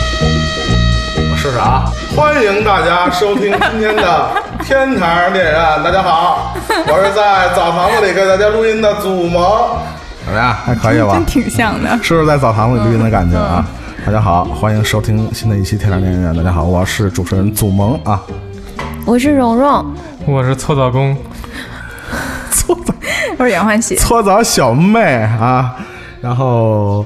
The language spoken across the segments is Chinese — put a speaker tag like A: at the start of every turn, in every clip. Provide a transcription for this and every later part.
A: 我试试啊！欢迎大家收听今天的天台恋人。大家 好，我是在澡堂子里给大家录音的祖萌，怎么样？还可以吧？
B: 真挺像的。
A: 是不是在澡堂子里录音的感觉啊？大家好，欢迎收听新的一期《天台恋人》。大家好，我是主持人祖萌啊。
C: 我是蓉 蓉，
D: 我是搓澡工，
A: 搓澡
B: 我是杨欢喜，
A: 搓澡小妹啊，然后。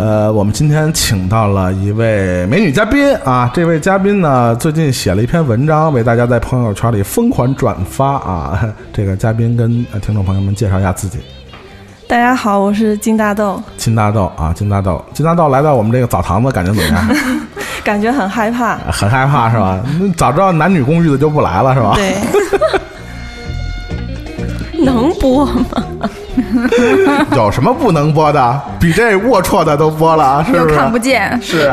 A: 呃，我们今天请到了一位美女嘉宾啊，这位嘉宾呢，最近写了一篇文章，为大家在朋友圈里疯狂转发啊。 这个嘉宾跟呃听众朋友们介绍一下自己，
E: 大家好，我是金大豆，
A: 金大豆啊，金大豆，金大豆来到我们这个澡堂子，感觉怎么样？
E: 感觉很害怕。
A: 很害怕是吧？那早知道男女公寓的就不来了是吧？
E: 对，
C: 能播吗？
A: 有什么不能播的？比这龌龊的都播了啊，是
B: 又
A: 不是？
B: 看不见，
A: 是。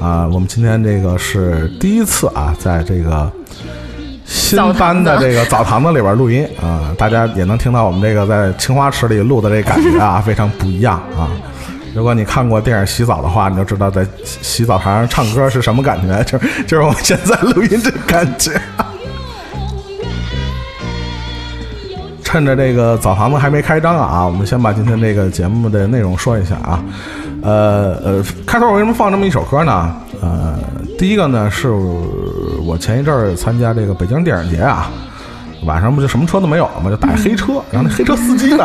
A: 啊，我们今天这个是第一次啊，在这个新搬的这个澡堂子里边录音啊，大家也能听到我们这个在青花池里录的这感觉 啊，非常不一样啊。如果你看过电影《洗澡》的话，你就知道在洗洗澡堂上唱歌是什么感觉，就是就是我们现在录音这感觉。趁着这个澡堂子还没开张啊，我们先把今天这个节目的内容说一下啊。呃呃，开头我为什么放这么一首歌呢？呃，第一个呢是我前一阵儿参加这个北京电影节啊，晚上不就什么车都没有了嘛，就打黑车，然后那黑车司机呢，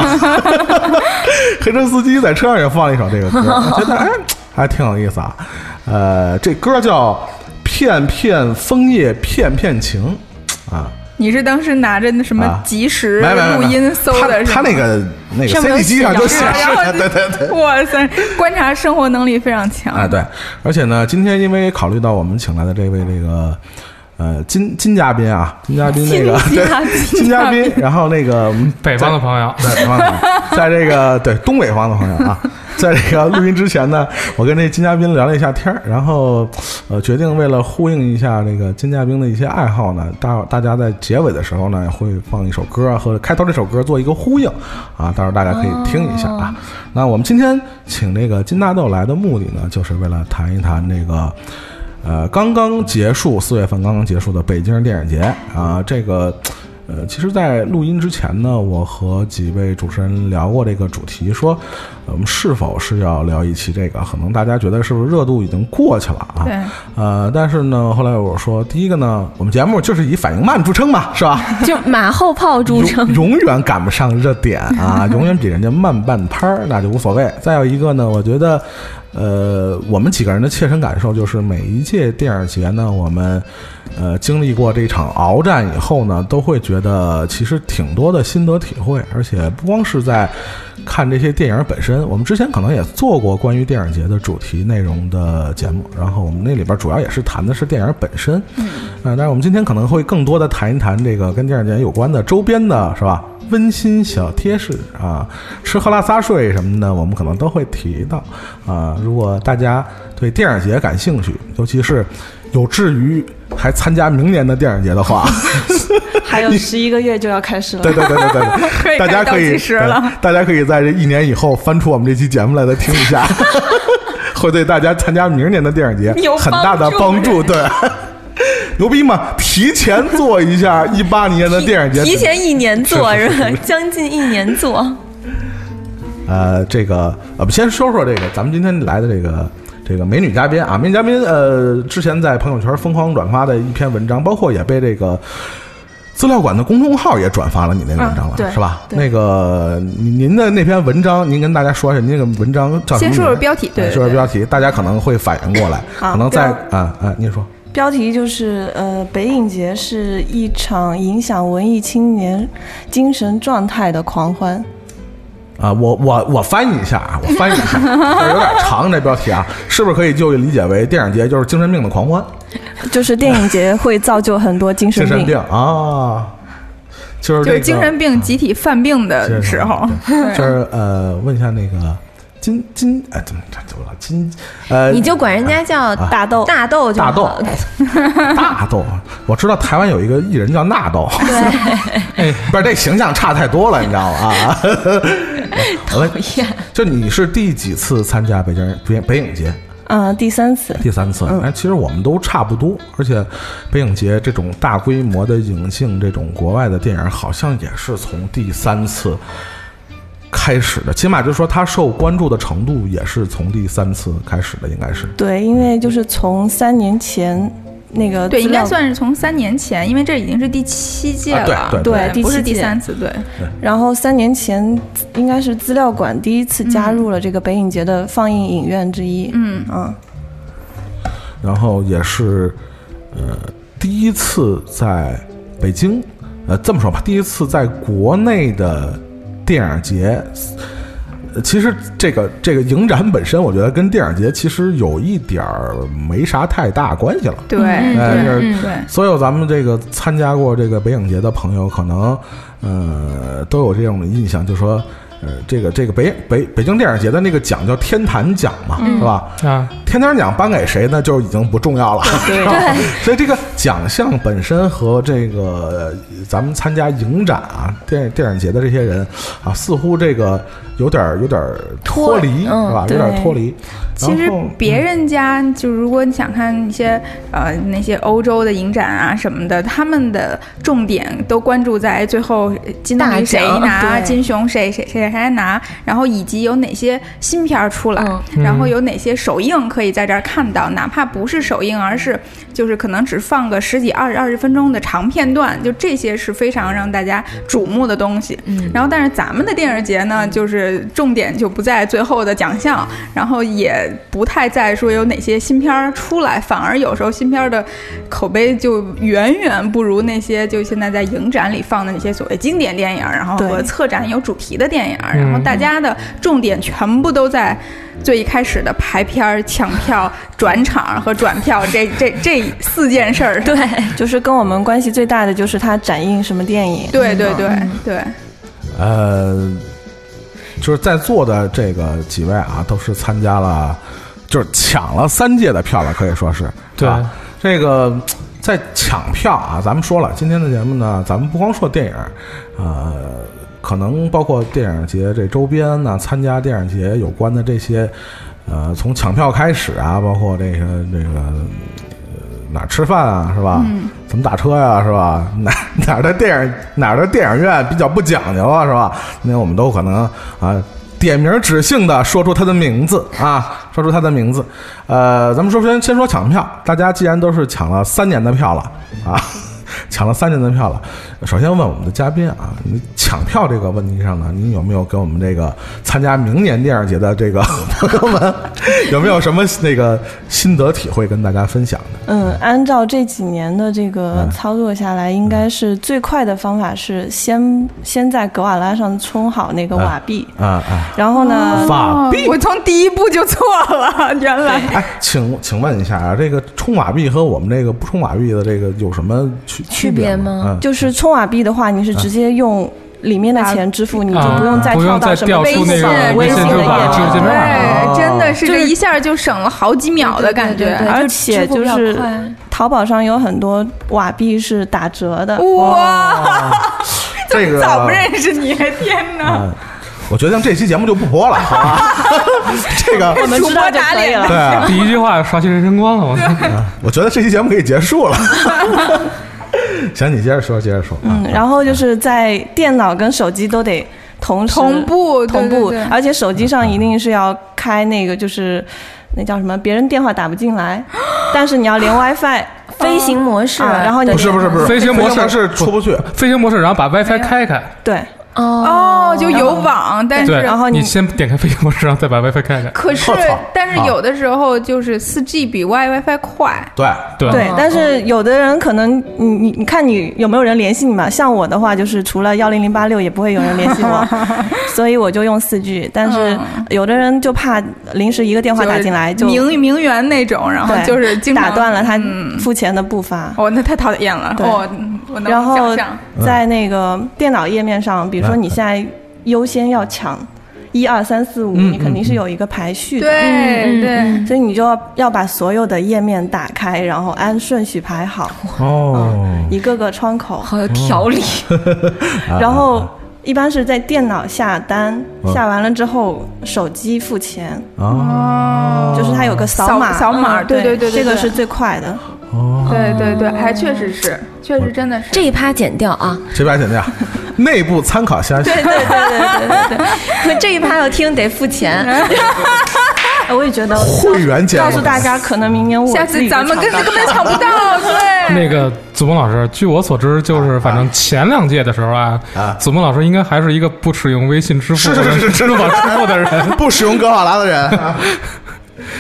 A: 黑车司机在车上也放了一首这个歌，我觉得哎还挺有意思啊。呃，这歌叫《片片枫叶片片情》啊。
B: 你是当时拿着那什么
A: 啊
B: 即时
A: 没没
B: 录
A: 没
B: 音搜的是吗？
A: 他他那个那个
B: 上面有
A: CD 机上就
B: 写
A: 显
B: 着
A: 示
B: 然后
A: 了，对 对对。
B: 哇塞，观察生活能力非常强。
A: 哎，对，而且呢，今天因为考虑到我们请来的这位这个呃金金嘉宾啊，金嘉宾那个
B: 金嘉宾
A: 对金嘉宾，然后那个我们
D: 北方的朋友，
A: 在北方的朋友，在这个对东北方的朋友啊，在这个录音之前呢，我跟这金嘉宾聊了一下天儿，然后呃，决定为了呼应一下这个金嘉宾的一些爱好呢，大大家在结尾的时候呢，会放一首歌和开头这首歌做一个呼应啊，到时候大家可以听一下啊。那我们今天请这个金大豆来的目的呢，就是为了谈一谈这个。呃，刚刚结束，四月份刚刚结束的北京电影节啊，这个，呃，其实，在录音之前呢，我和几位主持人聊过这个主题，说呃我们是否是要聊一期这个？可能大家觉得是不是热度已经过去了啊？
B: 对，
A: 呃，但是呢，后来我说，第一个呢，我们节目就是以反应慢著称嘛，是吧？
C: 就马后炮著称
A: 永。永远赶不上热点啊，永远比人家慢半拍儿，那就无所谓。再有一个呢，我觉得，呃，我们几个人的切身感受就是，每一届电影节呢，我们呃经历过这场鏖战以后呢，都会觉得其实挺多的心得体会，而且不光是在看这些电影本身，我们之前可能也做过关于电影节的主题内容的节目，然后我们那里边主要也是谈的是电影本身，嗯，但是我们今天可能会更多的谈一谈这个跟电影节有关的周边的是吧？温馨小贴士啊，吃喝拉撒睡什么的，我们可能都会提到啊。如果大家对电影节感兴趣，尤其是有志于还参加明年的电影节的话，
E: 还有十一个月就要开始了
A: 对，对对对对，
B: 可 以
A: 大家
B: 开始倒
A: 可以
B: 计时了
A: 对 大家可以在这一年以后翻出我们这期节目来再听一 下，会对大家参加明年的电影节
B: 有
A: 很大的帮
B: 帮
A: 助。 对，牛逼嘛！提前做一下一八年的电影节，
C: 提前一年做
A: 是
C: 是
A: 是
C: 吧？将近一年做，
A: 呃，这个呃，不先说说这个咱们今天来的这个这个美女嘉宾啊，美女嘉宾呃，之前在朋友圈疯狂转发的一篇文章，包括也被这个。资料馆的公众号也转发了你那个文章了，
B: 啊
E: 嗯对
A: 是吧？
E: 对
A: 那个您您的那篇文章，您跟大家说一下，您那个文章叫什么名
B: 先
A: 字？
B: 说说标题，
A: 对，
B: 对
A: 说说标题，大家可能会反应过来，
E: 啊
A: 可能在啊啊，您说
E: 标题就是呃，北影节是一场影响文艺青年精神状态的狂欢。
A: 啊，我我我翻译一下啊，我翻译一 下，这有点长这标题啊，是不是可以就理解为电影节就是精神病的狂欢？
E: 就是电影节会造就很多精神
A: 精神
E: 病。
A: 病啊，就
B: 就
A: 是这
B: 是
A: 个
B: 精神病集体犯病的时候，
A: 对就是呃，问一下那个金金哎，怎么这怎么了金呃
C: 你就管人家叫
E: 大豆
C: 大豆就
A: 大
C: 好
A: 豆大豆，啊我知道台湾有一个艺人叫纳豆， 对，不是这形象差太多了，你知道吗？啊，我问
C: 厌
A: 就你是第几次参加北京北北影节？
E: 嗯、第三次，
A: 第三次。哎，其实我们都差不多，而且北影节这种大规模的引进这种国外的电影，好像也是从第三次开始的，起码就是说它受关注的程度也是从第三次开始的，应该是。
E: 对，因为就是从三年前那个
B: 对，
E: 资
B: 应
E: 料
B: 该。算是从三年前，因为这已经是第七届
A: 啊对
B: 了，
A: 对
E: 对第
B: 不是
E: 七
B: 第
E: 届
B: 三次，对，
E: 然后三年前应该是资料馆第一次加入了这个北影节的放映影院之一。
B: 嗯
E: 嗯
A: 然后也是呃第一次在北京，呃这么说吧，第一次在国内的电影节。呃其实这个这个影展本身，我觉得跟电影节其实有一点儿没啥太大关系了。
B: 嗯对，
A: 哎就是
B: 对，对。
A: 所有咱们这个参加过这个北影节的朋友，可能呃都有这种印象，就说呃这个这个北北北京电影节的那个奖叫天坛奖嘛，是吧？
D: 啊，
A: 天坛奖颁给谁呢？就已经不重要了。
E: 对
A: 所以这个奖项本身和这个呃咱们参加影展啊、电电影节的这些人啊，似乎这个有点儿有点儿脱离，
C: 嗯
A: 是吧？有
E: 对
A: 点儿脱离。
B: 其实
A: 然后嗯
B: 别人家就如果你想看一些呃那些欧洲的影展啊什么的，他们的重点都关注在最后呃金
C: 大
B: 棕榈谁
C: 奖
B: 拿
E: 对
B: 金熊谁谁谁谁拿，然后以及有哪些新片儿出来，
C: 嗯
B: 然后有哪些首映可以在这儿看到，哪怕不是首映，而是就是可能只放个十几二十二十分钟的长片段，就这些是非常让大家瞩目的东西。
C: 嗯
B: 然后，但是咱们的电影节呢，就是重点就不在最后的奖项，然后也不太在说有哪些新片儿出来，反而有时候新片儿的口碑就远远不如那些就现在在影展里放的那些所谓经典电影，然后
E: 对
B: 和策展有主题的电影，
D: 嗯
B: 然后大家的重点全部都在最一开始的排片儿、抢票、转场和转票这这这四件事儿。
C: 对，
E: 就是跟我们关系最大的就是它展映什么电影。
B: 对对对对，
A: 呃，就是在座的这个几位啊，都是参加了，就是抢了三届的票了，可以说是。
D: 对
A: 啊这个在抢票啊，咱们说了，今天的节目呢，咱们不光说电影，呃。可能包括电影节这周边呢，参加电影节有关的这些，呃，从抢票开始啊，包括这个这个、呃哪儿吃饭啊，是吧？怎么打车呀、是吧？ 哪哪儿的电影哪儿的电影院比较不讲究啊，是吧？那我们都可能啊点名指姓的说出他的名字啊，说出他的名字。呃，咱们说先先说抢票，大家既然都是抢了三年的票了啊， 抢了三年的票了，首先问我们的嘉宾啊，你抢票这个问题上呢，您有没有给我们这个参加明年电影节的这个 朋友们有没有什么那个心得体会跟大家分享的？
E: 嗯，按照这几年的这个
A: 嗯
E: 操作下来，应该是最快的方法是先先在格瓦拉上冲好那个瓦币，
A: 啊啊，
E: 然后呢，
A: 法币
B: 哦我从第一步就错了， 原来。
A: 哎，请请问一下啊，这个充瓦币和我们这个不充瓦币的这个有什么区
C: 区
A: 别嗯
C: 别吗
E: 就是充瓦币的话，你是直接用里面的钱支付，你就
D: 啊
E: 不用再
D: 不
E: 跳
D: 用
E: 到
D: 再
E: 什
D: 调
E: 么
D: 出
E: 微信、啊
D: 那个
E: 微
D: 微
E: 信
D: 信、支
E: 的
D: 付宝、
E: 页
D: 支付界
E: 面。
D: 面啊。
B: 对，真的是
E: 就
B: 这
E: 是
B: 一下就省了好几秒的感觉。
C: 对对对对
E: 而
C: 就
E: 且
C: 支付
E: 就
C: 比较
E: 是
C: 快
E: 淘宝上有很多瓦币是打折的，
B: 哇，
A: 这个
B: 早不认识你，天哪！
A: 嗯，我决定这期节目就不播了，好吧？这个，
E: 我们
B: 主
E: 知道
B: 播
E: 就
B: 打
E: 可以
B: 脸
E: 了。
A: 对，啊
D: 第一句话刷新人生观了，我操！
A: 我觉得这期节目可以结束了。 行，你接着说，接着说。
E: 嗯
A: 啊
E: 嗯，然后就是在电脑跟手机都得同时
B: 同步
E: 同步，
B: 对对对
E: 而且手机上一定是要开那个就是那叫什么，别人电话打不 进来，但是 你要连 WiFi
B: 嗯
C: 飞行模式，
E: 啊然后你
A: 不是不是不是，
D: 飞行模式
A: 是出不去，
D: 飞行模式，然后把 WiFi 开开，
E: 对，
C: 嗯
B: 哦，就有网，但
D: 对，
B: 是
E: 然后你
D: 你先点开飞行模式，然后再把 WiFi 开开。
B: 可是
A: 我操
B: 但是有的时候就是四 G 比 Y WiFi 快，
A: 对，
D: 对
B: 嗯
E: 对，但是有的人可能你你你看你有没有人联系你嘛？像我的话，就是除了幺零零八六，也不会有人联系我， 所以我就用四 G。但是
B: 嗯
E: 有的人就怕临时一个电话打进来就
B: 名名媛那种，然后
E: 对
B: 就是经常
E: 打断了他
B: 嗯
E: 付钱的步伐。
B: 哦，那太讨厌了，
E: 对
B: 哦，我能
E: 然后
B: 想象。
A: 嗯
E: 在那个电脑页面上，比如说你现在优先要抢一二三四五，
A: 嗯
E: 你肯定是有一个排序的。
B: 对
C: 嗯
B: 对，
E: 所以你就要要把所有的页面打开，然后按顺序排好，
A: 哦，
E: 一个个窗口。
C: 好有条理，
E: 然后一般是在电脑下单，
A: 嗯
E: 下完了之后手机付钱，
A: 啊
E: 就是它有个
B: 扫
E: 码，
B: 扫
E: 扫
B: 码对
E: 对
B: 对对对
E: 这个
B: 对
E: 是最快的。
A: 哦，
B: 对对对，还确实是，确实真的是。
C: 这一趴剪掉 啊，
A: 这边剪掉，内部参考消息，
C: 对对对对对对，这一趴要听得付 钱，
E: 哎我也觉得，
A: 会员节目
E: 告诉大家，可能明年我
B: 下
E: 自
B: 次
E: 己就
B: 咱们
E: 抢
B: 根
E: 到
B: 本根本抢不到，对。
D: 那个祖萌老师，据我所知，
E: 啊
D: 就是反正前两届的时候啊
A: 啊，
D: 祖萌老师应该还是一个不使用微信支付
A: 是是是是
D: 支付宝支付的人。
A: 不使用格瓦拉的人。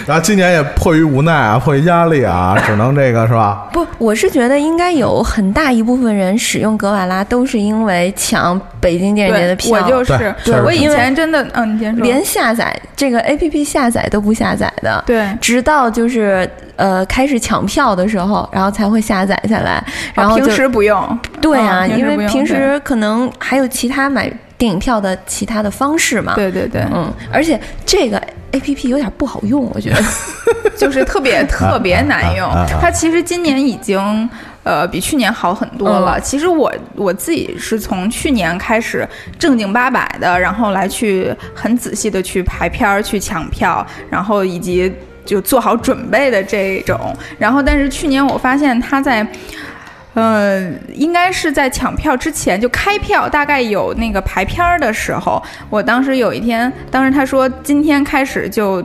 A: 然后今年也迫于无奈啊，迫于压力啊，只能这个是吧？
C: 不，我是觉得应该有很大一部分人使用格瓦拉都是因为抢北京电影节的
B: 对，
C: 票，
B: 我就是
A: 对确实
B: 我以
C: 因为
B: 前真的，嗯，你先说。
C: 连下载这个 A P P 下载都不下载的，
B: 对，
C: 直到就是呃开始抢票的时候，然后才会下载下来，然后
B: 啊平
C: 就、
B: 时不用，
C: 对
B: 啊
C: 啊，
B: 平时
C: 因
B: 不
C: 为
B: 用
C: 平时可能还有其他买电影票的其他的方式嘛。，
B: 对对对，
C: 嗯，而且这个 A P P 有点不好用，我觉得
B: 就是特别特别难用
A: 啊啊啊啊。
B: 它其实今年已经呃比去年好很多了。其实我我自己是从去年开始正经八百的，然后来去很仔细的去排片儿、去抢票，然后以及就做好准备的这种。然后，但是去年我发现它在。呃，应该是在抢票之前就开票，大概有那个排片儿的时候，我当时有一天，当时他说今天开始就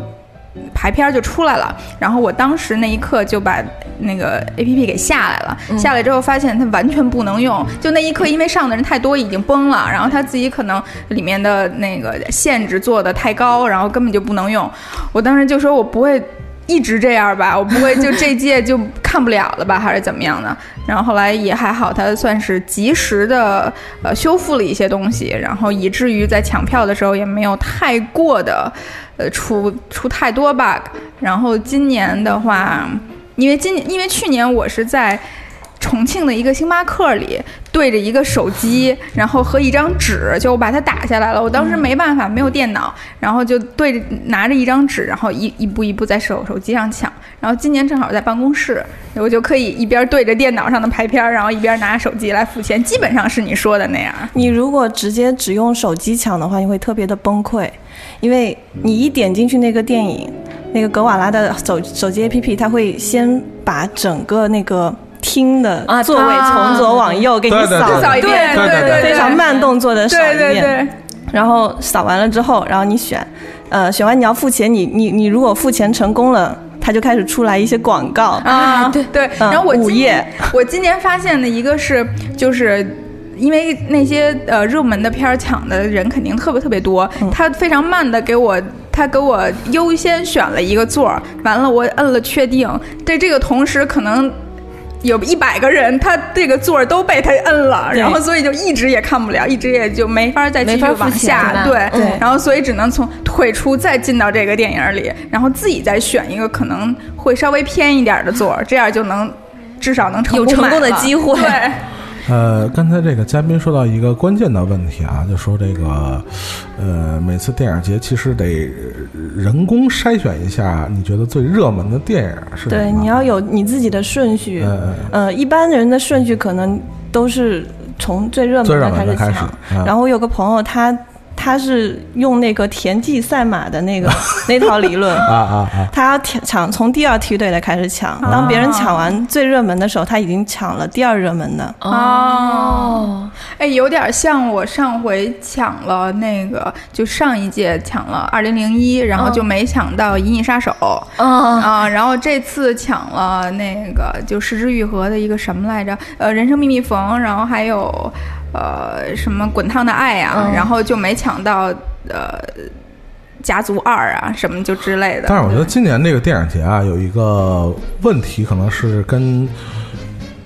B: 排片儿就出来了，然后我当时那一刻就把那个 A P P 给下来了，下来之后发现它完全不能用，就那一刻因为上的人太多已经崩了，然后他自己可能里面的那个限制做的太高，然后根本就不能用。我当时就说我不会。一直这样吧，我不会就这届就看不了了吧，还是怎么样的？然后后来也还好，它算是及时的呃修复了一些东西，然后以至于在抢票的时候也没有太过的呃出出太多 bug。然后今年的话，因为今因为去年我是在。重庆的一个星巴克里，对着一个手机，然后和一张纸，就我把它打下来了。我当时没办法，没有电脑，然后就对着拿着一张纸，然后一一步一步在手手机上抢。然后今年正好在办公室，我就可以一边对着电脑上的排片儿，然后一边拿手机来付钱，基本上是你说的那样。
E: 你如果直接只用手机抢的话，你会特别的崩溃，因为你一点进去那个电影，那个格瓦拉的手手机 APP，它会先把整个那个厅的
C: 啊
E: 座位从左往右给你
A: 对对
E: 扫
A: 对
B: 扫一遍，
A: 对对
B: 对
A: 对
E: 非常慢动作的扫
B: 对
E: 一遍，
B: 对对，
E: 然后扫完了之后，然后你选，呃，选完你要付钱，你你你如果付钱成功了，它就开始出来一些广告，
B: 啊，
C: 对
B: 对。然
E: 嗯
B: 后我
E: 午
B: 今
E: 夜
B: 我今年发现的一个是，就是因为那些呃热门的片儿抢的人肯定特别特别多，
E: 嗯
B: 他非常慢的给我。他给我优先选了一个座儿，完了我摁了确定，在这个同时可能有一百个人，他这个座儿都被他摁了，
E: 对
B: 然后所以就一直也看不了，一直也就没法再继续
C: 没法付
B: 往
C: 钱
B: 下，
C: 了
B: 对
C: 嗯
B: 然后所以只能从退出再进到这个电影里，然后自己再选一个可能会稍微偏一点的座儿，这样就能至少能成
C: 有
B: 功
C: 成
B: 买
C: 功的
B: 了
C: 机会
B: 对，
A: 呃，刚才这个嘉宾说到一个关键的问题啊，就说这个，呃，每次电影节其实得人工筛选一下，你觉得最热门的电影是什么？
E: 对，你要有你自己的顺序，
A: 嗯
E: 呃，一般人的顺序可能都是从最热
A: 最
E: 门
A: 热
E: 的
A: 门的
E: 开
A: 开
E: 始
A: 始
E: 抢，
A: 嗯
E: 然后我有个朋友他。他是用那个田忌赛马的 那个那套理论。
A: 啊啊啊！
E: 他要抢抢从第二梯队的开始抢，当别人抢完最热门的时候，他已经抢了第二热门的。
B: 哦，哎，有点像我上回抢了那个，就上一届抢了二零零一，然后就没抢到《银翼杀手》
C: 嗯，
B: 啊、然后这次抢了那个就《十之愈合》的一个什么来着？呃，《人生秘密缝》，然后还有呃什么《滚烫的爱》呀、
C: 嗯
B: 然后就没抢到呃《家族二》啊什么就之类的。
A: 但是我觉得今年这个电影节啊，有一个问题，可能是跟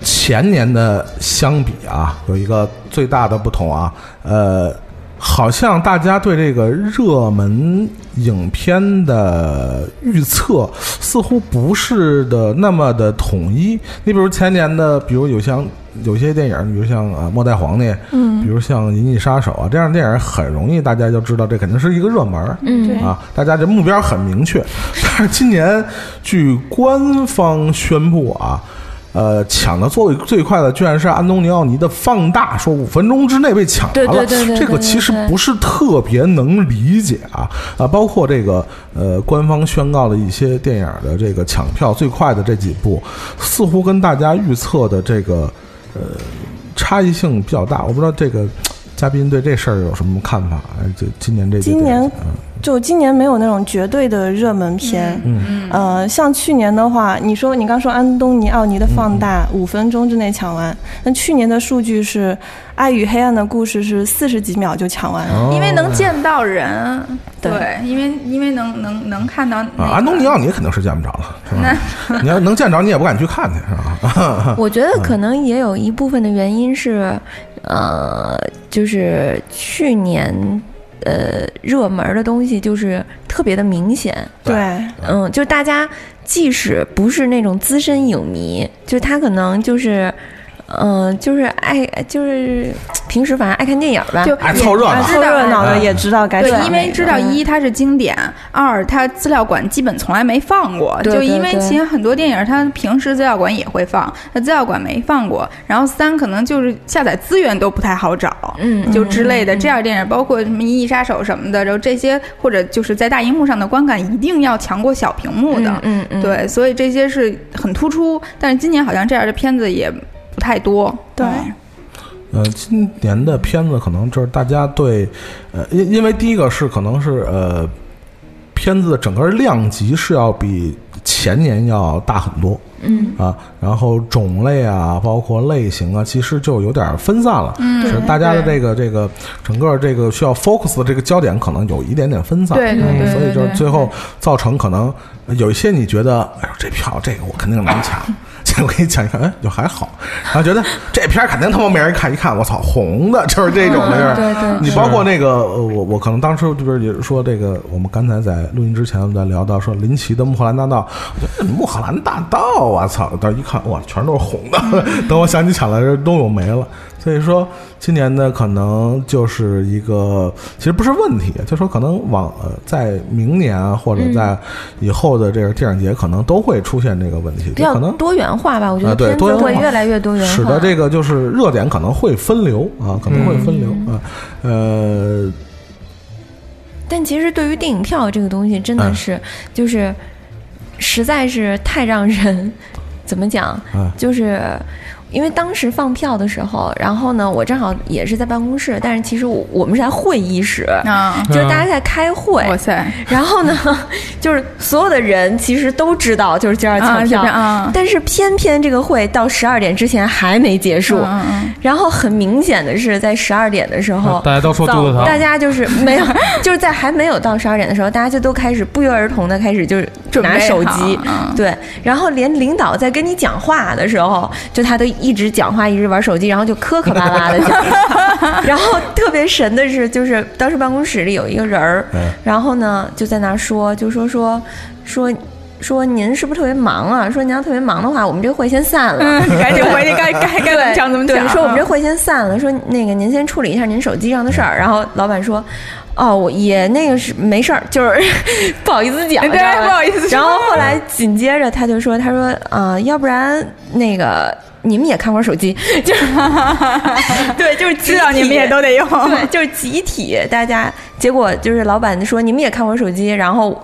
A: 前年的相比啊，有一个最大的不同啊，呃，好像大家对这个热门影片的预测似乎不是的那么的统一。你比如前年的，比如有像有些电影，比如像啊《末代皇帝》，嗯，比如像《银翼杀手》啊这样的电影，很容易大家就知道这肯定是一个热门儿，嗯
C: 哎
E: 对
A: 啊，大家这目标很明确。但是今年据官方宣布啊。呃，抢的座位最快的居然是安东尼奥尼的《放大》，说五分钟之内被抢完了。
C: 对对对对对
A: 这个其实
C: 对对
A: 不是特别能理解啊啊，包括这个呃，官方宣告的一些电影的这个抢票最快的这几部，似乎跟大家预测的这个呃差异性比较大。我不知道这个嘉宾对这事儿有什么看法？哎这今年这个
E: 今
A: 电影
E: 年
A: 节
E: 就今年没有那种绝对的热门片，嗯，呃，像去年的话，你说你刚说安东尼奥尼的《放大》
A: 嗯
E: 五分钟之内抢完，那去年的数据是《爱与黑暗的故事》是四十几秒就抢完，
A: 嗯
B: 因为能
A: 哦
B: 见到人，
E: 对
B: 对，因为因为能能能看到、那个
A: 啊，安东尼奥尼肯定是见不着了，是吧？ 你要能见着，你也不敢去看去，是吧？
C: 我觉得可能也有一部分的原因是，呃，就是去年呃热门的东西就是特别的明显，
E: 对，
C: 嗯，就大家即使不是那种资深影迷，就他可能就是。嗯，就是爱，就是平时反正爱看电影吧。
B: 就啊
A: 哎凑热闹
B: 知
E: 凑
B: 道
E: 热闹的也知道该抢哪
B: 对，
E: 个，
B: 因为知道
C: 嗯
B: 一它是经典，二它资料馆基本从来没放过，
C: 对
B: 就
C: 对
B: 因为
C: 对
B: 其实很多电影它平时资料馆也会放，那资料馆没放过。然后三可能就是下载资源都不太好找，
C: 嗯
B: 就之类的这样的电影，包括什么《银翼杀手》什么的，然后这些或者就是在大荧幕上的观感一定要强过小屏幕的，
C: 嗯嗯，
B: 对，所以这些是很突出。但是今年好像这样的片子也不太多，
E: 对
B: 嗯
A: 呃，今年的片子可能就是大家对，呃，因因为第一个是可能是呃，片子的整个量级是要比前年要大很多，嗯啊，然后种类啊，包括类型啊，其实就有点分散了，嗯，是大家的这个这个整个这个需要 focus 的这个焦点可能有一点点分散，
B: 对对
A: 嗯
B: 对
A: 所以
B: 对
A: 就是
B: 对
A: 最后造成可能有一些你觉得，哎呦，这票这个我肯定能抢。 结果给你抢一看，哎，就还好，然后觉得这片儿肯定他妈没人看，一看我操，红的，就是这种
B: 嗯
A: 的，就是、
C: 嗯对对
A: 你包括那个，呃我我可能当时就是也说这个，我们刚才在录音之前我们在聊到说林奇的《穆赫兰大道》，我觉得穆赫兰大道，我操！到一看，哇，全都是红的。 等我想起抢来的时候都有没了。所以说，今年呢，可能就是一个，其实不是问题，就说可能往呃，在明年啊，或者
C: 嗯
A: 在以后的这个电影节，可能都会出现这个问题，
C: 比
A: 就
C: 较
A: 可能
C: 多元化吧。我觉
A: 啊
C: 得
A: 对
C: 片
A: 多
C: 子
A: 元
C: 会
A: 化
C: 越来越多元化，
A: 使得这个就是热点可能会分流啊，可能会分流
C: 嗯
A: 啊，呃，
C: 但其实对于电影票这个东西，真的
A: 嗯
C: 是、就是实在是太让人怎么讲，
A: 嗯
C: 就是。因为当时放票的时候，然后呢，我正好也是在办公室，但是其实我我们是在会议室，
B: 啊，
C: 就是
D: 嗯
C: 大家在开会。
B: 哇塞，
C: 然后呢， 就是所有的人其实都知道，就是今儿要
B: 啊
C: 抢
B: 这
C: 票，
B: 边啊
C: 但是偏偏这个会到十二点之前还没结束。
B: 嗯嗯嗯
C: 然后很明显的是，在十二点的时候，
D: 啊大家都说肚子疼，
C: 大家就是没有， 就是在还没有到十二点的时候，大家就都开始不约而同的开始就是
B: 准备
C: 拿手机
B: 好嗯，
C: 对，然后连领导在跟你讲话的时候，就他都一直讲话，一直玩手机，然后就磕磕巴巴的讲。然后特别神的是，就是当时办公室里有一个人儿
A: 嗯，
C: 然后呢就在那儿说，就说说说。说您是不是特别忙啊？说您要特别忙的话，我们这会先散了。
B: 你赶紧回去，该该该怎么嗯讲怎么
C: 对
B: 讲。，
C: 说我们这
B: 啊
C: 会先散了，说那个您先处理一下您手机上的事儿。然后老板说，哦，我也那个是没事儿，就是 不好意思
E: 哎
C: 讲，
B: 对
C: 知道吧
B: 不好意思说
C: 然后后来紧接着他就说，他说，呃，要不然那个。你们也看会儿手机， 就是对，就是集
B: 知道你们
C: 体
B: 也都得 用。
C: 对，就是集体大家，结果就是老板说你们也看我手机，然后。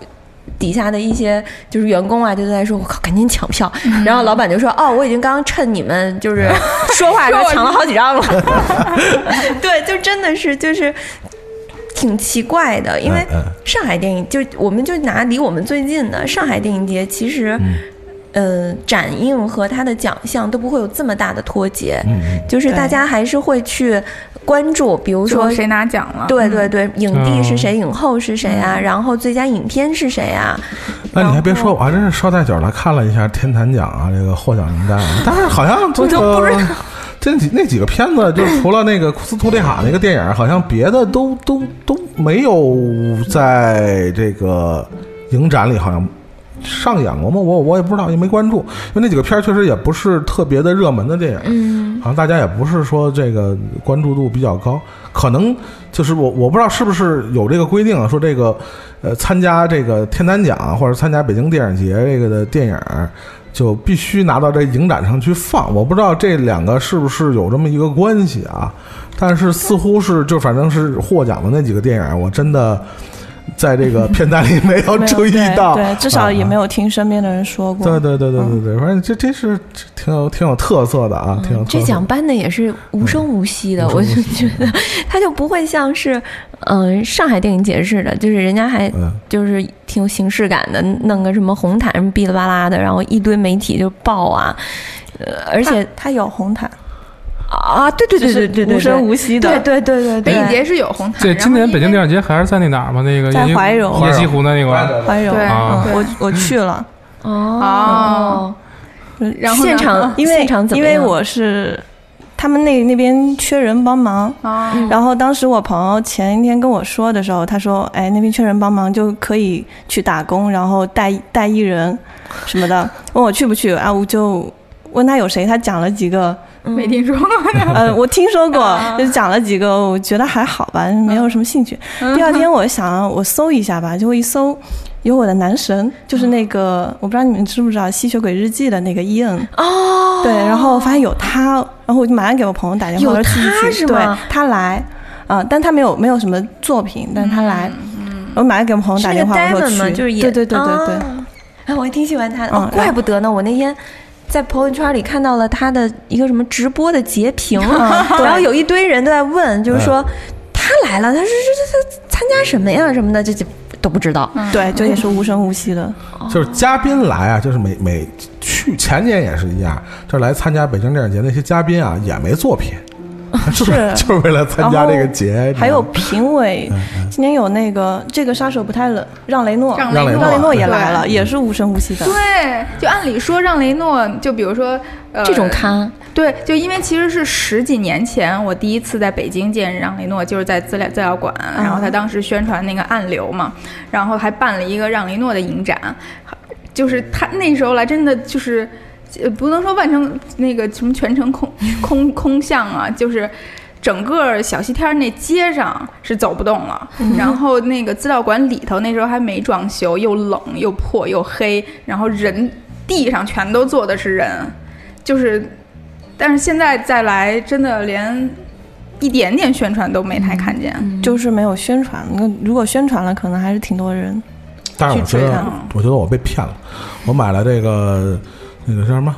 C: 底下的一些就是员工啊，就在说：“我靠，赶紧抢票！”然后老板就说：“哦，我已经刚刚趁你们就是说话的时候抢了好几张 了。”对，就真的是就是挺奇怪的，因为
A: 嗯嗯
C: 上海电影就我们就拿离我们最近的上海电影节，其实、
A: 嗯
C: 呃展映和它的奖项都不会有这么大的脱节。
A: 嗯，
C: 就是大
B: 对
C: 家还是会去关注，比如说
B: 说谁拿奖了？
C: 对对对，影帝是
D: 嗯
C: 谁，影后是谁啊？然后最佳影片是谁啊？
A: 那你还别
C: 然
A: 说，
C: 后
A: 我还真是捎带脚的看了一下天坛奖啊，这个获奖名单啊，但是好 像这
C: 我都不知
A: 个这几那几个片子，就除了那个库斯图里卡那个电影，好像别的都都都没有在这个影展里好像。上演过吗？我我也不知道，也没关注，因为那几个片儿确实也不是特别的热门的电影，嗯，好像大家也不是说这个关注度比较高，可能就是我我不知道是不是有这个规定啊，说这个呃参加这个天坛奖啊或者参加北京电影节这个的电影儿，就必须拿到这影展上去放。我不知道这两个是不是有这么一个关系啊，但是似乎是就反正是获奖的那几个电影儿，我真的在这个片单里没有
E: 没有
A: 注意
E: 对
A: 到，
E: 对，至少也
A: 啊
E: 没有听身边的人说过。
A: 对对对对对对，反正这这是这挺有挺有特色的啊，挺有
E: 嗯
A: 特色
C: 嗯这
A: 的
C: 奖颁的也是无声无息的，
A: 嗯
C: 我就觉得它就不会像是嗯、呃上海电影节似的，就是人家还
A: 嗯，
C: 就是挺有形式感的，弄个什么红毯什么哔哩吧啦的，然后一堆媒体就报啊，呃而
E: 而
C: 且
E: 且他有红毯，
C: 啊，对对对对对对，
E: 无声无息
C: 对
E: 的，
C: 对对对
B: 北
C: 对
B: 影节是有红毯，
D: 这今年北京电
B: 影
D: 影节还是在那哪儿吗？那个
E: 在
D: 野鸡
E: 怀柔
D: 野西湖的那
A: 对
D: 块
A: 对
D: 儿，
A: 对
E: 怀柔，
B: 对
D: 啊
E: 嗯，我我去了，
C: 哦，
B: 然后呢
C: 现场
E: 因为
C: 现场怎么
E: 因为
C: 样
E: 我是他们那那边缺人帮忙。
B: 啊，
C: 嗯
E: 然后当时我朋友前一天跟我说的时候，他说：“哎，那边缺人帮忙，就可以去打工，然后带带艺人什么的。”问我去不去啊？我就问他有谁，他讲了几个，
B: 没听说过呢。
E: 呃，我听说过
B: 啊，
E: 就讲了几个，我觉得还好吧，没有什么兴趣。第二天我想我搜一下吧，结果一搜，有我的男神，就是那个、我不知道你们知不知道《吸血鬼日记》的那个伊恩。
C: 哦，
E: 对，然后发现有他，然后我就马上给我朋友打电话，
C: 有
E: 我说去
C: 他
E: 不
C: 是
E: 去？对
C: 吗，
E: 他来，啊、但他没有没有什么作品，但他来，我马上给我朋友
C: 是
E: 打
C: 那
E: 电
C: 个
E: 话，
C: Diamond
E: 我说去，
C: 嘛，嗯就是也
E: 对对对对对，
C: 啊哎，我还挺喜欢他的，哦
E: 嗯，
C: 怪不得呢，我那天。在朋友圈里看到了他的一个什么直播的截屏， 然后有一堆人都在问，就是说他来了，他是这这这参加什么呀什么的，这就都不知道。
E: 对，就也是无声无息的，
B: 哦
A: 就是嘉宾来啊，就是每每去前年也是一样，就是来参加北京电影节那些嘉宾啊，也没 作品，就是 就是为了参加这个节，你知道吗嗯
E: 还有评委，今年有那个这个杀手不太冷，让雷诺，
B: 让
A: 让雷
B: 雷
A: 诺
E: 让雷诺也
B: 对
E: 来了，也是无声无息的，
B: 对，就按理说让雷诺，就比如说呃
C: 这种咖，
B: 对，就因为其实是十几年前，我第一次在北京见让雷诺，就是在资料资料馆，然后他当时宣传那个暗流嘛，然后还办了一个让雷诺的影展，就是他那时候来真的就是，呃，不能说万城那个什么全城空空空巷啊，就是。整个小西天儿那街上是走不动了， 然后那个资料馆里头那时候还没装修，又冷又破又黑，然后人地上全都坐的是人，就是但是现在再来，真的连一点点宣传都没太看见。
A: 嗯
E: 就是没有宣传，那如果宣传了，可能还是挺多人，
A: 但是我觉
B: 去追
A: 得
B: 他，
A: 我觉得我被骗了。我买了这个那个叫什么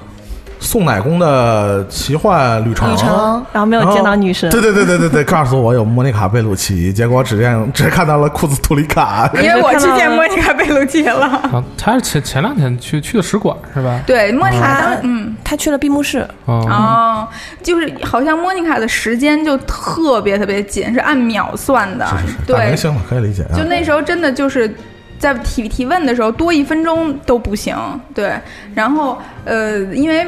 A: 宋乃公的奇幻旅程。
C: 旅程
E: 然后没有
A: 哦
E: 见到女神
A: 对，对对对对对，告诉我有莫妮卡贝鲁奇，结果只见 只看到了库斯图里卡。
B: 因为我去见莫妮卡贝鲁奇 了。
D: 啊，他是前前两天去去的使馆是吧？
B: 对，莫妮卡
E: 他
B: 当嗯。
E: 他去了闭幕式，
D: 哦，
B: 哦，就是好像莫妮卡的时间就特别特别紧，是按秒算的。
A: 是是是，大
B: 对
A: 明，星嘛，可以理解啊。
B: 就那时候真的就是在提提问的时候多一分钟都不行，对。然后呃，因为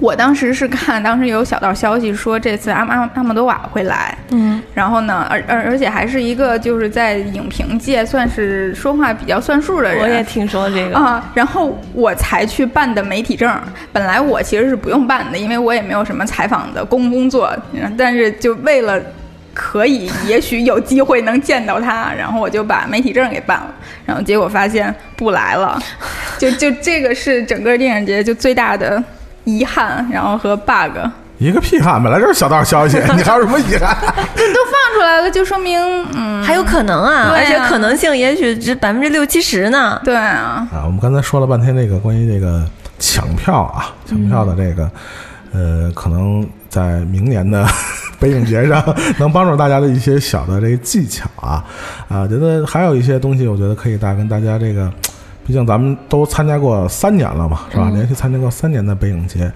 B: 我当时是看当时有小道消息说这次阿阿阿莫多瓦会来，嗯，然后呢，而而而且还是一个就是在影评界算是说话比较算数的人，
E: 我也听说这个，
B: 啊，然后我才去办的媒体证。本来我其实是不用办的，因为我也没有什么采访的工工作，嗯但是就为了。可以，也许有机会能见到他，然后我就把媒体证给办了，然后结 果发现不来了，就就这个是整个电影节就最大的遗憾，然后和 bug
A: 一个屁啊汉，本来就是小道 消息，你还有什么遗憾？
B: 都放出来了，就说明嗯，
C: 还有可能啊，
B: 对啊
C: 而且可能性也许只百分之六七十呢。
B: 对啊，
A: 啊，我们刚才说了半天那个关于这个抢票啊，抢票的这个，呃，可能在明年的 北影节上能帮助大家的一些小的这个技巧啊，啊，觉得还有一些东西，我觉得可以大跟大家这个，毕竟咱们都参加过三年了嘛，是吧？连续参加过三年的北影节，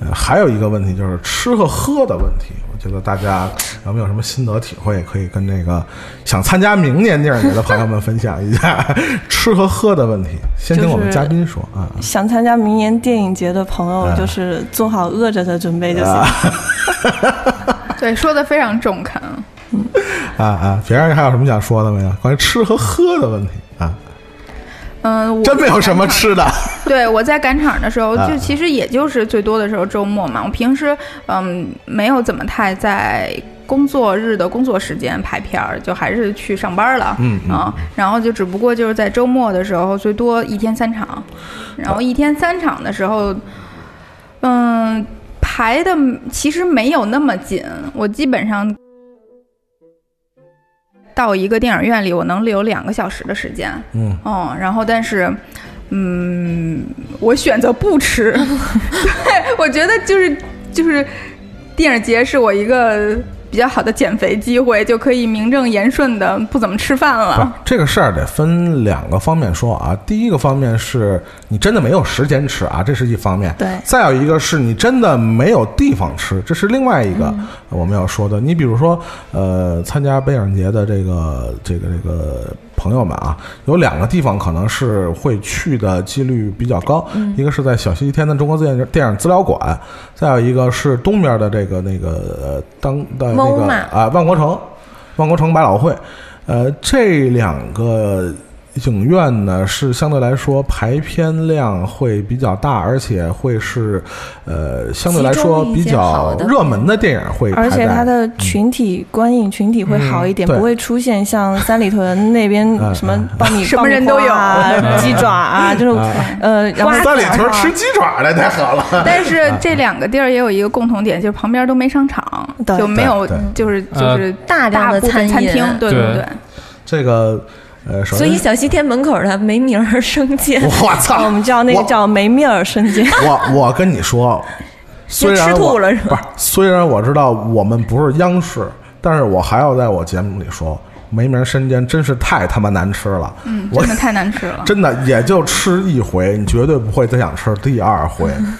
A: 呃，还有一个问题就是吃和喝的问题，我觉得大家有没有什么心得体会，可以跟这个想参加明年电影节的朋友们分享一下 吃和喝的问题。先听我们嘉宾说啊，
E: 想参加明年电影节的朋友
A: 啊，
E: 就是做好饿着的准备就行。
B: 对，说的非常中肯。
A: 啊啊！别人还有什么想说的没有？关于吃和喝的问题啊，
B: 嗯，我
A: 真没有什么吃的。
B: 对，我在赶场的时候，
A: 啊
B: 就其实也就是最多的时候周末嘛。我平时嗯没有怎么太在工作日的工作时间排片儿，就还是去上班了。
A: 嗯嗯
B: 啊，然后就只不过就是在周末的时候，最多一天三场，然后一天三场的时候，嗯，排的其实没有那么紧，我基本上。到一个电影院里，我能留两个小时的时间，
A: 嗯，
B: 哦，然后但是，嗯，我选择不吃。 对，我觉得就是就是，电影节是我一个比较好的减肥机会，就可以名正言顺的不怎么吃饭
A: 不
B: 了。，
A: 这个事儿得分两个方面说啊。第一个方面是你真的没有时间吃啊，这是一方面。
E: 对
A: 再有一个是你真的没有地方吃，这是另外一个我们要说的。你比如说，呃，参加北影节的这个这个这个朋友们啊，有两个地方可能是会去的几率比较高，一个是在小西天的中国电影电影资料馆，再有一个是东边的这个那个呃当的那个
C: MoMA
A: 啊、万国城，万国城百老汇，呃，这两个影院呢是相对来说排片量会比较大，而且会是呃相对来说比较热门的电影会排
E: 而
A: 在
E: 且
A: 啊
E: 它的群体观影群体会好一点，
A: 嗯对
E: 不会出现像三里屯那边
A: 嗯
E: 什么爆米、
B: 什么人都有
E: 爆米花啊、鸡爪啊这种
A: 啊，
E: 呃，然后
A: 三里屯吃鸡爪的太好了。
B: 但 是这两个地儿也有一个共同点，就是旁边都没商场，
E: 对
B: 就没有
A: 对对
B: 就是就
D: 呃
B: 是
C: 大量的
B: 部分
C: 餐
B: 餐
C: 饮
B: 厅，对对
D: 对
B: 对。
A: 这个呃，首
C: 所
A: 先
C: 以小西天门口的没名儿生煎，
A: 我操，
E: 我们叫那个
A: 我
E: 叫梅米尔瞬间。
A: 我我跟你说，虽然
C: 吃吐
A: 我
C: 了是
A: 不
C: 吧
A: 是，虽然我知道我们不是央视，但是我还要在我节目里说，梅名生煎真是太他妈难吃了。
B: 嗯，
A: 我
B: 真的太难吃了。
A: 真的也就吃一回，你绝对不会再想吃第二回。
E: 嗯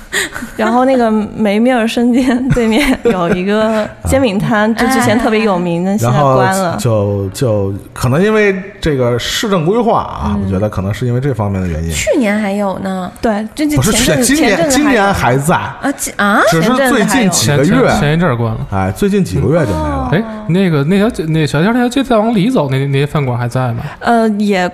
E: 然后那个梅米尔生煎对面有一个煎饼摊，就之
B: 啊
E: 前特别有名，但现
A: 然
E: 在
A: 后
E: 关了。
A: 就就可能因为这个市政规划啊，我觉得可能是因为这方面的原因。
C: 去年还有呢
E: 对，这这
A: 不是去
E: 前
A: 年，今
E: 阵前
A: 年
E: 阵子
A: 今
E: 还有
A: 年还在，
C: 啊这啊，
A: 只是
E: 前阵子
A: 最
E: 还
A: 近
E: 有
A: 几
D: 前
A: 个
D: 前
A: 月，
D: 前一阵儿关了。
A: 哎，最近几个月就没了。
D: 哎，
C: 哦
D: 那个那条街那小街那条街再往里走，那那些饭馆还在吗？
E: 呃也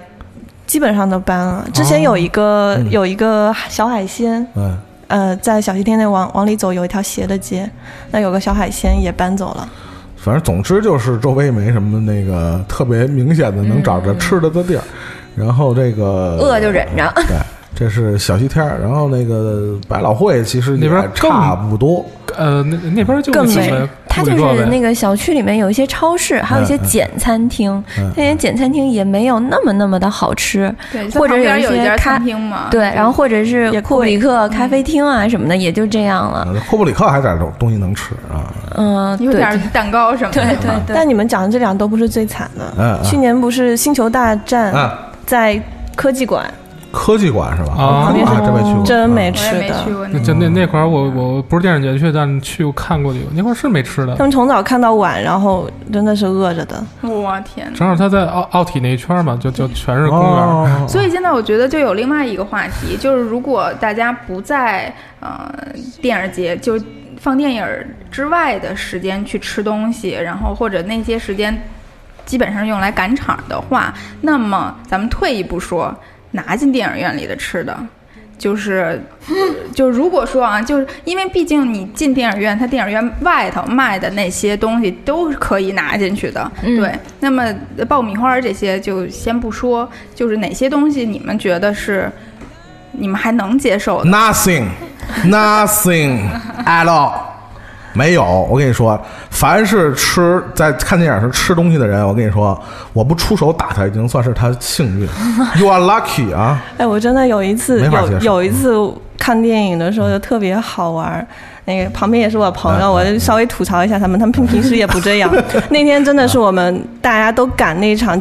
E: 基本上都搬了。之前有一个、
A: 嗯
E: 有一个小海鲜，
A: 嗯，
E: 呃，在小西天那往往里走有一条斜的街，那有个小海鲜也搬走了。
A: 反正总之就是周围没什么那个特别明显的能找着吃的的地儿，然后这个
C: 饿就忍着。
A: 对，这是小西天儿，然后那个百老汇其实
D: 那
A: 也
D: 边更
A: 差不多，
D: 呃，那那边就
E: 更
D: 那
E: 美
D: 个
C: 它
D: 布
C: 就
D: 里洛
C: 是
D: 呗
C: 那个小区里面有一些超市，还有一些简餐厅
A: 嗯嗯，
C: 那些简餐厅也没有那么那么的好吃，
B: 对，
C: 或者
B: 旁边
C: 有
B: 有一
C: 一些
B: 家
C: 咖
B: 餐厅嘛，
C: 对，然后或者是
E: 也
C: 库布里克咖啡厅啊什么的，也就这样了。
A: 啊库布里克还点东西能吃啊，
C: 嗯，
B: 有
C: 对
B: 点蛋糕什么的。
C: 对对对
E: 但你们讲的这两个都不是最惨的，
A: 嗯嗯
E: 去年不是《星球大战》
A: 啊，
E: 在科技馆，
A: 科技馆是吧？
D: 啊
A: 科技馆还真没去过，
E: 真没
B: 我也
A: 啊
E: 吃
B: 没
E: 的。
B: 去过那
D: 那
B: 个。
D: 就那那块儿我我不是电影节去，但去看过有那块儿是没吃的
C: 嗯
E: 他。们从早看到晚，然后真的是饿着的。
B: 我天哪！
D: 正好他在奥奥体那一圈儿嘛，就就全是公园儿。
A: 哦
B: 所以现在我觉得就有另外一个话题，就是如果大家不在呃电影节，就是放电影儿之外的时间去吃东西，然后或者那些时间基本上用来赶场的话，那么咱们退一步说，拿进电影院里的吃的。就是，呃就如果说啊，就是因为毕竟你进电影院，它电影院外头卖的那些东西都是可以拿进去的，
C: 嗯
B: 对。那么爆米花这些就先不说，就是哪些东西你们觉得是你们还能接受的？
A: ，nothing， Nothing at all，没有。我跟你说，凡是吃在看电影时吃东西的人，我跟你说，我不出手打他，已经算是他幸运。You are lucky 啊！
E: 哎，我真的有一次
A: 没法接
E: 有
A: 受嗯
E: 有一次看电影的时候就特别好玩儿。那个旁边也是我朋友，
A: 嗯
E: 我就稍微吐槽一下他们，他们平平时也不 这样。那天真的是我们大家都赶那一场，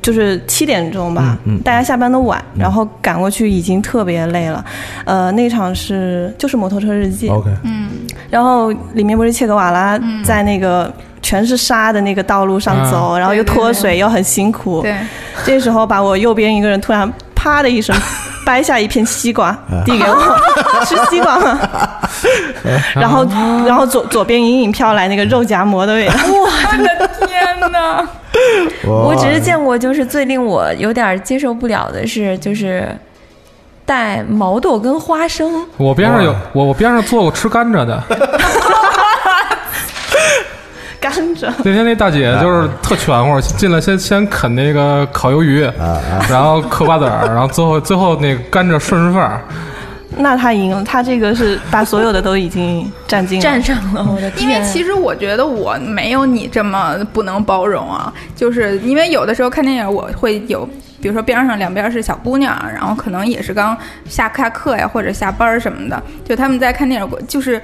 E: 就是七点钟吧，
A: 嗯嗯
E: 大家下班都晚，然后赶过去已经特别累了。呃，那场是就是《摩托车日记》
A: OK，
E: 然后里面不是切格瓦拉
B: 嗯
E: 在那个全是沙的那个道路
A: 啊
E: 上走，然后又
B: 对对
E: 脱
B: 对
E: 水又很辛苦。
B: 嗯对，
E: 这时候把我右边一个人突然啪的 一声掰下一片西瓜
A: 啊
E: 递给我，吃西瓜 吗？然后
A: 啊
E: 然后左左边隐隐飘来那个肉夹馍的味道。
B: 我的天哪！
C: 我只
A: 哦
C: 是见过，就是最令我有点接受不了的是，就是带毛豆跟花生。
D: 我边上有我我边上坐过吃甘蔗 的，
E: 甘蔗，
D: 那天那大姐
A: 哎
D: 就是特全乎，进来先先啃那个烤鱿
A: 啊
D: 鱼， 然后嗑瓜子儿，然后最后最后那个甘蔗顺着缝儿，
E: 那他赢了，他这个是把所有的都已经占尽了。
C: 站上了，我的
B: 因
C: 天！
B: 为其实我觉得我没有你这么不能包容啊，就是因为有的时候看电影我会有，比如说边上两边是小姑娘，然后可能也是刚下下课呀或者下班儿什么的，就他们在看电影，我就是。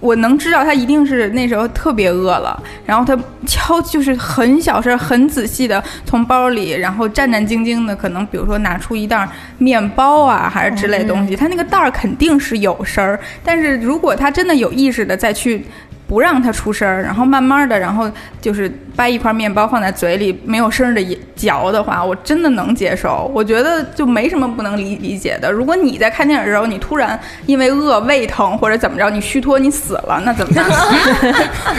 B: 我能知道她一定是那时候特别饿了，然后她悄就是很小声、很仔细的从包里，然后战战兢兢的，可能比如说拿出一袋儿面包啊，还是之类东西。她那个袋儿肯定是有声儿，但是如果她真的有意识的再去不让它出声儿，然后慢慢的，然后就是掰一块面包放在嘴里，没有声儿的嚼的话，我真的能接受。我觉得就没什么不能理理解的。如果你在看电影的时候，你突然因为饿、胃疼或者怎么着，你虚脱，你死了，那怎么办？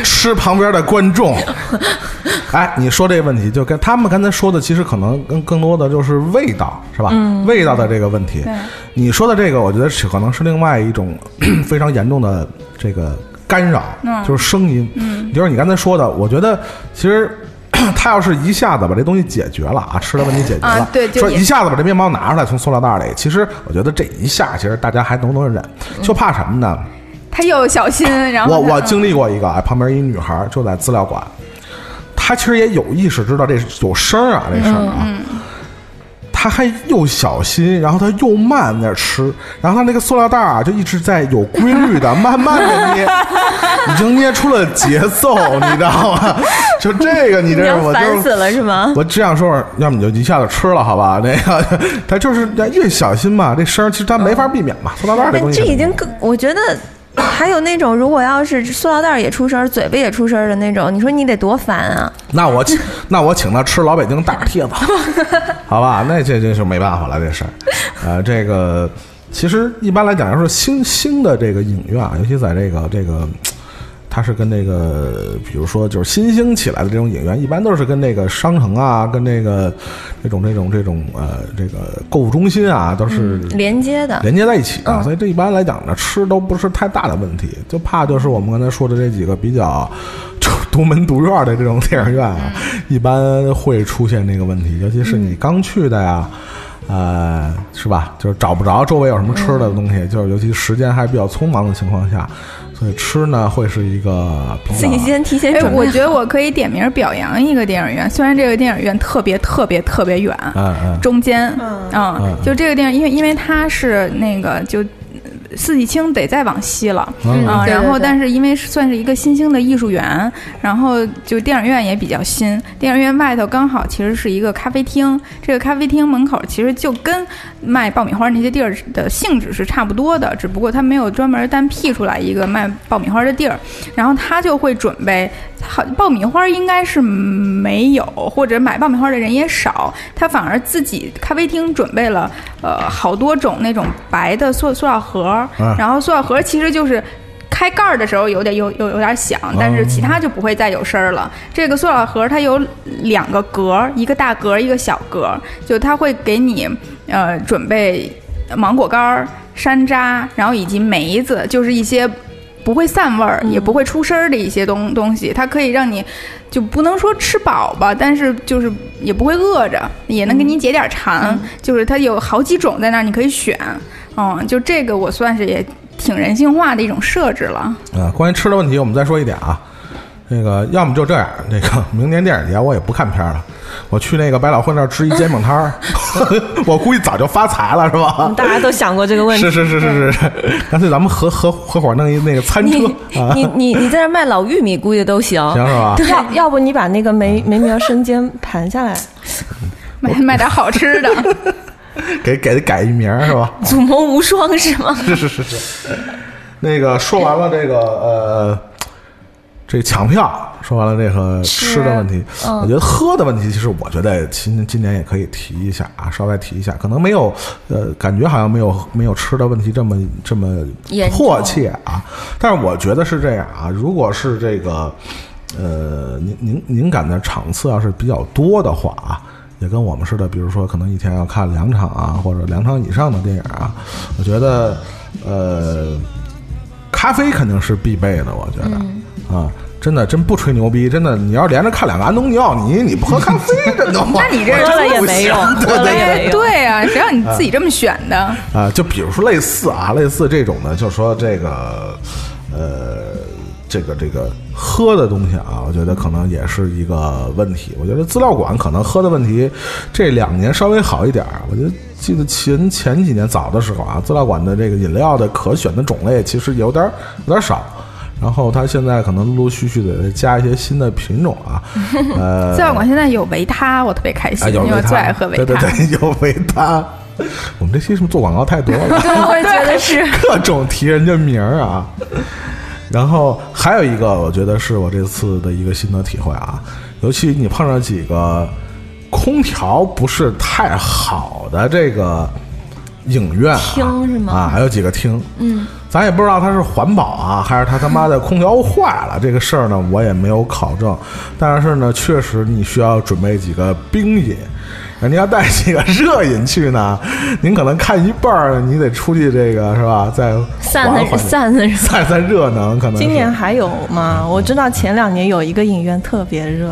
A: 吃旁边的 观众。哎，你说这个问题，就跟他们刚才说的，其实可能更更多的就是味道，是吧？
B: 嗯
A: 味道的这个问题。你说的这个，我觉得是可能是另外 一种非常严重的这个干扰，
B: 嗯
A: 就是声音。嗯，就是你刚才说的，我觉得其实。 他要是一下子把这东西解决了啊，吃的问题解决了，
B: 啊对就
A: 说
B: 也
A: 一下子把这面包拿出来从塑料袋里，其实我觉得这一下，其实大家还能不能忍，
B: 嗯
A: 就怕什么呢？
B: 他又小心，然后
A: 我我
C: 嗯
B: 他
A: 经历过一个，哎，旁边一女孩儿就在资料馆，她其实也有意识知道这有声儿啊，这事儿
C: 嗯
A: 啊，她还又小心，然后她又慢在那儿吃，然后她那个塑料袋儿啊就一直在有规律的慢慢的捏，已经捏出了节奏，你知道吗？就这个，你
C: 你
A: 这
C: 要
A: 我
C: 烦
A: 就
C: 死了是吗？
A: 我这样说，要么你就一下子吃了，好吧？那个她就是越小心嘛，这声儿其实她没法避免嘛，塑料袋儿
C: 但
A: 东西
C: 哎这
A: 肯
C: 已
A: 定
C: 经更，我觉得还有那种，如果要是塑料袋儿也出声儿，嘴巴也出声儿的那种，你说你得多烦啊！
A: 那我请 那我请他吃老北京大铁子，好吧？那这这是没办法了，这事儿。呃，这个其实一般来讲，要是新兴的这个影院啊，尤其在这个这个，它是跟这个，比如说就是新兴起来的这种影院，一般都是跟这个商城啊，跟这个这种这种这种呃这个购物中心啊，都是
C: 连接的，
A: 连接在一起啊，所以这一般来讲呢，吃都不是太大的问题，就怕就是我们刚才说的这几个比较 就独门独院的这种电影院啊，一般会出现这个问题，尤其是你刚去的呀。呃，是吧？就是找不着周围有什么吃的东西，就是尤其时间还比较匆忙的情况下，所以吃呢会是一个比
C: 自
A: 较
C: 己先提前
B: 哎，
C: 准备。
B: 我觉得我可以点名表扬一个电影院，虽然这个电影院特别特别特别远，
A: 嗯嗯
B: 中间，
E: 嗯
B: 嗯
A: 嗯，
B: 就这个电影，因为因为它是那个就。四季青得再往西了，
A: 嗯
B: 啊，
C: 对
B: 然后
C: 对
B: 但是因为是算是一个新兴的艺术园，然后就电影院也比较新，电影院外头刚好其实是一个咖啡厅，这个咖啡厅门口其实就跟卖爆米花那些地儿的性质是差不多的，只不过它没有专门单辟出来一个卖爆米花的地儿，然后他就会准备好爆米花，应该是没有，或者买爆米花的人也少，他反而自己咖啡厅准备了呃好多种那种白的塑塑料盒儿，
A: 嗯
B: 然后塑料盒儿其实就是。开盖儿的时候有点有有有点响，但是其他就不会再有声儿了。这个塑料盒儿它有两个格儿，一个大格儿，一个小格儿，就它会给你呃准备芒果干儿、山楂，然后以及梅子，就是一些不会散味儿、
A: 嗯
B: 也不会出声儿的一些东东西，它可以让你就不能说吃饱吧，但是就是也不会饿着，也能给你解嗯点馋。就是它有好几种在那儿，你可以选。嗯，就这个我算是也挺人性化的一种设置了。
A: 啊，关于吃的问题，我们再说一点啊。那个，要么就这样。那个，明年电影节我也不看片儿了，我去那个百老汇那儿吃一煎饼摊儿， 我估计早就发财了，是吧？
E: 嗯大家都想过这个问题
A: 是。是是是是是，干脆咱们合合合伙弄一那个餐车
C: 你
A: 啊，
C: 你你你在这卖老玉米，估计都行。
A: 行是吧？
E: 要要不你把那个梅梅苗生煎盘下来，
B: 买买点好吃 的，
A: 给给改一名儿是吧？
C: 祖谋无双是吗？
A: 是是是是。那个说完了这个呃，这抢票，说完了这个吃的问题，我觉得喝的问题，其实我觉得今今年也可以提一下啊，稍微提一下，可能没有呃，感觉好像没有没有吃的问题这么这么
C: 严重
A: 迫切啊，但是我觉得是这样啊，如果是这个呃，您您您赶的场次要是比较多的话啊。也跟我们似的，比如说可能一天要看两场啊，或者两场以上的电影啊，我觉得，呃，咖啡肯定是必备的，我觉得、啊，真的真不吹牛逼，真的，你要连着看两个安东尼奥尼，你不喝咖啡，真的吗？
B: 那你这
A: 我
B: 喝
A: 真
E: 了也
A: 不
E: 没
A: 行
E: 用
A: 对
E: 喝了
A: 对
E: 也没
A: 对
E: 用
B: 哎，对啊，谁让你自己这么选的？
A: 啊，就比如说类似啊，类似这种的，就说这个，呃，这个这个喝的东西啊，我觉得可能也是一个问题。我觉得资料馆可能喝的问题这两年稍微好一点儿。我觉得记得前前几年早的时候啊，资料馆的这个饮料的可选的种类其实有点儿有点儿少。然后它现在可能陆陆续续的加一些新的品种 啊，呃，
B: 资料馆现在有维他，我特别开心，
A: 啊有
B: 因为
A: 维
B: 我
A: 他，
B: 最爱喝维他。
A: 对对对，有维他。 我们这期是不是做广告太多了？
C: 我也觉得是。
A: 各种提人家名儿啊。然后还有一个，我觉得是我这次的一个心得体会啊，尤其你碰上几个空调不是太好的这个影院、啊、
C: 厅是吗
A: 啊，还有几个厅，嗯，咱也不知道它是环保啊，还是它他妈的空调坏了这个事儿呢，我也没有考证。但是呢，确实你需要准备几个冰饮，人家要带几个热饮去呢，您可能看一半儿，你得出去这个是吧，再
C: 散
A: 缓
C: 散
A: 缓
C: 散散是 吧？
A: 散散热能，可能是啊
E: 今年还有吗？我知道前两年有一个影院特别热，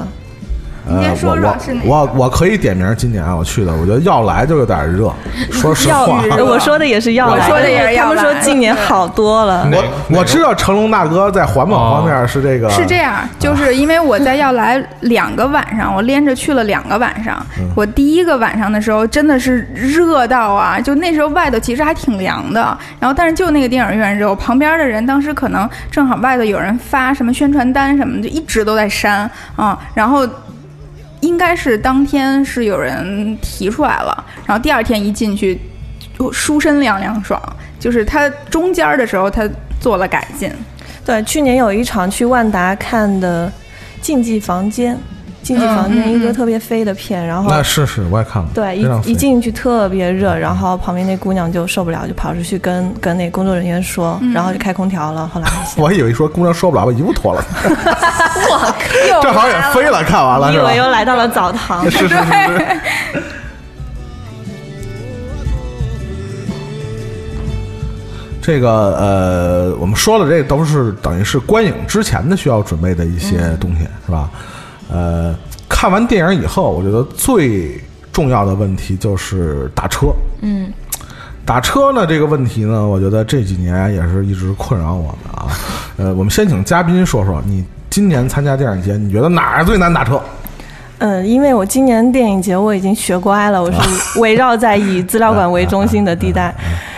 A: 呃
B: 你先说说
A: 我
B: 是哪个
A: 我我我可以点名今年啊我去的，我觉得要来就有点热，说实话。
B: 要
E: 呃我说的也是药
B: 我
E: 来，
B: 说的也是
E: 他们
B: 药
E: 说
B: 来
E: 今年好多了。
D: 哪个 哦
A: 我我知道成龙大哥在环保方面是这个
B: 是这，样，就是因为我在要来两个晚上，我连着去了两个晚上。我第一个晚上的时候真的是热到啊，就那时候外头其实还挺凉的，然后但是就那个电影院热，我旁边的人当时可能正好外头有人发什么宣传单什么的，就一直都在删啊，然后。应该是当天是有人提出来了，然后第二天一进去，就舒身凉凉爽。就是它中间的时候，它做了改进。
E: 对，去年有一场去万达看的《竞技房间》，《竞技房间
B: 嗯》嗯
E: 一个特别飞的片，然后
A: 那是是我也看过，
E: 对，
A: 非常
E: 一一
A: 肥
E: 进去特别热，然后旁边那姑娘就受不了，就跑出去跟跟那工作人员说，然后就开空调了。后来
A: 我还以为说姑娘受不了，把衣服脱了， 正好也飞了，看完了
E: 你以
A: 是吧，
E: 为？又来到了澡堂
A: 是是是是。 这个呃，我们说了，这都是等于是观影之前的需要准备的一些东西，是吧？呃，看完电影以后，我觉得最重要的问题就是打车。嗯，打车呢这个问题呢，我觉得这几年也是一直困扰我们啊。呃，我们先请嘉宾说说，你今年参加电影节，你觉得哪儿最难打车？
E: 嗯，因为我今年电影节我已经学乖了，我是 围绕在以资料馆为中心的地带。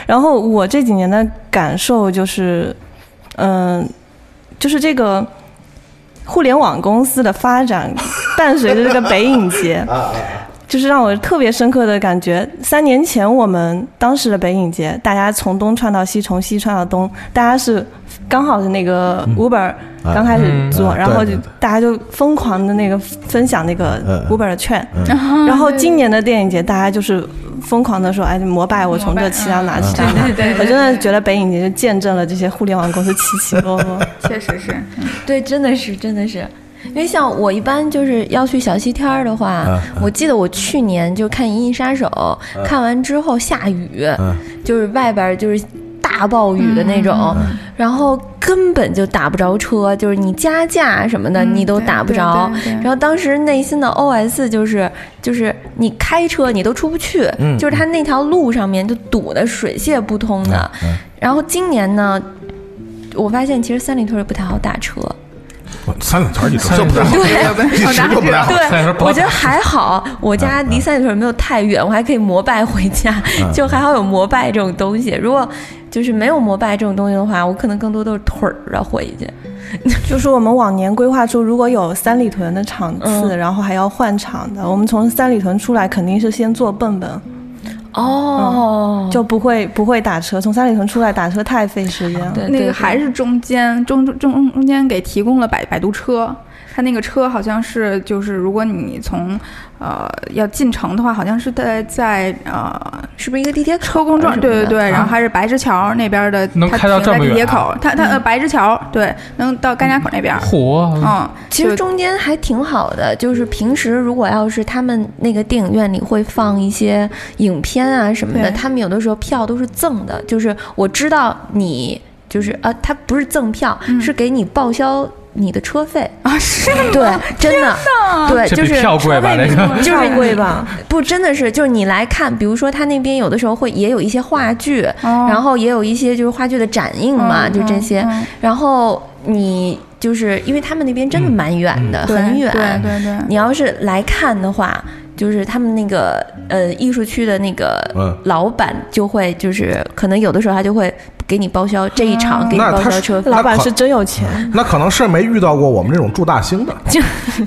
E: 然后我这几年的感受就是，嗯、就是这个互联网公司的发展伴随着这个北影节，就是让我特别深刻的感觉。三年前我们当时的北影节，大家从东串到西，从西串到东，大家是刚好是那个 Uber 刚开始
D: 嗯
E: 做，
A: 啊
E: 然后
A: 对
E: 就
A: 对对
E: 大家就疯狂的那个分享那个
A: 嗯嗯
E: Uber 的券。
B: 嗯
E: 然后今年的电影节，大家就是疯狂的说：“哎，膜拜我从这骑到哪
B: 嗯
E: 骑到哪。
B: 对对对对
E: 我真的觉得北影节就见证了这些互联网公司起起落落。
B: 确实是，
C: 对，真的是，真的是。因为像我一般就是要去小西天儿的话，
A: 啊
C: 我记得我去年就看《银翼杀手》，看完之后下雨，
A: 嗯
C: 就是外边儿就是大大暴雨的那种，
A: 嗯
C: 然后根本就打不着车，就是你加价什么的
B: 嗯
C: 你都
B: 对
C: 打不
B: 对
C: 着
B: 对对。
C: 然后当时内心的 OS 就是就是你开车你都出不去
A: 嗯，
C: 就是它那条路上面就堵得水泄不通的。
A: 嗯
C: 然后今年呢，我发现其实三里屯也不太好打车。
A: 我三两圈一直 就不
B: 对，
A: 一直就不太好。
D: 三里屯
C: 对，
D: 不好
C: 我觉得还好，我家离三里屯没有太远，我还可以摩拜回家，就还好有摩拜这种东西。如果就是没有摩拜这种东西的话，我可能更多都是腿儿啊着回去。
E: 就是我们往年规划出，如果有三里屯的场次，
B: 嗯
E: 然后还要换场的，我们从三里屯出来肯定是先坐笨笨，
B: 嗯
C: 哦
E: 就不会不会打车。从三里屯出来打车太费时间了。
C: 对
B: 那
C: 呃对
B: 个还是中间中中中中间给提供了摆摆渡车，它那个车好像是就是如果你从呃要进城的话，好像是在在呃
C: 是不是一个地铁啊
B: 车公庄，对对对，然后还是白石桥那边的，
D: 能
B: 它
D: 开到
B: 停在
D: 这么
B: 地铁
D: 远啊
B: 口，它它
C: 嗯
B: 呃白石桥对，能到甘家口那边，
D: 嚯，
B: 嗯，
C: 其实
B: 就
C: 中间还挺好的，就是平时如果要是他们那个电影院里会放一些影片啊什么的，
B: 对
C: 他们有的时候票都是赠的，就是我知道你就是呃，他不是赠票，
B: 嗯
C: 是给你报销你的车费，
B: 啊是 吗啊嗯
C: 对，真的，对，
D: 这
C: 就
D: 比
C: 是
D: 票贵吧？
B: 车位没
D: 这个
B: 那么
C: 就是
E: 太
C: 你
E: 贵吧？
C: 不真的是就是你来看，比如说他那边有的时候会也有一些话剧，
B: 哦
C: 然后也有一些就是话剧的展映嘛，
B: 嗯
C: 就这些，
B: 嗯嗯
C: 然后你就是因为他们那边真
A: 嗯
C: 的蛮远的，
B: 对
C: 很远，
B: 对对对，
C: 你要是来看的话，就是他们那个呃艺术区的那个
A: 嗯
C: 老板就会，就是可能有的时候他就会给你报销这一
B: 嗯
C: 场，给你
A: 那
C: 报
A: 他
C: 销
A: 是
C: 车费。
E: 老板是真有钱，
A: 那可能是没遇到过我们这种住大兴的，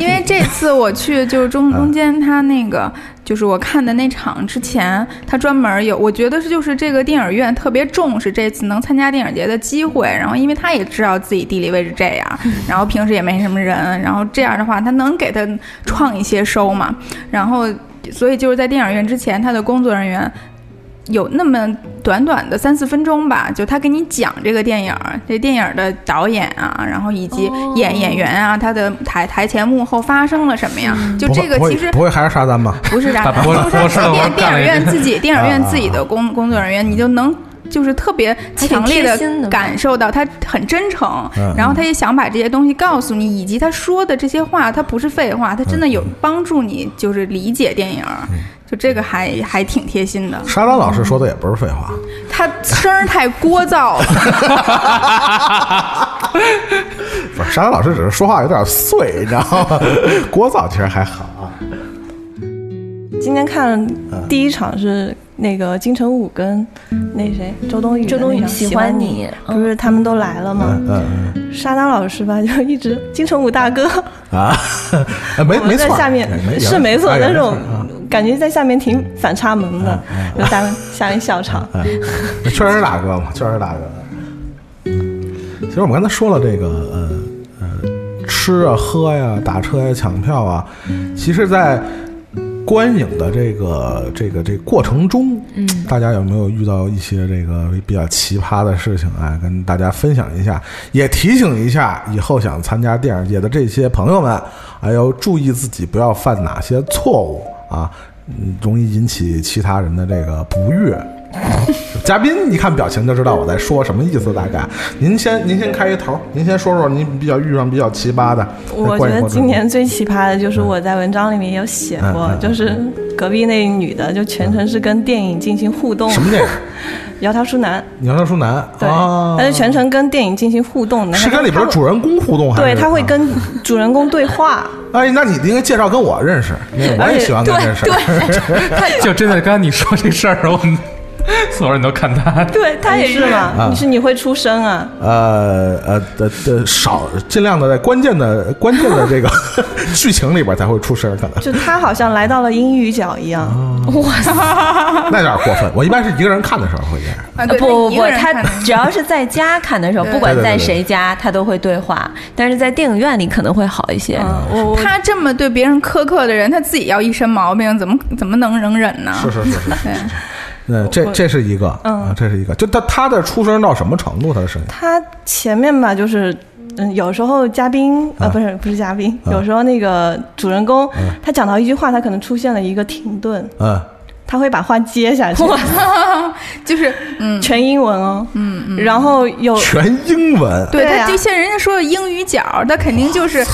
B: 因为这次我去，就是
D: 嗯
B: 中中间他那个，就是我看的那场之前，他专门有，我觉得是就是这个电影院特别重视这次能参加电影节的机会，然后因为他也知道自己地理位置这样，然后平时也没什么人，然后这样的话，他能给他创一些收嘛，然后所以就是在电影院之前，他的工作人员。有那么短短的三四分钟吧，就他给你讲这个电影儿，这电影儿的导演啊，然后以及演、演员啊，他的台台前幕后发生了什么呀？就
A: 不会
B: 这个
A: 不会
B: 其实
A: 不会还是沙赞吧？
B: 不是大
D: 把博
B: 就是
D: 博士论
B: 电
D: 文
B: 电
D: 干
B: 影
D: 了一
B: 院
D: 遍
B: 自 己电影院
A: 啊啊
B: 自己的工工作人员，你就能。就是特别
C: 挺
B: 强烈
C: 贴
B: 的
C: 心的嘛
B: 感受到他很真诚
A: 嗯，
B: 然后他也想把这些东西告诉你，以及他说的这些话，他不是废话，他真的
D: 嗯
B: 有帮助你，就是理解电影，就这个还还挺贴心的。
A: 沙赞老师说的也不是废话，
B: 他声儿太聒噪了，
A: 不是沙赞老师只是说话有点碎，你知道吗？聒噪其实还好啊。
E: 今天看
A: 嗯
E: 第一场是那个金城武跟那谁周冬雨的那场，
C: 周冬雨嗯喜
E: 喜
C: 欢
E: 欢
C: 你嗯
E: 不是他们都来了吗？
A: 嗯嗯
E: 沙丹老师吧，就一直金城武大哥，
A: 嗯啊，哎没
E: 我
A: 没
E: 们在
A: 错，
E: 下
A: 哎嗯
E: 面是没错，但是我感觉在下面挺反差萌的，就大家下面笑场。
A: 确实是大哥嘛，确实是大哥。其实我们刚才说了这个，呃呃，吃啊、喝呀、打车呀、抢票啊，其实，在观影的这个这个这个过程中，嗯，大家有没有遇到一些这个比较奇葩的事情啊？跟大家分享一下，也提醒一下以后想参加电影节的这些朋友们，哎，要注意自己不要犯哪些错误啊，嗯容易引起其他人的这个不悦。嘉宾一看表情就知道我在说什么意思，大概。您先您先开一头，您先说说您比较遇上比较奇葩的。在
E: 我觉
A: 嗯哎观影
E: 得
A: 过程
E: 今年最奇葩的就是我在文章里面有写过
A: 嗯嗯，
E: 就是隔壁那女的就全程是跟电影进行互动
A: 中，什么电影？
E: 摇头舒男，
A: 你要说书男
E: 对，
A: 啊，
E: 她就全程跟电影进行互动的，
A: 是跟里边
E: 她
A: 主人公互动还啊
E: 对，
A: 是？
E: 她会。跟主人公对 话。
A: 哎，那你应该介绍跟我 认识，我也喜欢跟认识。
D: 就真的刚才你说这事儿，我所有人都看他，
E: 对，他也是
A: 啊
E: 嘛，你是你会出声啊？
A: 呃呃的的少，尽量的在关键的 关键的这个剧情里边才会出声，可 能
E: 就他好像来到了英语角一
A: 啊
E: 样，
A: 那有点过分。我一般是一个人看的时候会这样。
B: 啊
C: 不
B: 对
C: 不
B: 一
C: 不
B: 个，人
C: 他
B: 看的
C: 只要是在家看 的时候，
B: 对
C: 不管
A: 对对
C: 在
A: 对
C: 谁家，他都会对话，但是在电影院里可能会好一些。
A: 啊
E: 我我
B: 他这么对别人苛刻的人，他自己要一身毛病，怎么怎么能能忍呢？
A: 是是是 是。
B: 对，
A: 嗯，这这是一个，
E: 嗯
A: 啊，这是一个。就他他的出声到什么程度？他的声音
E: 他前面吧就是。嗯，有时候嘉宾
A: 啊
E: 呃不是不是嘉宾，
A: 啊
E: 有时候那个主人公他讲到一句话，他可能出现了一个停顿，
A: 嗯，
E: 他会把话接下去，
B: 就是嗯，
E: 全英文哦。嗯嗯。然后有
A: 全英文，
B: 对
E: 对
B: 他
E: 啊
B: 这些人家说的英语角儿，他肯定就是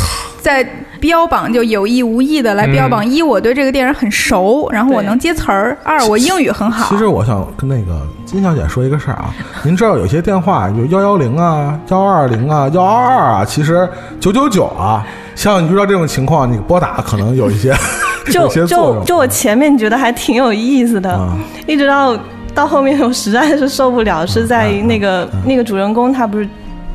B: 在标榜，就有意无意
A: 嗯
B: 的来标榜。一，我对这个电影很熟，然后我
E: 对
B: 能接词儿；二，我英语很好。
A: 其实我想跟那个金小姐说一个事儿 啊，您知道有些电话，比如幺幺零啊、幺二零啊、幺二二啊，其实九九九啊，像你遇到这种情况，你拨打可能有一些 有
E: 就
A: 些作
E: 就
A: 用。
E: 就我前面觉得还挺有意思的，
A: 啊
E: 一直到到后面我实在是受不了，是在于那个、那个主人公他不是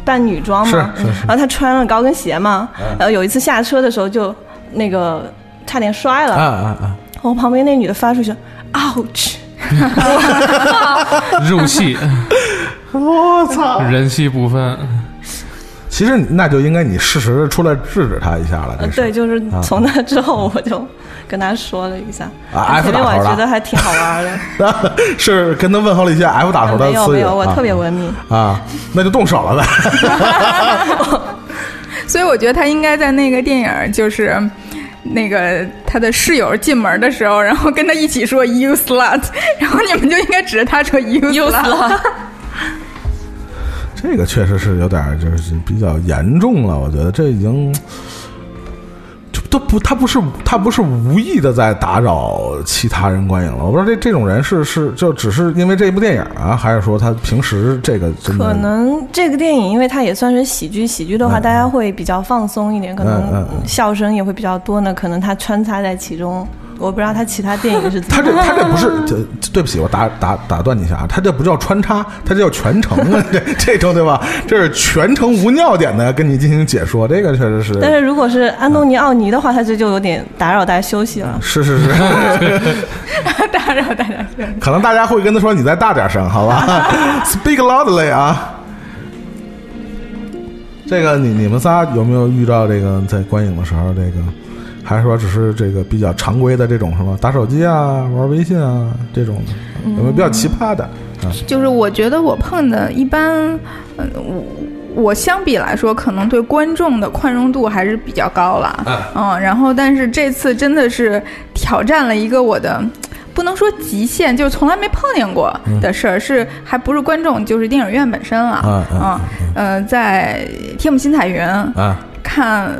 E: 扮女装嘛，
A: 嗯是是嗯是
E: 然后他穿了高跟鞋嘛，然后有一次下车的时候就那个差点摔了，
A: 啊啊啊！
E: 我旁边那女的发出去，ouch，
D: 入戏，
A: 我操！
D: 人戏不分。
A: 其实那就应该你适时的出来制止他一下了。这是
E: 对，就是
A: 嗯
E: 从那之后我就跟他说了一下，
A: 啊，F
E: 前面我
A: 打头
E: 还觉得
A: 的，
E: 还挺好 玩的，
A: 是跟他问候了一些 F 打头的
E: 没有
A: 词语。
E: 没有，我
A: 啊
E: 特别文明。
A: 啊，那就动手了呗。
B: 所以我觉得他应该在那个电影儿就是。那个他的室友进门的时候，然后跟他一起说 “you slut”，然后你们就应该指着他说 “you slut”。
A: 这个确实是有点儿就是比较严重了，我觉得这已经。就都不，他不是他不是无意的在打扰其他人观影了。我不知道这这种人是是就只是因为这部电影啊，还是说他平时这个真的
E: 可能这个电影，因为它也算是喜剧，喜剧的话，
A: 嗯
E: 大家会比较放松一点，可
A: 嗯嗯
E: 能
A: 嗯
E: 笑声也会比较多呢。可能它穿插在其中，我不知道它其他电影是怎
A: 他
E: 么
A: 这
E: 样。
A: 他这不是这对不起，我打打打断你一下啊，他这不叫穿插，他这叫全程 啊，这这种对吧？这是全程无尿点的跟你进行解说，这个确实
E: 但
A: 是
E: 是如果是安东尼奥尼的话，他这就有点打扰大家休息了。
A: 是是是。
B: 打扰大家，
A: 可能大家会跟他说：“你再大点声，好 吧，speak loudly 啊。”这个你你们仨有没有遇到这个在观影的时候，这个还是说只是这个比较常规的这种什么打手机啊、玩微信啊这种的，
B: 嗯
A: 有没有比较奇葩的？啊，
B: 就是我觉得我碰的一般，嗯，我我相比来说，可能对观众的宽容度还是比较高了，嗯，然后但是这次真的是挑战了一个我的。不能说极限，就是从来没碰见过的事儿，是还不是观众，就是电影院本身了。
A: 嗯嗯
B: 嗯呃，在天幕星彩云
A: 啊，
B: 看《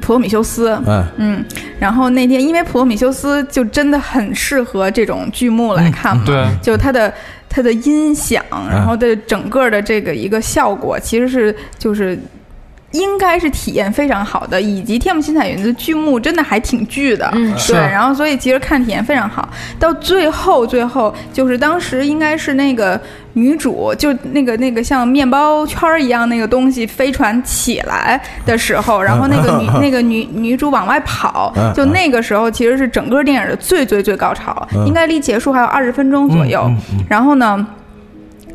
B: 普罗米修斯》，
A: 嗯，
B: 嗯，然后那天因为《普罗米修斯》就真的很适合这种剧目来看嘛，
D: 嗯对，
B: 就它的它的音响，然后的整个的这个一个效果，其实是就是。应该是体验非常好的，以及《天幕新彩云》的剧目真的还挺剧的，
C: 嗯
D: 是
B: 对，然后所以其实看体验非常好。到最后，最后就是当时应该是那个女主，就那个那个像面包圈儿一样那个东西飞船起来的时候，然后那个女、 那个女女主往外跑，
A: 嗯
B: 就那个时候其实是整个电影的最最最高潮，
A: 嗯
B: 应该离结束还有二十分钟左右。
A: 嗯嗯
B: 然后呢，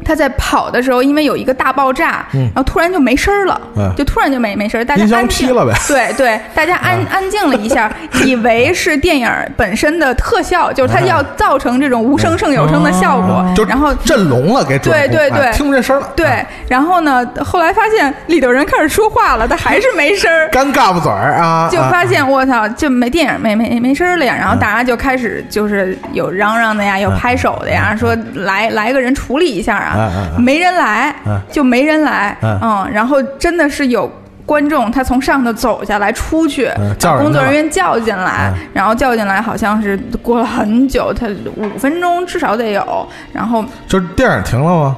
B: 他在跑的时候，因为有一个大爆炸，
A: 嗯
B: 然后突然就没声儿了，
A: 嗯
B: 就突然就没没声儿，大家
A: 音
B: 安
A: 箱
B: 静
A: 劈了呗。 哎
B: 对对，大家安、安静了一 下，以为是电影本身的特效，就是它要造成这种无声胜有声的效果，
A: 哎就
B: 然后。
A: 震聋了，给主人
B: 对对
A: 公哎
B: 对
A: 听不见声了，
B: 对，然后呢？后来发现里头人开始说话了，他还是没声儿，
A: 干尬不嘴儿啊，
B: 就
A: 啊嗯
B: 发现我操，就没电影没没没声儿了呀。然后大家就开始就是有嚷嚷的呀，有拍手的呀，说来来个人处理一下
A: 嗯嗯
B: 啊，
A: 嗯
B: 没人来
A: 嗯
B: 就没人来，
A: 嗯
B: 嗯，然后真的是有。观众他从上头走下来，出去
A: 嗯，叫
B: 把
A: 人嗯
B: 工作
A: 家
B: 人
A: 了
B: 员叫进来，然后叫进来，好像是过了很久，他五分钟至少得有，然后
A: 就是电影停了吗？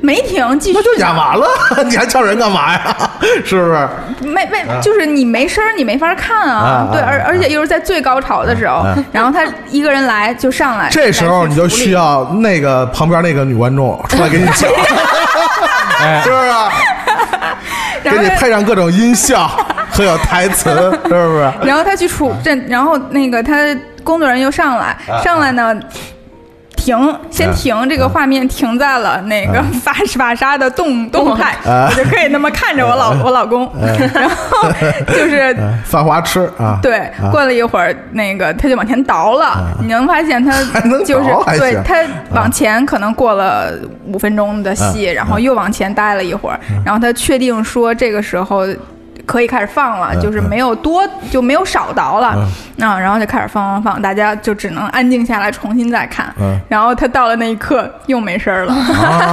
B: 没停，继续
A: 那就演完了，你还叫人干嘛呀？是不是？
B: 没没，就是你没声儿，你没法看啊
A: 啊。
B: 对，
A: 啊
B: 而
A: 啊
B: 而且又是在最高潮的时候
A: 啊，
B: 然后他一个人来就上来，
A: 这时候你就需要那个旁边那个女观众出来给你讲，
D: 哎
A: 是，不是？
B: 来去处理，
A: 给你
B: 然后
A: 配上各种音效和有台词，是不是？
B: 他然后他去处
A: 啊
B: 这，然后那个他工作人员又上来，上
A: 啊
B: 来呢。停，先停，这个画面停在了那个 法法沙的动动态，
A: 啊
B: 我就可以那么看着我老我老公， 然后就是
A: 嗯犯花痴啊，
B: 对，
A: 啊
B: 过了一会儿，那个他就往前倒了，你能发现他
A: 能倒
B: 就是
A: 还
B: 对
A: 行啊
B: 他往前可能过了五分钟的戏，
A: 嗯啊
B: 然后又往前待了一会儿，然后他确定说这个时候。可以开始放了，
A: 嗯
B: 就是
A: 嗯
B: 没有多就没有少倒了，
A: 嗯
B: 啊，然后就开始放放放，大家就只能安静下来重新再看。
A: 嗯
B: 然后他到了那一刻又没声儿了，
A: 啊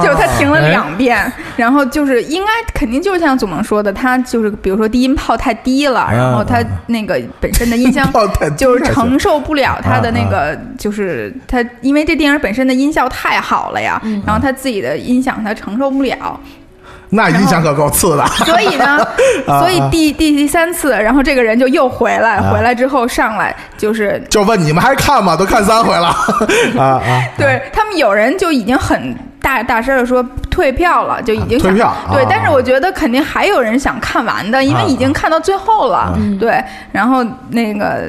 B: 就是他停了
A: 哎
B: 两遍，然后就是应该肯定就是像祖萌说的，他就是比如说低音炮太低了，
A: 嗯
B: 然后他
A: 嗯
B: 那个本身的音 箱
A: 炮太低
B: 就是
A: 还行
B: 承受不了他的那
A: 嗯嗯
B: 个，就是他因为这电影本身的音效太好了呀，然后他自己的音响他承受不 了，
A: 那音响可够次的，
B: 所以呢，所以第第第三次，然后这个人就又回来，
A: 啊
B: 回来之后上来就是
A: 就问你们还看吗？都看三回了 啊啊！
B: 对他们有人就已经很大大声的说退票了，就已经想、
A: 退票
B: 对
A: 啊，
B: 但是我觉得肯定还有人想看完的，因为已经看到最后了。
A: 啊
B: 对，然后那个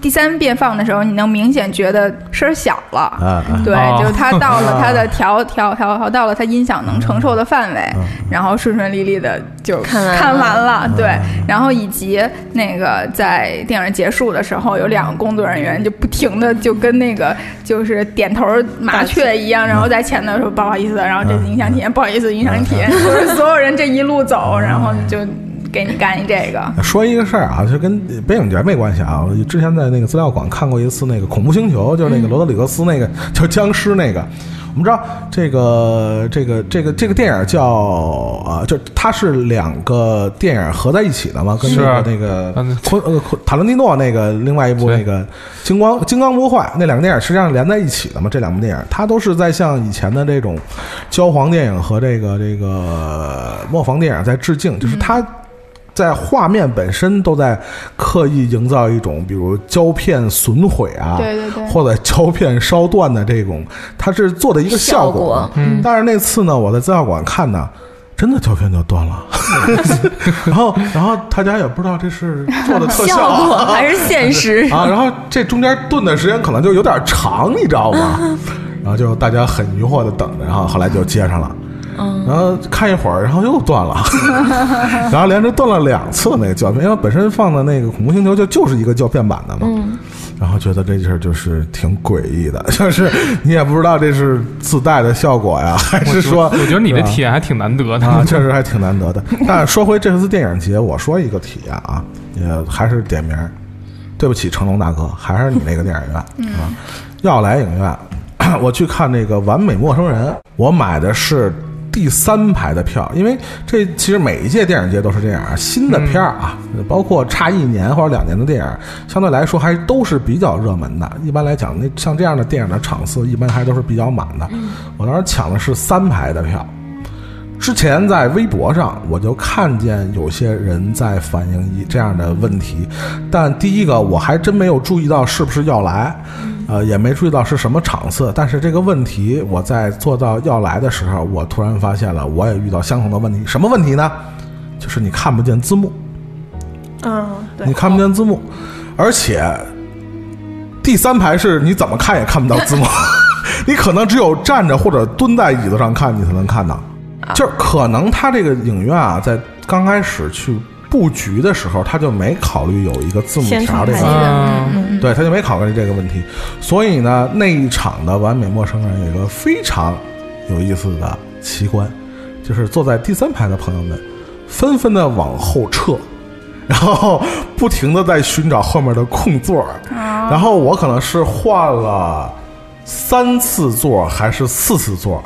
B: 第三遍放的时候，你能明显觉得声儿小了。
A: 啊啊
B: 对，
D: 哦
B: 就是他到 了他的调调调调到了他音响能承受的范围，
E: 嗯
B: 然后顺顺利利的就
C: 看完了
B: 看完了，对，
E: 嗯
B: 然后以及那个在电影结束的时候，有两个工作人员就不停的就跟那个就是点头麻雀一样，
E: 嗯
B: 然后在前头说不好意思，然后这影响体验，不好意思影响体
E: 嗯
B: 验， 就是所有人这一路走，然后就给你干一这个，
A: 说一个事儿啊，就跟北影节没关系啊。我之前在那个资料馆看过一次那个《恐怖星球》，就是那个罗德里格斯
D: 嗯
A: 那个，就是僵尸那个。我们知道这个这个这个这个电影叫啊，就它是两个电影合在一起的嘛，跟
D: 是
A: 那个那个
D: 嗯
A: 昆呃昆塔伦蒂诺那个另外一部
D: 对
A: 那个《金光金刚不坏》那两个电影实际上连在一起的嘛，这两部电影它都是在向以前的这种焦黄电影和这个这个磨坊电影在致敬，就是它在画面本身都在刻意营造一种，比如胶片损毁啊，
B: 对对对
A: 或者胶片烧断的这种，它是做的一个效
C: 效果
A: 嗯，但是那次呢，我在资料馆看呢。真的胶片就断了， 然后然后大家也不知道这是做的特效
C: 效果
A: 啊
C: 还是现实
A: ，啊，然后这中间顿的时间可能就有点长，你知道吗？然后就大家很疑惑的等着，然后后来就接上了。然后看一会儿，然后又断了，然后连着断了两次那个胶片，因为本身放的那个《恐怖星球》就就是一个胶片版的嘛，然后觉得这事儿就是挺诡异的， 就是你也不知道这是自带的效果呀，还是说
D: 我觉得你的
A: 是吧
D: 体验还挺难得的
A: 啊，确实还挺难得的。但说回这次电影节，我说一个体验啊，也还是点名儿，对不起，成龙大哥，还是你那个电影院、啊，要来影院， 我去看那个《完美陌生人》，我买的是。第三排的票，因为这其实每一届电影节都是这样啊，新的片儿啊，包括差一年或者两年的电影，相对来说还都是比较热门的。一般来讲，那像这样的电影的场次，一般还都是比较满的。我当时抢的是三排的票，之前在微博上，我就看见有些人在反映一这样的问题，但第一个我还真没有注意到是不是要来，呃，也没注意到是什么场次。但是这个问题，我在做到要来的时候，我突然发现了，我也遇到相同的问题。什么问题呢？就是你看不见字幕，
E: 嗯，对
A: 你，看不见字幕，而且第三排是你怎么看也看不到字幕，你可能只有站着或者蹲在椅子上看，你才能看到。就是可能他这个影院啊，在刚开始去布局的时候，他就没考虑有一个字幕
E: 宣
A: 条
E: 传
A: 这个
C: 嗯
E: 排
A: 问题
D: 啊，
A: 对，他就没考虑这个问题。所以呢，那一场的完美陌生人有一个非常有意思的奇观，就是坐在第三排的朋友们纷纷的往后撤。然后不停的在寻找后面的空座儿，然后我可能是换了三次座儿还是四次座儿，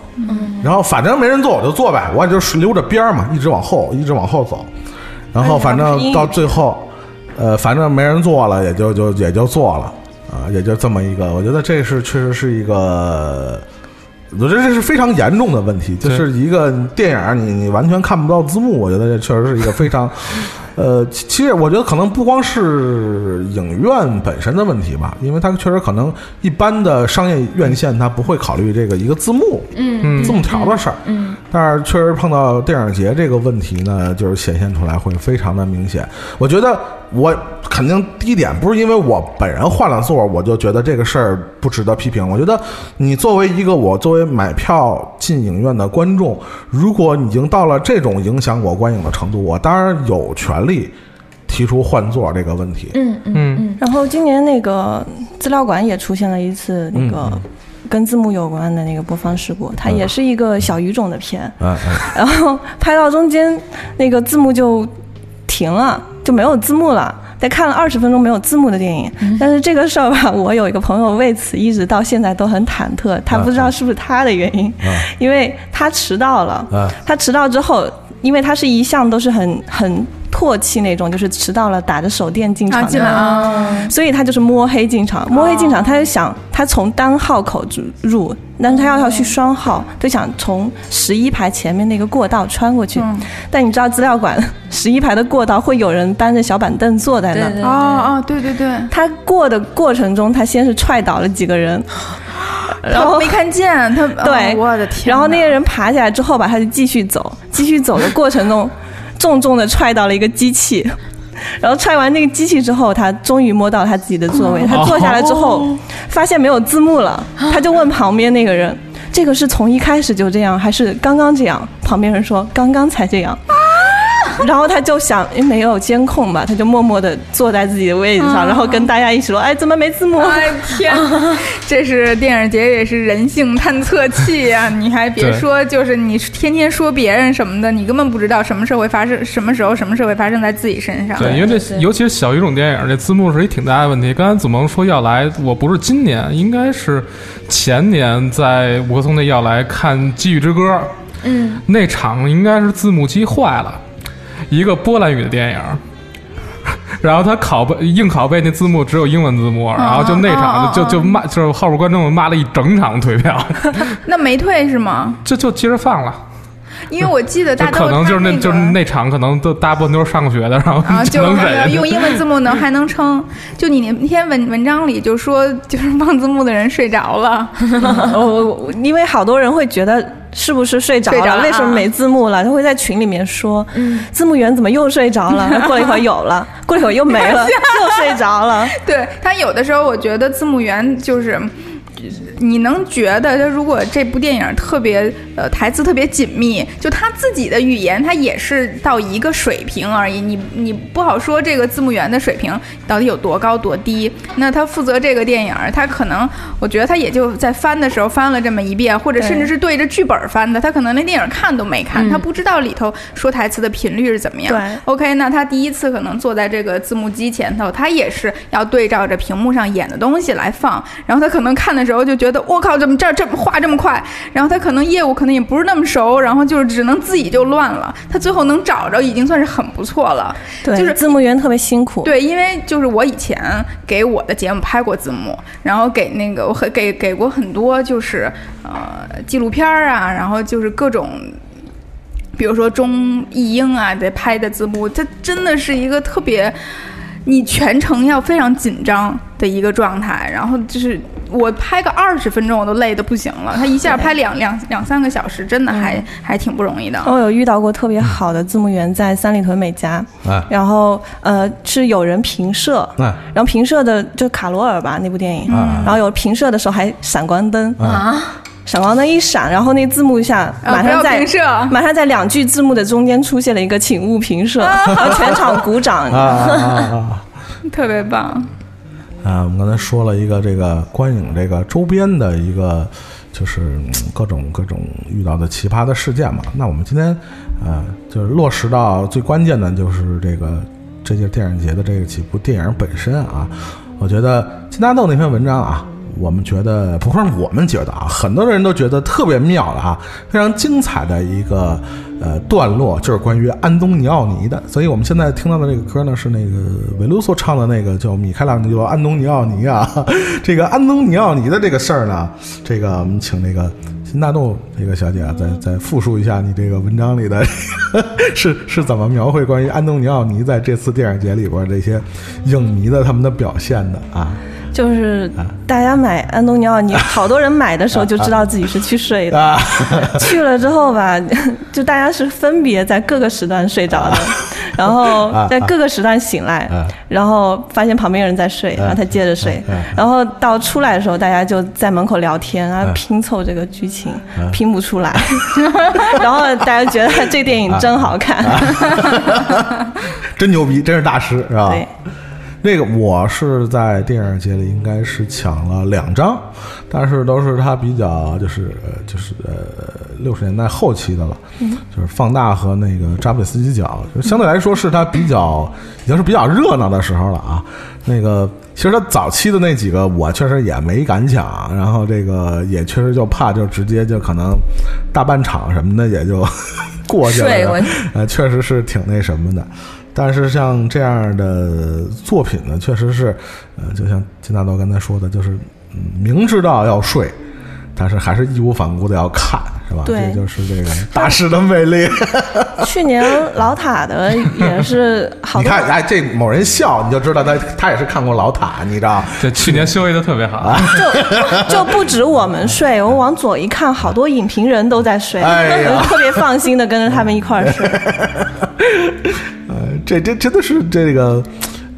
A: 然后反正没人坐我就坐呗，我也就是溜着边儿嘛，一直往后，一直往后走，然后反正到最后，呃，反正没人坐了，也就就也就坐了啊，也就这么一个。我觉得这是确实是一个，我觉得这是非常严重的问题，就
D: 对
A: 是一个电影儿你你完全看不到字幕，我觉得这确实是一个非常。呃，其其实我觉得可能不光是影院本身的问题吧，因为它确实可能一般的商业院线它不会考虑这个一个字幕，
D: 嗯
A: 字幕条的事儿。嗯，但是确实碰到电影节这个问题呢，就是显现出来会非常的明显。我觉得我肯定第一点不是因为我本人换了座，我就觉得这个事儿不值得批评。我觉得你作为一个我作为买票进影院的观众，如果已经到了这种影响我观影的程度，我当然有权利提出换座这个问题。
C: 嗯嗯，
D: 嗯，
E: 然后今年那个资料馆也出现了一次那个跟字幕有关的那个播放事故，它也是一 个小语种的片，
A: 嗯嗯
E: 然后拍到中间那个字幕就。停了，就没有字幕了。得看了二十分钟没有字幕的电影，但是这个事儿吧，我有一个朋友为此一直到现在都很忐忑，他不知道是不是他的原因，因为他迟到了。
A: 啊
E: 他迟到之后，因为他是一向都是很很唾弃那种，就是迟到了打着手电进场
B: 啊，
E: 的
B: 进
E: 人
B: 来啊，
E: 所以他就是摸黑进场，摸黑进场，他就想他从单号口入，但是他要要去双号，就想从十一排前面那个过道穿过去。但你知道资料馆 十一排的过道会有人搬着小板凳坐在那
C: 对
E: 儿，
C: 对
B: 哦哦，对对对，
E: 他过的过程中，他先是踹倒了几个人，然
B: 他
E: 后
B: 没看见他，哦
E: 对
B: 我的天哪，
E: 然后那个人爬起来之后吧，他就继续走，继续走的过程中，重重的踹到了一个机器，然后踹完那个机器之后，他终于摸到他自己的座位。他坐下来之后，
B: 哦
E: 发现没有字幕了，他就问旁边那个人：“这个是从一开始就这样，还是刚刚这样？”旁边人说：“刚刚才这样。”然后他就想，诶没有监控吧，他就默默的坐在自己的位置上，然后跟大家一起说：“哎，怎么没字幕？”
B: 啊哎天，这是电影节也是人性探测器呀、你还别
D: 对
B: 说，就是你天天说别人什么的，你根本不知道什么事会发生，什么时候什么事会发生在自己身上。
D: 对，因为这尤其是小语种电影，这字幕是一挺大的问题。刚才子萌说要来，我不是今年，应该是前年在五棵松那要来看《机遇之歌》，嗯，那场应该是字幕机坏了，一个波兰语的电影。 然后他拷贝硬拷贝那字幕只有英文字幕，然后就那
B: 啊啊
D: 场就
B: 啊
D: 就就骂，就是后边观众骂了一整场退票，
B: 那没退是吗？
D: 这就接着放了。
B: 因为我记得
D: 就
B: 大豆
D: 可能就是
B: 他
D: 那
B: 个
D: 就是那场可能都大部分都是上过学的，然后
B: 啊，
D: 只
B: 就
D: 能
B: 是
D: 忍。
B: 用英文字幕能还能撑。就你那篇文文章里就说，就是放字幕的人睡着了，
E: 我我我因为好多人会觉得是不是睡着了？
B: 睡着了啊嗯
E: 为什么没字幕了？他会在群里面说，字幕员怎么又睡着了？过了一会儿有了，过了一会儿又没 了，又睡着了。
B: 对他有的时候，我觉得字幕员就是。你能觉得他如果这部电影特别呃台词特别紧密，就他自己的语言，他也是到一个水平而已。你你不好说这个字幕员的水平到底有多高多低。那他负责这个电影，他可能我觉得他也就在翻的时候翻了这么一遍，或者甚至是对着剧本翻的，他可能连电影看都没看，他不知道里头说台词的频率是怎么样。
E: 对
B: OK，那他第一次可能坐在这个字幕机前头，他也是要对照着屏幕上演的东西来放，然后他可能看的时候就觉得我靠，怎么这儿这么画这么快？然后他可能业务可能也不是那么熟，然后就是只能自己就乱了。他最后能找着已经算是很不错了。
E: 对，
B: 就是
E: 字幕员特别辛苦。
B: 对，因为就是我以前给我的节目拍过字幕，然后给那个我很给给过很多就是呃纪录片儿啊，然后就是各种。比如说中译英啊，得拍的字幕，它真的是一个特别，你全程要非常紧张的一个状态。然后就是我拍个二十分钟，我都累得不行了。他一下拍两两两三个小时，真的还、还挺不容易的。
E: 我有遇到过特别好的字幕员，在三里屯美家，
A: 哎
E: 然后呃是有人评社，
A: 哎
E: 然后评社的就卡罗尔吧那部电影，然后有评社的时候还闪光灯啊，闪光灯一闪，然后那字幕一下
B: 啊
E: 马
B: 不要
E: 上在
B: 评社
E: 马上在两句字幕的中间出现了一个请勿评社，
B: 啊
E: 然后全场鼓掌
A: 啊。啊啊啊！
B: 特别棒。
A: 啊，我们刚才说了一个这个观影这个周边的一个，就是嗯各种各种遇到的奇葩的事件嘛。那我们今天，呃，就是落实到最关键的，就是这个这届电影节的这个几部电影本身啊。我觉得金大豆那篇文章啊，我们觉得不光是我们觉得啊，很多人都觉得特别妙的啊，非常精彩的一个呃段落，就是关于安东尼奥尼的。所以我们现在听到的这个歌呢，是那个维鲁索唱的那个叫米开朗基罗安东尼奥尼啊。 这个安东尼奥尼的这个事儿呢，这个我们请那个。辛大豆这个小姐啊，再再复述一下你这个文章里的 是是怎么描绘关于安东尼奥尼在这次电影节里边这些影迷的他们的表现的啊？
E: 就是大家买安东尼奥尼，好多人买的时候就知道自己是去睡的，
A: 啊，
E: 去了之后吧， 就大家是分别在各个时段睡着的， 然后
A: 啊
E: 在各个时段醒来
A: 啊，
E: 然后发现旁边有人在睡，然后他接着睡
A: 啊啊，
E: 然后到出来的时候，大家就在门口聊天啊，拼凑这个剧情，
A: 啊
E: 拼不出 来， 然后大家觉得这
A: 啊
E: 电影真好看，
A: 真牛逼，真是大师是吧？
E: 对。
A: 那个我是在电影节里应该是抢了两张，但是都是它比较就是呃就是呃六十年代后期的了，
C: 嗯
A: 就是放大和那个扎布里斯基角，就相对来说是它比较已经是比较热闹的时候了啊。那个其实它早期的那几个我确实也没敢抢，然后这个也确实就怕就直接就可能大半场什么的也就 过去了，
C: 睡过去
A: 呃，确实是挺那什么的。但是像这样的作品呢，确实是，呃，就像金大豆刚才说的，就是、嗯明知道要睡，但是还是义无反顾的要看，是吧？
E: 对
A: 这就是 这个大师的魅力。
E: 去年老塔的也是好
A: 你
E: 多
A: 看，哎，这某人笑，你就知道他他也是看过老塔，你知道？
D: 这去年休息的特别好，
E: 就就不止我们睡，我往左一看，好多影评人都在睡，
A: 哎呀
E: 特别放心的跟着他们一块儿睡。
A: 呃，这这真的是这个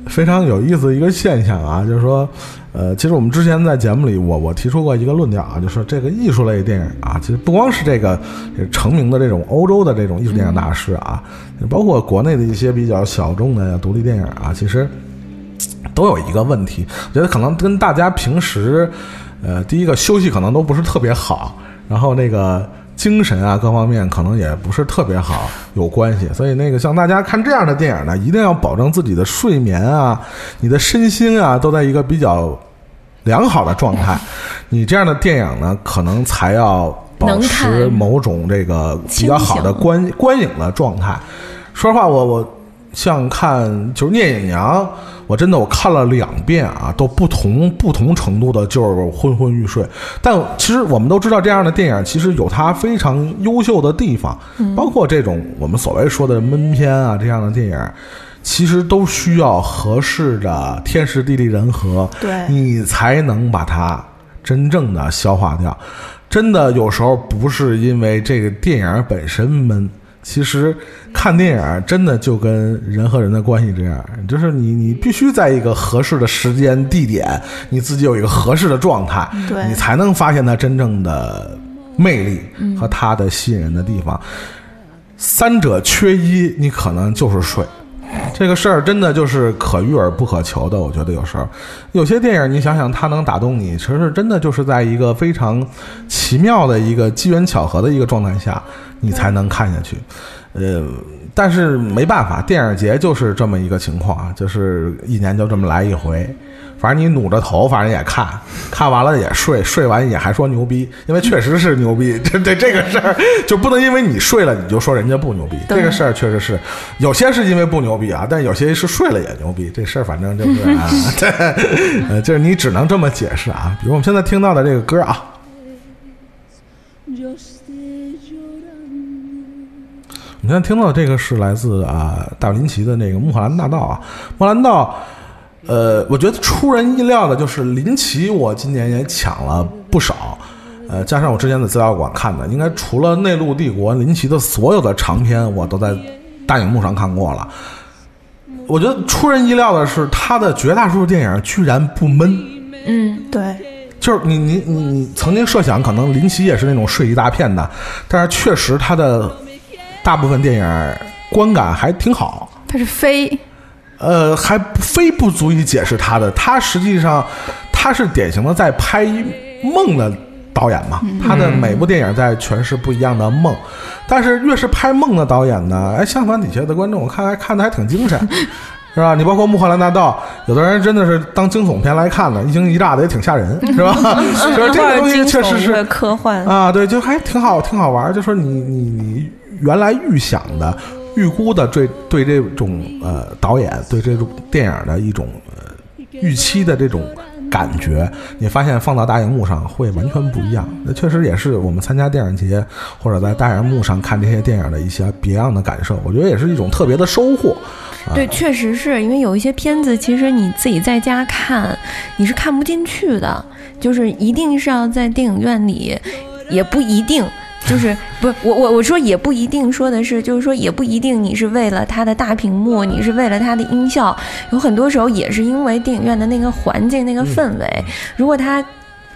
A: 非常有意思的一个现象啊，就是说，呃，其实我们之前在节目里我，我提出过一个论调啊，就是这个艺术类电影啊，其实不光是这个这成名的这种欧洲的这种艺术电影大师啊，包括国内的一些比较小众的独立电影啊，其实都有一个问题，我觉得可能啊跟大家平时，呃，第一个休息可能都不是特别好，然后那个精神啊各方面可能也不是特别好有关系，所以那个像大家看这样的电影呢，一定要保证自己的睡眠啊、你的身心啊都在一个比较良好的状 态，你这样的电影呢，可能才要保
C: 能
A: 持
C: 看
A: 某种这个比较好的
C: 清醒
A: 观观影的状态。说实话，我我像看就是《聂隐娘》，我真的我看了两遍啊，都不同不同程度的，就是昏昏欲睡。但其实我们都知道，这样的电影其实有它非常优秀的地方，包括这种我们所谓说的闷片啊这样的电影。其实都需要合适的天时地利人和，
E: 对
A: 你才能把它真正的消化掉。真的有时候不是因为这个电影本身闷，其实看电影真的就跟人和人的关系这样，就是你你必须在一个合适的时间地点，你自己有一个合适的状态，
E: 对
A: 你才能发现它真正的魅力和它的吸引人的地方。三者缺一，你可能就是睡。这个事儿真的就是可遇而不可求的，我觉得有时候，有些电影你想想它能打动你，其实真的就是在一个非常奇妙的一个机缘巧合的一个状态下，你才能看下去。呃，但是没办法，电影节就是这么一个情况啊，就是一年就这么来一回。反正你努着头，反正也看，看完了也睡，睡完也还说牛逼，因为确实是牛逼。 这这这个事儿就不能因为你睡了你就说人家不牛逼，这个事儿确实是有些是因为不牛逼啊，但有些是睡了也牛逼。这事儿反正就是啊，对，呃，就是你只能这么解释啊。比如我们现在听到的这个歌啊，
F: Yo estoy llorando.
A: 你现在听到的这个是来自啊大林奇的那个《穆赫兰大道》啊，穆赫兰道，呃，我觉得出人意料的就是林奇，我今年也抢了不少，呃，加上我之前在资料馆看的，应该除了《内陆帝国》，林奇的所有的长篇我都在大荧幕上看过了。我觉得出人意料的是，他的绝大多数电影居然不闷。
E: 对，
A: 就是你你你你曾经设想，可能林奇也是那种睡一大片的，但是确实他的大部分电影观感还挺好，
B: 它是飞，
A: 呃，还非不足以解释他的。他实际上他是典型的在拍梦的导演嘛，他的每部电影在诠释不一样的梦，但是越是拍梦的导演呢，哎，相反底下的观众我看还看的还挺精神。是吧？你包括《穆赫兰大道》，有的人真的是当惊悚片来看的，一惊一乍的也挺吓人，是吧？就是这个东西确实
E: 一会儿惊悚一会
A: 是
E: 儿科幻，
A: 啊，对，就还挺好，挺好玩儿。就说你你你原来预想的、预估的对对这种呃导演对这种电影的一种呃预期的这种感觉，你发现放到大荧幕上会完全不一样。那确实也是我们参加电影节或者在大荧幕上看这些电影的一些别样的感受，我觉得也是一种特别的收获。
C: 对，确实是因为有一些片子，其实你自己在家看，你是看不进去的，就是一定是要在电影院里，也不一定。 就是不是我我我说也不一定说的是，就是说也不一定你是为了它的大屏幕，你是为了它的音效，有很多时候也是因为电影院的那个环境、那个
A: 嗯
C: 氛围。如果它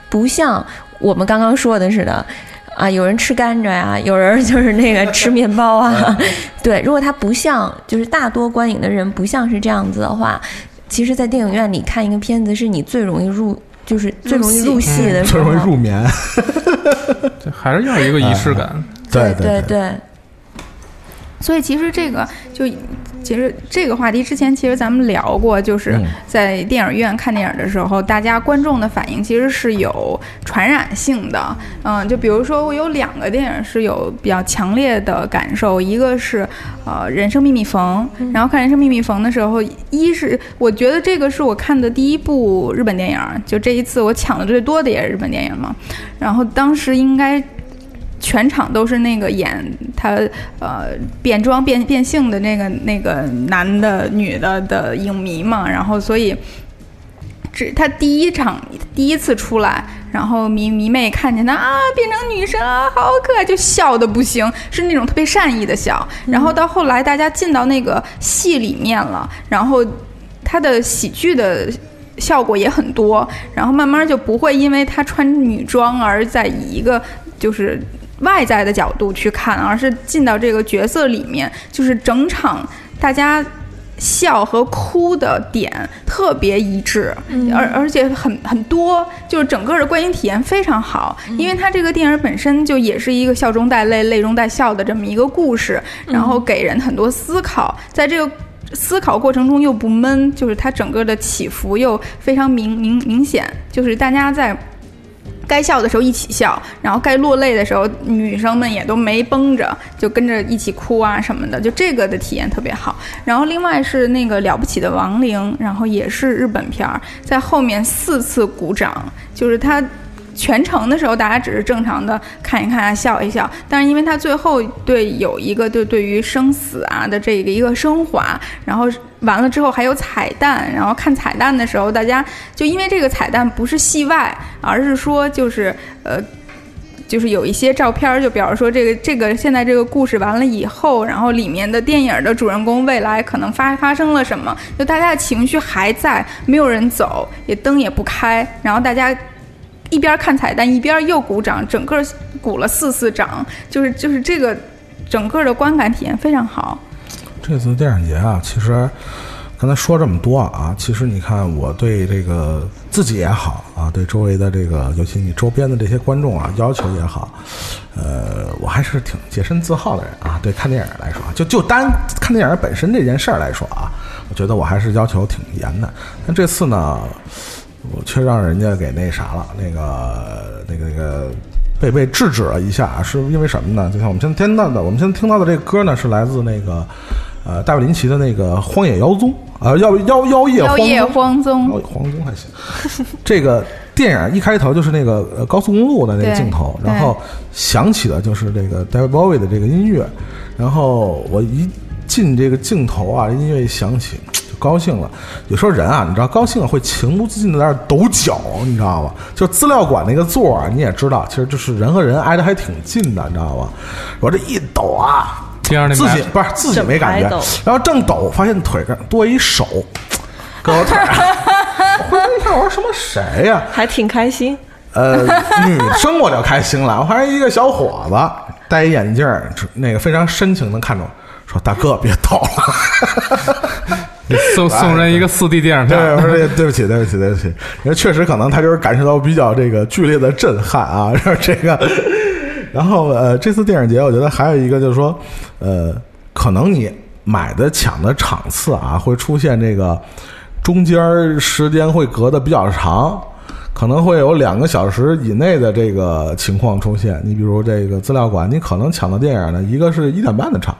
C: 不像我们刚刚说的似的，啊，有人吃甘蔗呀、有人就是那个吃面包
A: 嗯
C: 啊，对，如果它不像，就是大多观影的人不像是这样子的话，其实，在电影院里看一个片子，是你最容易入，就是最容易入戏的时
A: 最
C: 候。
A: 容易入眠。
D: 这还是要一个仪式感。
A: 对
C: 对
A: 对，
C: 对，
B: 所以其实这个就其实这个话题之前其实咱们聊过，就是
A: 嗯
B: 在电影院看电影的时候，大家观众的反应其实是有传染性的。嗯，就比如说我有两个电影是有比较强烈的感受，一个是呃《人生秘密缝》，然后看《人生秘密缝》的时候，一是我觉得这个是我看的第一部日本电影，就这一次我抢的最多的也是日本电影嘛。然后当时应该全场都是那个演他呃变装变变性的那个那个男的女的的影迷嘛，然后所以。只他第一场第一次出来，然后迷迷妹看见他啊，变成女生啊，好可爱，就笑的不行，是那种特别善意的笑。然后到后来大家进到那个戏里面了，然后他的喜剧的效果也很多，然后慢慢就不会因为她穿女装而在以一个就是外在的角度去看，而是进到这个角色里面，就是整场大家。笑和哭的点特别一致，而而且很很多，就是整个的观影体验非常好，因为它这个电影本身就也是一个笑中带泪、泪中带笑的这么一个故事，然后给人很多思考，在这个思考过程中又不闷，就是它整个的起伏又非常明明明显，就是大家在。该笑的时候一起笑，然后该落泪的时候，女生们也都没绷着，就跟着一起哭啊什么的，就这个的体验特别好。然后另外是那个了不起的亡灵，然后也是日本片儿，在后面四次鼓掌，就是他。全程的时候，大家只是正常的看一看啊，笑一笑。但是因为他最后对有一个对对于生死啊的这个一个升华，然后完了之后还有彩蛋，然后看彩蛋的时候，大家就因为这个彩蛋不是戏外，而是说就是呃。就是有一些照片儿，就比方说这个这个现在这个故事完了以后，然后里面的电影的主人公未来可能发发生了什么，就大家的情绪还在，没有人走，也灯也不开，然后大家一边看彩蛋一边又鼓掌，整个鼓了四次掌，就是就是这个整个的观感体验非常好。
A: 这次电影节啊，其实刚才说这么多啊，其实你看我对这个自己也好啊，对周围的这个，尤其你周边的这些观众啊，要求也好，呃，我还是挺洁身自好的人啊。对看电影来说，就就单看电影本身这件事儿来说啊，我觉得我还是要求挺严的。但这次呢，我却让人家给那啥了，那个那个那个被被制止了一下，啊是因为什么呢？就像我们现在听到的，我们现在听到的这个歌呢，是来自那个呃大卫林奇的那个《荒野妖宗》啊、呃，妖妖妖夜
B: 妖夜
A: 荒
B: 荒
A: 宗，
B: 宗
A: 妖，夜荒宗还行。这个电影一开头就是那个呃高速公路的那个
B: 对
A: 镜头，
B: 对
A: 然后响起的就是这个 David Bowie 的这个音乐，然后我一进这个镜头啊，音乐一响起。就高兴了，有时候人啊，你知道，高兴了会情不自禁的在那儿抖脚，你知道吗？就资料馆那个座儿啊，你也知道，其实就是人和人挨得还挺近的，你知道吗？我这一抖啊，
D: 第二那
A: 自己
D: 麦
A: 不是自己没感觉
E: 整排抖，
A: 然后正抖，发现腿上多一手，胳膊腿儿。我回头一看，我说什么谁呀、
E: 还挺开心。
A: 呃，女生我就开心了，我还是一个小伙子，戴一眼镜儿，那个非常深情的看着我说：“大哥，别抖了。”
D: 你送送人一个四 D 电影
A: 哎对，我
D: 票，
A: 说 对对不起，对不起，对不起，因为确实可能他就是感受到比较这个剧烈的震撼啊， 然后这个，然后呃，这次电影节我觉得还有一个就是说，呃，可能你买的抢的场次啊，会出现这个中间儿时间会隔得比较长。可能会有两个小时以内的这个情况出现。你比如这个资料馆，你可能抢的电影呢，一个是一点半的场，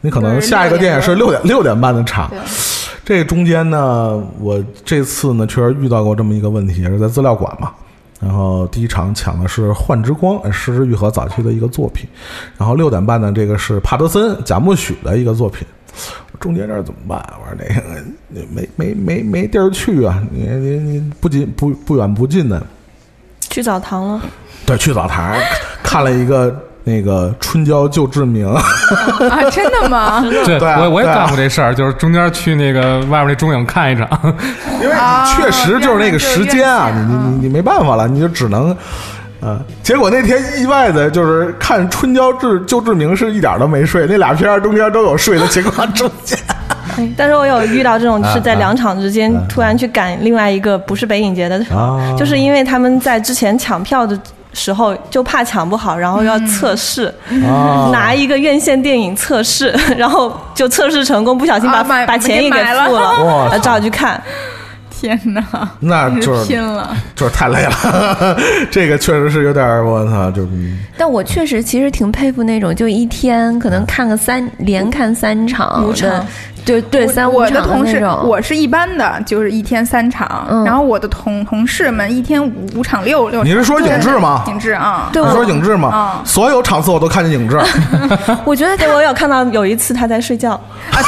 A: 你可能
B: 对
A: 下一个
B: 六点
A: 电影是六点六点半的场
B: 对，
A: 这中间呢，我这次呢确实遇到过这么一个问题，也是在资料馆嘛。然后第一场抢的是《幻之光》，呃石之愈合早期的一个作品。然后六点半呢，这个是帕德森贾木许的一个作品。中间这儿怎么办？我说那个你没没没没地儿去啊！你你你不近不不远不近的，
E: 去澡堂了，
A: 对，去澡堂看了一个那个春娇救志明。
B: 啊，真的吗？
D: 对
A: 对啊
D: 我我也
A: 对啊
D: 干过这事儿，就是中间去那个外面那中影看一场，
A: 因为
B: 啊
A: 你确实就是那个时间啊，
B: 原来就是院线
A: 你你你你没办法了，你就只能，呃，结果那天意外的就是看《春娇志救志明》是一点儿都没睡，那俩片儿中间都有睡的情况出现。
E: 但是我有遇到这种
A: 啊
E: 是在两场之间
A: 啊啊
E: 突然去赶另外一个不是北影节的 场，
A: 啊
E: 就是因为他们在之前抢票的时候就怕抢不好，然后要测试，
A: 啊
E: 拿一个院线电影测试， 然后就测试成功，不小心把、
B: 啊买
E: 把钱也给
B: 给买了
E: 付了，
A: 哇
E: 然后照去看。
B: 天哪，
A: 那 就是
B: 拼了！
A: 就是太累了， 这个确实是有点儿我操，就是嗯
C: 但我确实其实挺佩服那种，就一天可能看个三连看三场
B: 五
C: 的
B: 场，
C: 对对，三五
B: 我
C: 场
B: 的同
C: 那
B: 事，
C: 种。
B: 我是一般的，就是一天三场，
C: 嗯
B: 然后我的同同事们一天五五场六六场。
A: 你是说影志吗
B: 对影志啊，
C: 对
A: 你说影志吗？
B: 嗯
A: 所有场次我都看见影志，
E: 我觉得哎对我有看到有一次他在睡觉，
B: 啊
E: 哎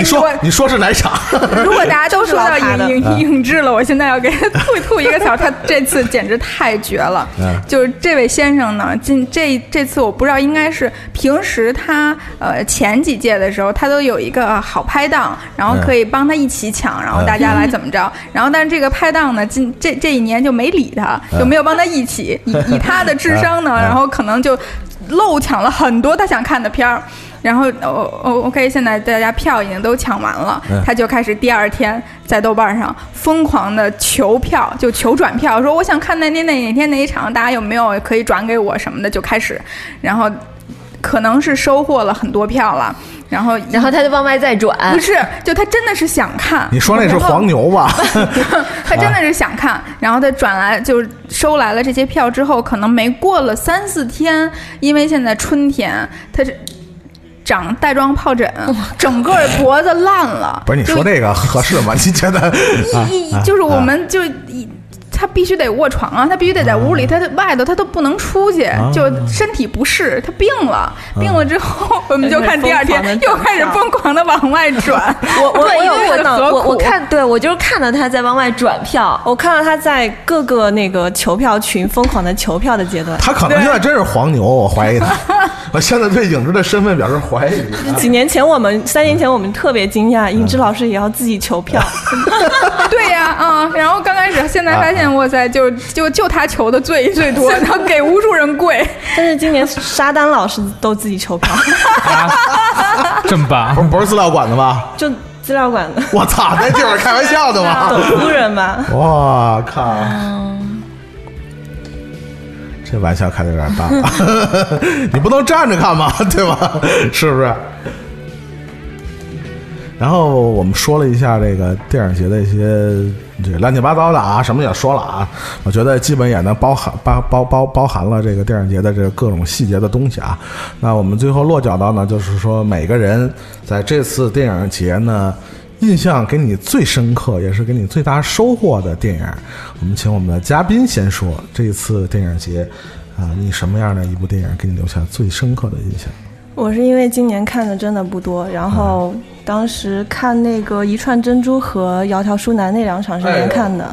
A: 你
B: 如
A: 说
B: 果
A: 你说是哪场？
B: 如果大家都说到影
A: 嗯
B: 影影志了，我现在要给他吐吐一个槽，他这次简直太绝了
A: 嗯。
B: 就是这位先生呢，今这这次我不知道应该是平时他呃前几届的时候，他都有一个呃好拍档，然后
A: 嗯
B: 可以帮他一起抢，然后
A: 嗯
B: 大家来怎么着。然后但是这个拍档呢，今这这一年就没理他，就没有帮他一起。以以他的智商呢，
A: 嗯
B: 然后可能就漏抢了很多他想看的片儿。然后哦哦，OK，现在大家票已经都抢完了，
A: 嗯
B: 他就开始第二天在豆瓣上疯狂的求票，就求转票，说我想看哪哪哪哪天哪一场，大家有没有可以转给我什么的，就开始，然后可能是收获了很多票了，然后
C: 然后他就往外再转，
B: 不是，就他真的是想看，
A: 你说那是
B: 然后
A: 黄牛吧？
B: 他真的是想看，然后他转来就是收来了这些票之后，可能没过了三四天，因为现在春天，他是长带状疱疹，整个脖子烂了。
A: 不是你说啊
B: 就
A: 这个合适吗？ 你觉得？
B: 一一就是我们就一。他必须得卧床啊，他必须得在屋里，他在外头他都不能出去，
A: 啊
B: 就身体不适，他病了，病了之后，我们就看第二天
E: 哎疯狂地
B: 又开始疯狂的往外转，
E: 我我
C: 对，
E: 我
C: 因
E: 有
C: 为
E: 看
C: 我
E: 到，
C: 我我
B: 啊
C: 看，对我就是看到他在往外转票，
E: 我看到他在各个那个求票群疯狂的求票的阶段。
A: 他可能现在真是黄牛，我怀 疑他。我现在对影志的身份表示怀疑。
E: 几年前我们三年前我们特别惊讶，尹志老师也要自己求票，
B: 对呀，啊，然后刚开始，现在发现，哇塞，就就就他求的最最多，然后给无数人跪，
E: 但是今年沙丹老师都自己求票，
D: 啊，这么棒
A: 不！是不是资料馆的吧？
E: 就资料馆的
A: 我 操，那地方开玩笑的 吗？
E: 董夫人吧。
A: 我靠！这玩笑开的有点大， 你不能站着看吧， 对吧？是不是？然后我们说了一下这个电影节的一些这乱七八糟的啊，什么也说了啊。我觉得基本也能包含包包包包含了这个电影节的这个各种细节的东西啊。那我们最后落脚到呢，就是说每个人在这次电影节呢。印象给你最深刻，也是给你最大收获的电影，我们请我们的嘉宾先说这一次电影节，啊、你什么样的一部电影给你留下最深刻的印象？
E: 我是因为今年看的真的不多，然后当时看那个《一串珍珠》和《窈窕淑男》那两场是连看的。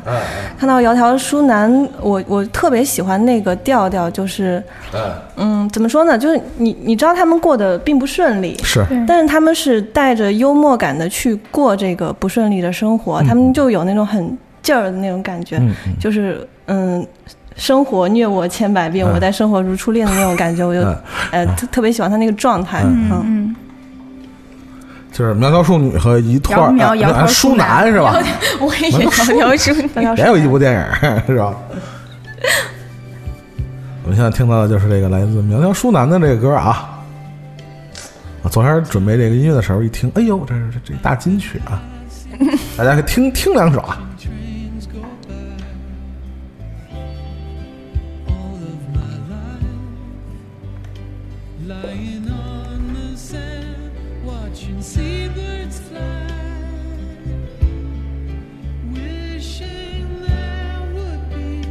E: 看到《窈窕淑男》，我我特别喜欢那个调调，就是，嗯，怎么说呢？就是你你知道他们过得并不顺利，
A: 是，
E: 但是他们是带着幽默感的去过这个不顺利的生活，他们就有那种很劲儿的那种感觉，
A: 嗯嗯
E: 就是嗯。生活虐我千百遍，
A: 嗯
E: 我待生活如初恋的那种感觉，我就
A: 嗯
E: 呃特特别喜欢他那个状态。
A: 嗯
E: 嗯，
B: 嗯，
A: 就是苗条淑女和一串
B: 窈窕
A: 呃
B: 窈窕
A: 淑
B: 淑
A: 男
B: 男
A: 是吧？
C: 我也要描述你。
E: 大 家
A: 也有一部电影 是吧？我们现在听到的就是这个来自苗条淑男的这个歌啊。我昨天准备这个音乐的时候一听，哎呦，这是这这大金曲啊！大家可以听听两首啊。
F: Lying on the sand, watching seabirds fly. Wishing there would be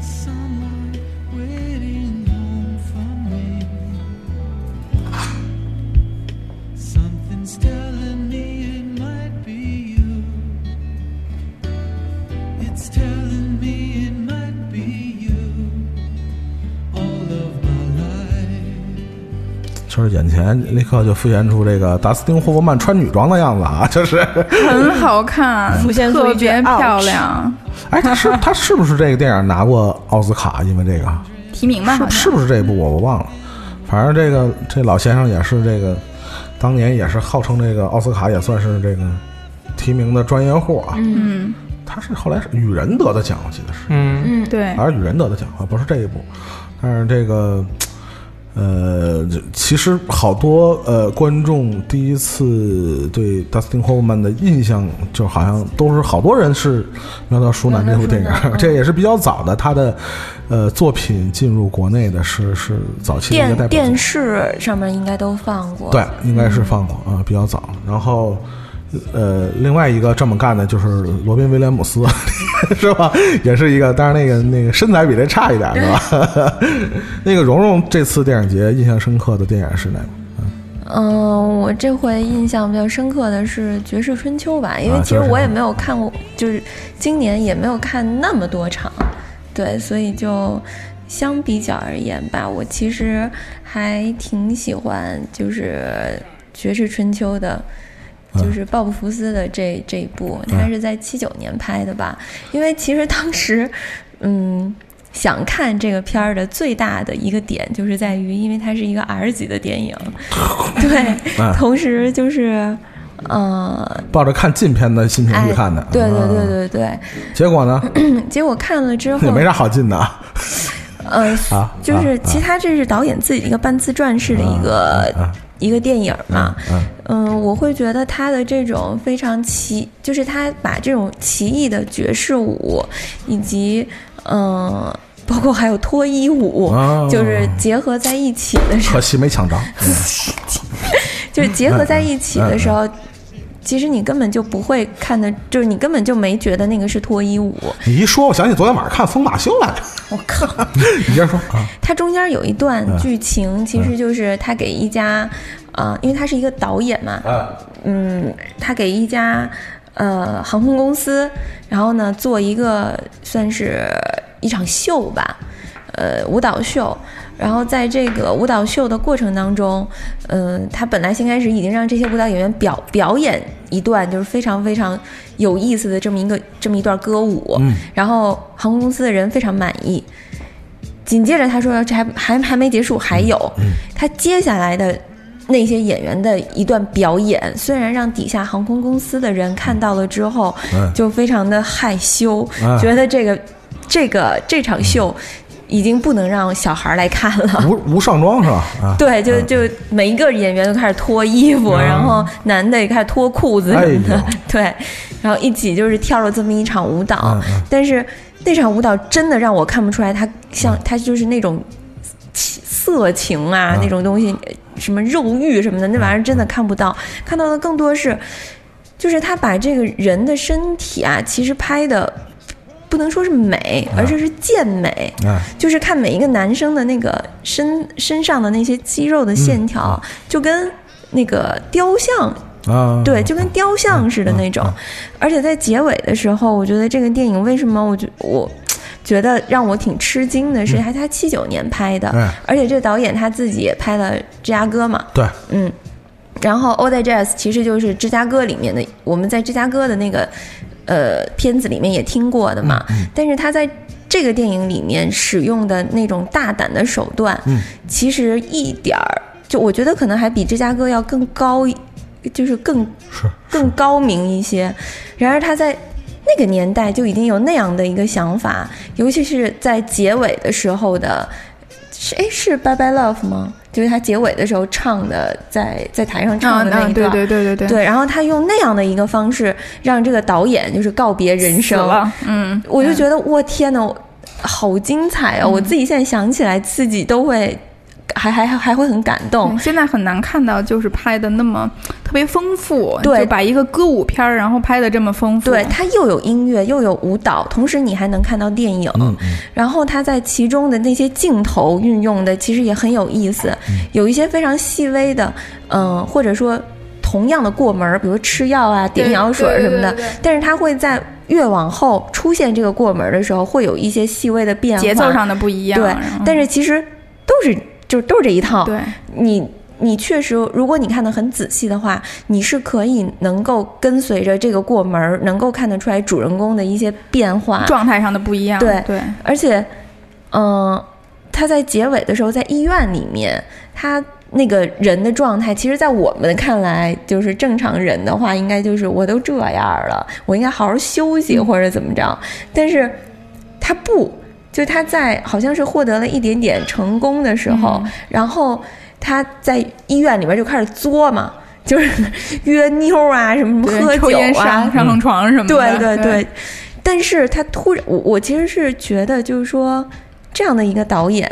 F: someone waiting home for me. Something's telling me it might be you. It's telling me it might be you all of my life.
A: 就是眼前立刻就浮现出这个达斯汀霍夫曼穿女装的样子啊，就是，
B: 很好看，
E: 浮现出
B: 特
E: 一句
B: 别
E: ouch
B: 漂亮，
A: 哎，他是他是不是这个电影拿过奥斯卡？因为这个啊
B: 提名吧，好像
A: 是是不是这一部我我忘了，反正这个这老先生也是这个当年也是号称这个奥斯卡也算是这个提名的专业户啊。
B: 嗯，
A: 他是后来是雨人得的奖，我记得是。
D: 嗯，
B: 对，
A: 还是雨人得的奖啊，不是这一部。但是这个，呃，这其实好多呃观众第一次对 Dustin Hoffman 的印象，就好像都是好多人是聊到《舒南》这部电影，这也是比较早的他的呃作品进入国内的是是早期的一个代表作
C: 电电视上面应该都放过。
A: 对，应该是放过啊，比较早。然后，呃，另外一个这么干的就是罗宾威廉姆斯， 是吧？也是一个，当然那个那个身材比这差一点，是吧？ 那个蓉蓉这次电影节印象深刻的电影是哪个？
C: 嗯，我这回印象比较深刻的是《爵士春秋》吧，因为
A: 啊
C: 其实
A: 爵士
C: 我也
A: 春秋
C: 没有看过，就是今年也没有看那么多场，对，所以就相比较而言吧，我其实还挺喜欢就是《爵士春秋》的。
A: 啊
C: 就是鲍勃·福斯的这这一部，他是在七九年拍的吧？因为其实当时，嗯，想看这个片儿的最大的一个点，就是在于，因为它是一个 R 级的电影，
A: 啊
C: 对，同时就是，呃，
A: 抱着看禁片的心情
C: 哎
A: 去看的，
C: 对对对
A: 啊。
C: 对对。嗯
A: 结果 呢，
C: 结果看了之
A: 也
C: 后
A: 没，啥好进的啊
C: 呃，
A: 啊，
C: 就是
A: 啊
C: 其实他这是导演自己一个半自传式的一个
A: 啊啊
C: 一个电影嘛，
A: 嗯
C: 嗯，我会觉得他的这种非常奇，就是他把这种奇异的爵士舞，以及嗯、呃包括还有脱衣舞，
A: 哦
C: 就是结合在一起的时候
A: 可，惜没抢着。嗯
C: 就是结合在一起的时候。其实你根本就不会看的，就是你根本就没觉得那个是脱衣舞。
A: 你一说，我想起昨天晚上看《疯马秀》来着。
C: 我靠，
A: 你接着说啊，
C: 它中间有一段
A: 嗯
C: 剧情，其实就是他给一家，呃，因为他是一个导演嘛，
A: 啊
C: 嗯，他给一家呃航空公司，然后呢做一个算是一场秀吧，呃舞蹈秀。然后在这个舞蹈秀的过程当中，嗯、他本来先开始已经让这些舞蹈演员表表演一段就是非常非常有意思的这么一个这么一段歌舞，
A: 嗯
C: 然后航空公司的人非常满意。紧接着他说这还还还没结束，还有、
A: 嗯
C: 他接下来的那些演员的一段表演，虽然让底下航空公司的人看到了之后，
A: 嗯
C: 就非常的害羞，
A: 嗯
C: 觉得这个这个这场秀已经不能让小孩儿来看了。
A: 无无上妆是吧？啊，
C: 对，就就每一个演员都开始脱衣服，然后男的也开始脱裤子什么的，
A: 哎呦
C: 对，然后一起就是跳了这么一场舞蹈。
A: 嗯嗯
C: 但是那场舞蹈真的让我看不出来，他像他就是那种情色情啊、
A: 嗯
C: 那种东西，什么肉欲什么的，那玩意儿真的看不到，看到的更多是，就是他把这个人的身体啊，其实拍的。不能说是美，
A: 嗯
C: 而是是健美。
A: 哎，
C: 就是看每一个男生的那个身身上的那些肌肉的线条，就跟那个雕像，
A: 啊，
C: 对，就跟雕像似的那种。而且在结尾的时候，我觉得这个电影为什么我觉我觉得让我挺吃惊的是，还他七九年拍的
A: 哎，
C: 而且这导演他自己也拍了《芝加哥》嘛，
A: 对，
C: 嗯。然后《All That Jazz》其实就是芝加哥里面的，我们在芝加哥的那个呃片子里面也听过的嘛。但是他在这个电影里面使用的那种大胆的手段，
A: 嗯
C: 其实一点儿就我觉得可能还比芝加哥要更高一，就是更
A: 是
C: 更高明一些。然而他在那个年代就已经有那样的一个想法，尤其是在结尾的时候的，是哎是 Bye Bye Love 吗？就是他结尾的时候唱的，在在台上
B: 啊
C: 唱的那一
B: 对
C: 段。
B: 对对对对，
C: 对，然后他用那样的一个方式，让这个导演就是告别人
B: 死
C: 生，
B: 了，嗯，
C: 我就觉得我天呐，我好精彩哦！我自己现在想起来，自己都会还还还会很感动
B: 嗯。现在很难看到就是拍的那么特别丰富，
C: 对
B: 就把一个歌舞片儿然后拍的这么丰富，
C: 对，它又有音乐，又有舞蹈，同时你还能看到电影。
A: 嗯嗯
C: 然后它在其中的那些镜头运用的其实也很有意思，有一些非常细微的，嗯、或者说同样的过门儿，比如吃药啊、点
B: 对
C: 眼药水儿
B: 对
C: 什
B: 对
C: 么的
B: 对对对，
C: 但是它会在越往后出现这个过门儿的时候，会有一些细微的变化，
B: 节奏上的不一样，
C: 对
B: 然后，
C: 但是嗯其实都是就都是这一套，
B: 对。
C: 你你确实，如果你看得很仔细的话，你是可以能够跟随着这个过门儿，能够看得出来主人公的一些变化。
B: 状态上的不一样，
C: 对
B: 对，
C: 呃而且，嗯、他在结尾的时候在医院里面，他那个人的状态，其实，在我们看来，就是正常人的话，应该就是我都这样了，我应该好好休
B: 嗯
C: 息或者怎么着。但是他不，就他在好像是获得了一点点成功的时候，
B: 嗯
C: 然后他在医院里边就开始作嘛，就是 约妞啊，什么
B: 对
C: 喝
B: 抽
C: 酒
B: 烟
C: 啊
B: 上，上上床什么的，
C: 对对对，但是他突然，我我其实是觉得，就是说这样的一个导演，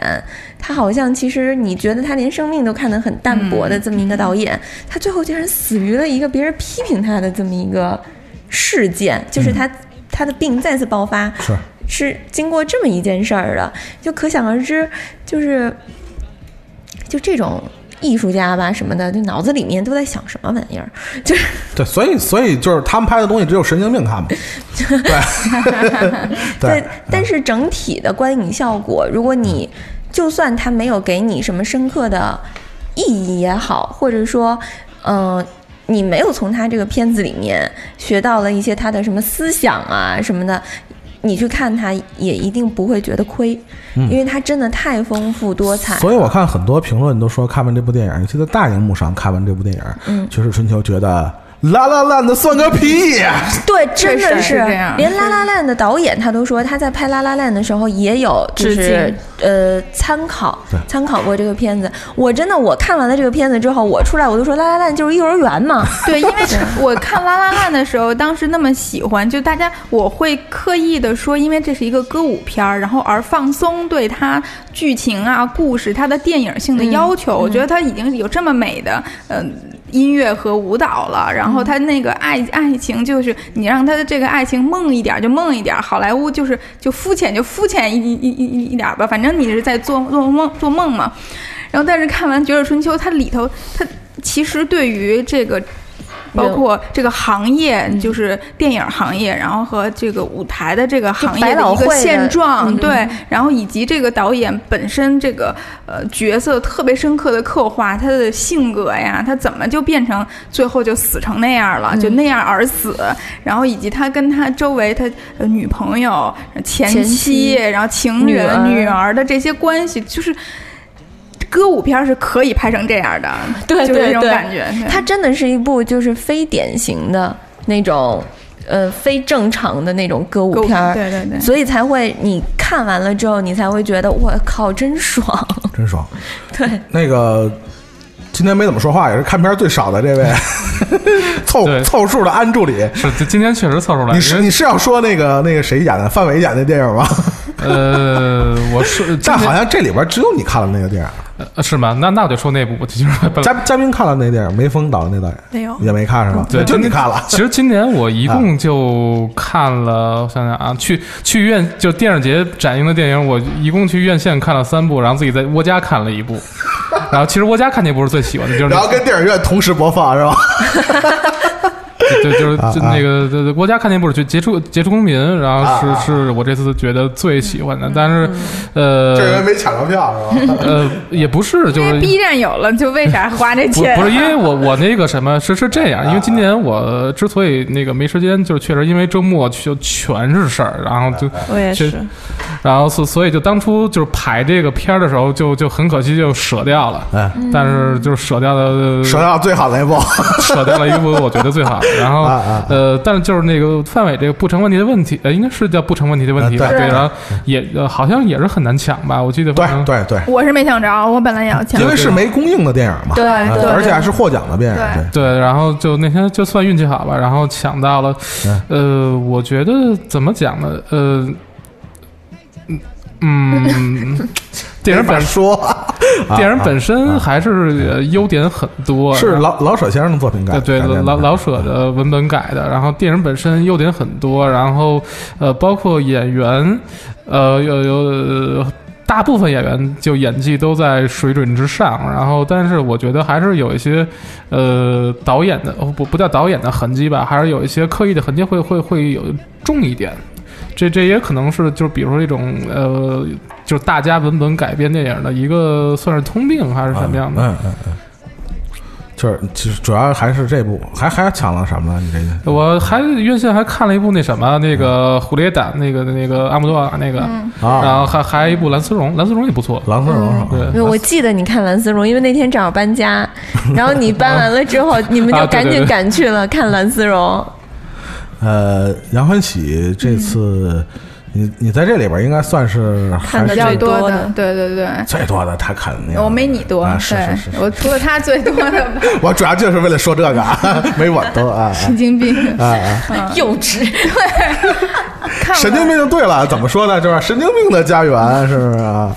C: 他好像其实你觉得他连生命都看得很淡薄
B: 嗯
C: 的这么一个导演，他最后竟然死于了一个别人批评他的这么一个事件，就是他、他的病再次爆发，
A: 是
C: 是经过这么一件事儿的，就可想而知，就是就这种。艺术家吧什么的，就脑子里面都在想什么玩意儿，就是
A: 对，所以所以就是他们拍的东西只有神经病看 嘛，对
C: 对
A: 对，，嗯
C: 但是整体的观影效果，如果你就算它没有给你什么深刻的意义也好，或者说，嗯、你没有从他这个片子里面学到了一些他的什么思想啊什么的，你去看它也一定不会觉得亏，因为它真的太丰富多彩
A: 嗯
C: 了。
A: 所以我看很多评论都说，看完这部电影，尤其在大荧幕上看完这部电影，嗯《绝世春秋》觉得烂烂烂的算个 屁呀、
C: 对，真的
B: 确实是这样
C: 连《拉拉烂》的导演他都说，他在拍《拉拉烂》的时候也有就
B: 致
C: 是呃参考
A: 对
C: 参考过这个片子。我真的我看完了这个片子之后，我出来我就说《拉拉烂》就是幼儿园嘛，
B: 对，因为我看《拉拉烂》的时候，当时那么喜欢，就大家我会刻意的说，因为这是一个歌舞片儿，然后而放松对它剧情啊、故事、它的电影性的要求。我觉得它已经有这么美的嗯、音乐和舞蹈了，然后它那个爱爱情就是你让它的这个爱情梦一点儿就梦一点儿，好莱坞就是就肤浅就肤浅一一一一一点儿吧，反正你是在做做梦做梦嘛。然后但是看完《绝世春秋》，它里头它其实对于这个。包括这个行业，就是电影行业，然后和这个舞台的这个行业
C: 百老
B: 一个
C: 汇的
B: 现状，
C: 嗯
B: 对，然后以及这个导演本身这个呃角色特别深刻的刻画，他的性格呀，他怎么就变成最后就死成那样了，
C: 嗯
B: 就那样而死，然后以及他跟他周围他呃女朋友、前
C: 前
B: 妻，
C: 妻
B: 然后情人、
C: 女儿
B: 女儿的这些关系，就是歌舞片儿是可以拍成这样的，
C: 对
B: 就是这
C: 对
B: 种
C: 对
B: 感觉。对
C: 它真的是一部就是非典型的那种呃非正常的那种歌舞
B: 歌舞
C: 片儿。
B: 对对对。
C: 所以才会，你看完了之后，你才会觉得我靠，真爽！
A: 真爽。
C: 对，
A: 那个今天没怎么说话，也是看片儿最少的这 位凑
D: 对
A: 凑数的安助理。
D: 是今今天确实测出来，
A: 你
D: 因
A: 是
D: 为
A: 你是要说那个那个谁演的范伟演的电影 吗？
D: 呃，我 是
A: 但好像这里边只有你看了那个电影，
D: 呃是吗？那那我就说那部，就是本来
A: 嘉嘉宾看了那电影，梅峰导的那导演
B: 没有
A: 也没看是吧？
D: 对，
A: 就
D: 今
A: 你
D: 年。
A: 看了
D: 其实今年我一
A: 啊
D: 共就看了，我想想啊，去去院就电影节展映的电影，我一共去院线看了三部，然后自己在窝家看了一部。 然后其实窝家看那部是最喜欢的，就是
A: 然
D: 那
A: 后跟电影院同时播放是吧？
D: 对，就是
A: 啊
D: 就
A: 啊
D: 那个对对国家看那部是《杰出杰出公民》，然后
A: 啊啊啊
D: 是是我这次觉得最喜欢
B: 嗯
D: 的，但是呃
A: 这人没抢着票是吧？
D: 呃也不是，就
B: 因为
D: 是
B: B 站有了，就为啥花这
D: 不
B: 钱？
D: 不是 因为我我那个什么是是这
A: 啊
D: 样，因为今年我之所以那个没时间，就是确实因为周末就全是事儿，然后就
E: 我也
D: 确
E: 是
D: 实，然后所所以就当初就是排这个片儿的时候就就很可惜就舍掉了，
A: 哎，
B: 嗯
D: 但是就是舍掉的
A: 手上最好的一部，
D: 扯掉了一部我觉得最好的，然后
A: 啊啊啊
D: 呃，但是就是那个范伟这个不成问题的问题，呃，应该是叫不成问题的问题吧？
A: 啊对
D: 对，然后也呃好像也是很难抢吧？我记得反
A: 对
D: 正
A: 对对，
B: 我是没想着，我本来也要抢
A: 因。为是没公映的电影嘛，
B: 嗯对
A: 啊
B: 对，
A: 而且还是获奖的电影，
B: 对
A: 对。
D: 对，然后就那天就算运气好吧，然后抢到了，
A: 嗯
D: 呃，我觉得怎么讲呢？呃，嗯嗯，电影
A: 没法
D: 本
A: 说，啊
D: 电影本身还是呃优点很多，
A: 是老老舍先生的作品改
D: 对呃对，
A: 改编的，啊
D: 老嗯老舍的文本改的，然后电影本身优点很多，然后呃，包括演员，呃，有有。呃大部分演员就演技都在水准之上，然后但是我觉得还是有一些，呃，导演的哦不不叫导演的痕迹吧，还是有一些刻意的痕迹会会会有重一点。这这也可能是就是比如说一种呃，就是大家文本改编电影的一个算是通病还是什么样的？
A: 嗯嗯嗯。就是其实主要还是这部，还还抢了什么了？你这个
D: 我还院线还看了一部那什么，那个胡列达，那个那个阿莫多瓦那个，
B: 嗯
D: 然
A: 嗯啊，
D: 后
A: 嗯
D: 还还一部蓝丝绒，蓝丝绒也不错。
A: 狼吞龙
D: 对
A: 爽，，
C: 没有，我记得你看蓝丝绒，因为那天正好搬 家，然后你搬完了之后，你们就
D: 啊对对
C: 赶紧
D: 对
C: 赶去了看蓝丝绒。
A: 呃，杨欢喜这次，
B: 嗯
A: 你你在这里边应该算是还
C: 看得
A: 是
B: 比较
C: 最多
B: 多
C: 的
B: 对对对。
A: 最多的，他肯定
B: 我没你多，
A: 啊是
B: 对
A: 是是是
B: 我除了他最多的吧，
A: 我主要就是为了说这个，啊， 没我多啊
B: 神经病，
A: 啊啊！
C: 幼稚，
B: 看了
A: 神经病就对了，怎么说呢？就是神经病的家园，是不是啊？啊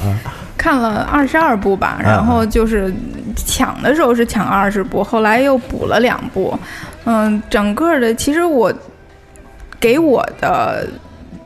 B: 看了二十二部吧，然后就是抢的时候是抢二十部，后来又补了两部。嗯，整个的其实我给我的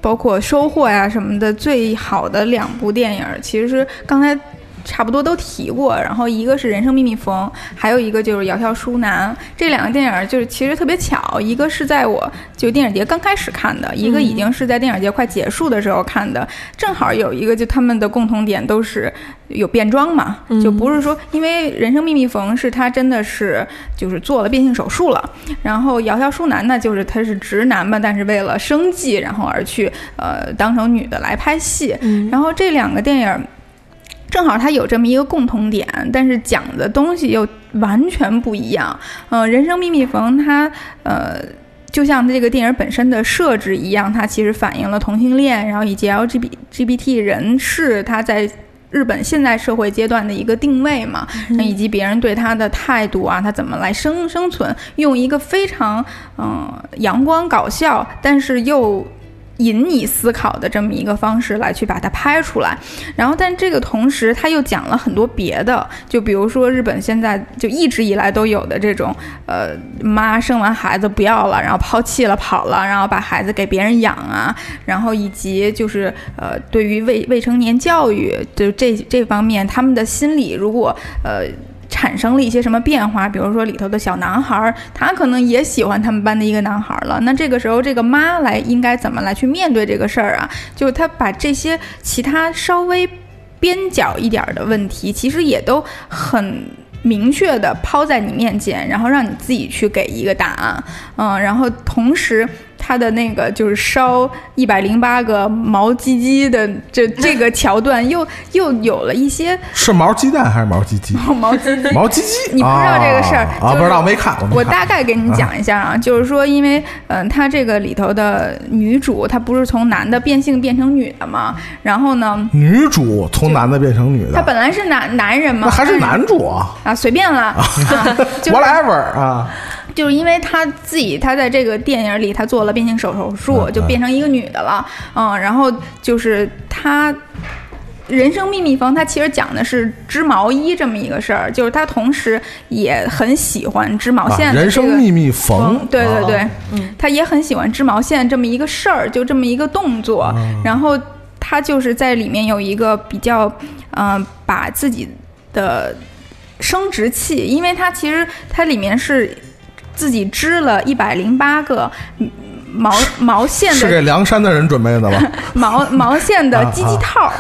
B: 包括收获呀、什么的，最好的两部电影，其实刚才。差不多都提过，然后一个是《人生秘密缝》，还有一个就是《窈窕淑男》。这两个电影就是其实特别巧，一个是在我就电影节刚开始看的，一个已经是在电影节快结束的时候看的。正好有一个，就他们的共同点都是有变装嘛，就不是说因为《人生秘密缝》是他真的是就是做了变性手术了，然后窈窕淑男呢，就是他是直男嘛，但是为了生计，然后而去呃当成女的来拍戏，然后这两个电影。正好它有这么一个共同点，但是讲的东西又完全不一样。嗯、人生秘密缝》它呃就像这个电影本身的设置一样，它其实反映了同性恋，然后以及 LGBT 人士他在日本现代社会阶段的一个定位嘛，那以及别人对他的态度啊，他怎么来生生存，用一个非常嗯、阳光搞笑，但是又。引你思考的这么一个方式来去把它拍出来，然后但这个同时他又讲了很多别的，就比如说日本现在就一直以来都有的这种呃妈生完孩子不要了，然后抛弃了跑了，然后把孩子给别人养啊，然后以及就是呃对于未未成年教育就这这方面，他们的心理如果呃。产生了一些什么变化？比如说里头的小男孩儿，他可能也喜欢他们班的一个男孩儿了。那这个时候，这个妈来应该怎么来去面对这个事儿啊？就是他把这些其他稍微边角一点儿的问题，其实也都很明确的抛在你面前，然后让你自己去给一个答案。嗯，然后同时。他的那个就是烧一百零八个毛鸡鸡的 这这个桥段又，又有了一些
A: 是毛鸡蛋还是毛鸡 鸡？
B: 毛鸡 鸡
A: 毛鸡鸡，
B: 你不知道这个事儿
A: 啊
B: 就
A: 啊？
B: 是
A: 不知道，没看，
B: 我
A: 没看。
B: 大概给你讲一下啊，就是说，因为嗯、呃她这个里头的女主，她不是从男的变性变成女的嘛，然后呢，
A: 女主从男的变成女
B: 她
A: 的，
B: 本来是男男人嘛，
A: 那还是
B: 但
A: 男主啊
B: 啊，随便啦，啊就是
A: ？Whatever 啊，
B: 就是因为她自己，她在这个电影里，她做了变性手手术，
A: 嗯
B: 就变成一个女的了，嗯，然后就是她。人生秘密房，它其实讲的是织毛衣这么一个事儿，就是她同时也很喜欢织毛
A: 啊
B: 线的这个、
A: 人生秘密缝
B: 嗯，，对对对，
A: 啊
B: 他也很喜欢织毛线这么一个事儿，就这么一个动作，
A: 啊
B: 然后他就是在里面有一个比较，嗯、把自己的生殖器，因为它其实它里面是自己织了一百零八个嗯毛毛线
A: 是
B: 的
A: 给梁山的人准备的吧？
B: 毛毛线的鸡鸡套儿。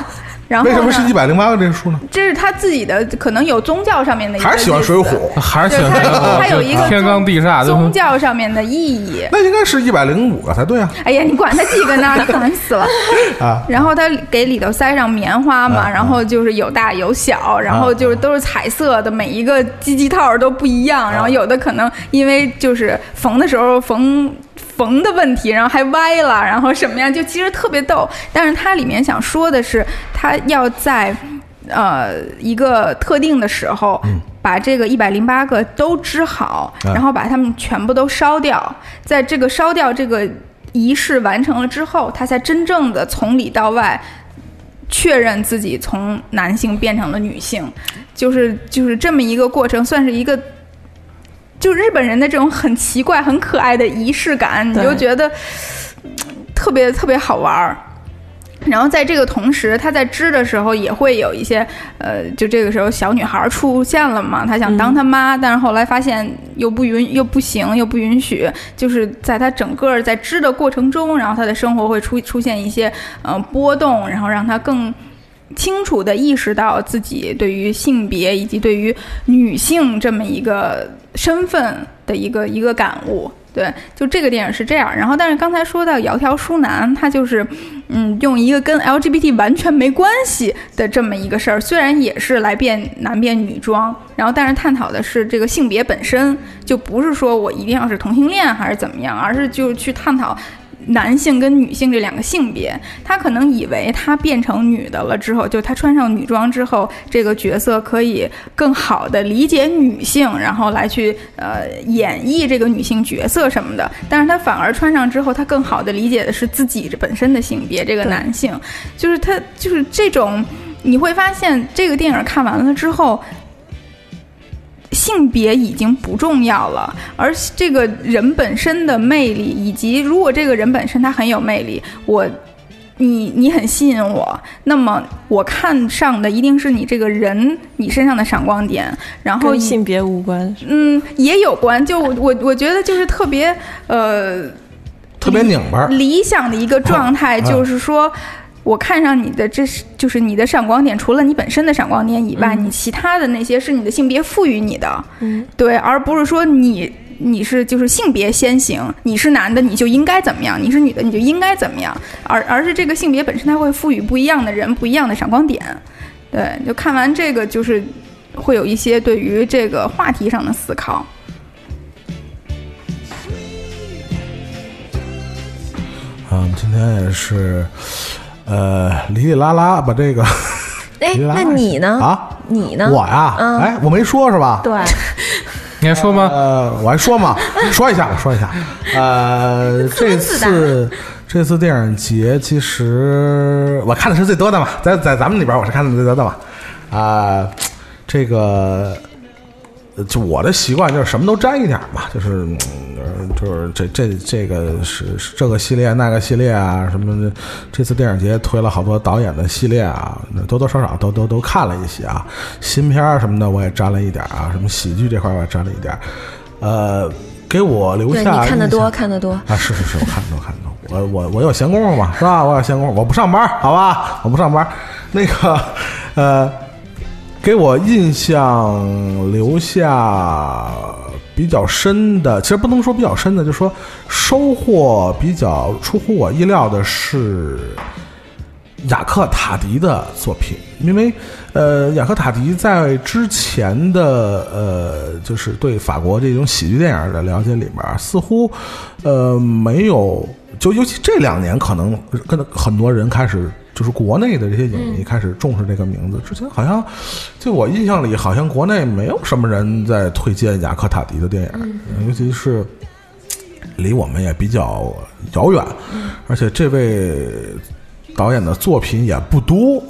B: 然后
A: 为什
B: 呢
A: 么是一百零八个这个数呢？
B: 这是他自己的，可能有宗教上面的一个意思，
A: 还是喜欢水浒？啊
D: 还是喜欢
B: 哎对
D: 这
B: 它
D: 个
B: 它有一个
D: 天罡地煞，就
B: 宗教上面的意义。
A: 那应该是一百零五个才对啊！
B: 哎呀，你管他几个 呢？烦死了！
A: 啊，
B: 然后他给里头塞上棉花嘛，
A: 啊
B: 然后就是有大有小，然后就是都是彩色的，每一个鸡鸡套都不一样，然
A: 啊
B: 后有的可能因为就是缝的时候缝。缝的问题，然后还歪了，然后什么呀？就其实特别逗，但是它里面想说的是，它要在呃一个特定的时候，把这个一百零八个都织好，
A: 嗯啊
B: 然后把它们全部都烧掉，在这个烧掉这个仪式完成了之后，他才真正的从里到外确认自己从男性变成了女性，就是就是这么一个过程，算是一个。就日本人的这种很奇怪、很可爱的仪式感，你
E: 对
B: 就觉得嗯特别特别好玩儿。然后在这个同时，她在织的时候也会有一些，呃，就这个时候小女孩出现了嘛，她想当她妈，但是后来发现又不允又不行又不允许，就是在她整个在织的过程中，然后她的生活会出出现一些呃波动，然后让她更清楚的意识到自己对于性别以及对于女性这么一个身份的一个一个感悟。对，就这个电影是这样。然后，但是刚才说到《窈窕淑男》，它就是，嗯，用一个跟 LGBT 完全没关系的这么一个事儿，虽然也是来变男变女装，然后但是探讨的是这个性别本身，就不是说我一定要是同性恋还是怎么样，而是就去探讨男性跟女性这两个性别，他可能以为他变成女的了之后，就他穿上女装之后，这个角色可以更好的理解女性，然后来去呃演绎这个女性角色什么的。但是他反而穿上之后，他更好的理解的是自己本身的性别，这个男性，就是他就是这种，你会发现这个电影看完了之后，性别已经不重要了，而这个人本身的魅力，以及如果这个人本身他很有魅力，我。你你很吸引我，那么我看上的一定是你这个人，你身上的闪光点，然后
E: 跟性别无关。
B: 嗯也有关。就我我我觉得就是特别呃
A: 特别拧巴儿。
B: 理想的一个状态，
A: 嗯
B: 就是说。我看上你的，这是就是你的闪光点，除了你本身的闪光点以外，
A: 嗯
B: 你其他的那些是你的性别赋予你的，
C: 嗯
B: 对，而不是说你你是就是性别先行，你是男的你就应该怎么样，你是女的你就应该怎么样，而而是这个性别本身它会赋予不一样的人不一样的闪光点，对，就看完这个就是会有一些对于这个话题上的思考，
A: 啊，我们今天也是，呃，哩哩啦啦把这个
C: 哎，
A: 原来
C: 那你呢？
A: 啊，
C: 你呢？
A: 我呀，
C: 嗯
A: 哎，我没说是吧？
C: 对，
D: 你还说吗？
A: 呃，我还 说嘛，说一下，我说一下。呃，这次这次电影节，其实我看的是最多的嘛，在在咱们里边我是看的最多的嘛。啊、这个呃就我的习惯就是什么都沾一点儿嘛，就是嗯呃就是这这这个是是这个系列那个系列啊，什么的这次电影节推了好多导演的系列啊，多多少少都都都看了一些啊，新片儿什么的我也沾了一点儿啊，什么喜剧这块儿我也沾了一点儿，呃，给我留
C: 对
A: 下
C: 你看得
A: 印象
C: 多，看得多。
A: 啊，是是是，我看着我看着，我我我有闲工夫嘛，是吧？我有闲工夫，我不上班，好吧？我不上班，那个呃，给我印象留下比较深的，其实不能说比较深的，就说收获比较出乎我意料的是。雅克·塔迪的作品，因为呃，雅克·塔迪在之前的呃，就是对法国这种喜剧电影的了解里面，似乎呃没有，就尤其这两年，可能跟很多人开始。就是国内的这些影迷开始重视这个名字，之前好像，就我印象里，好像国内没有什么人在推荐雅克塔迪的电影，尤其是离我们也比较遥远，而且这位导演的作品也不多。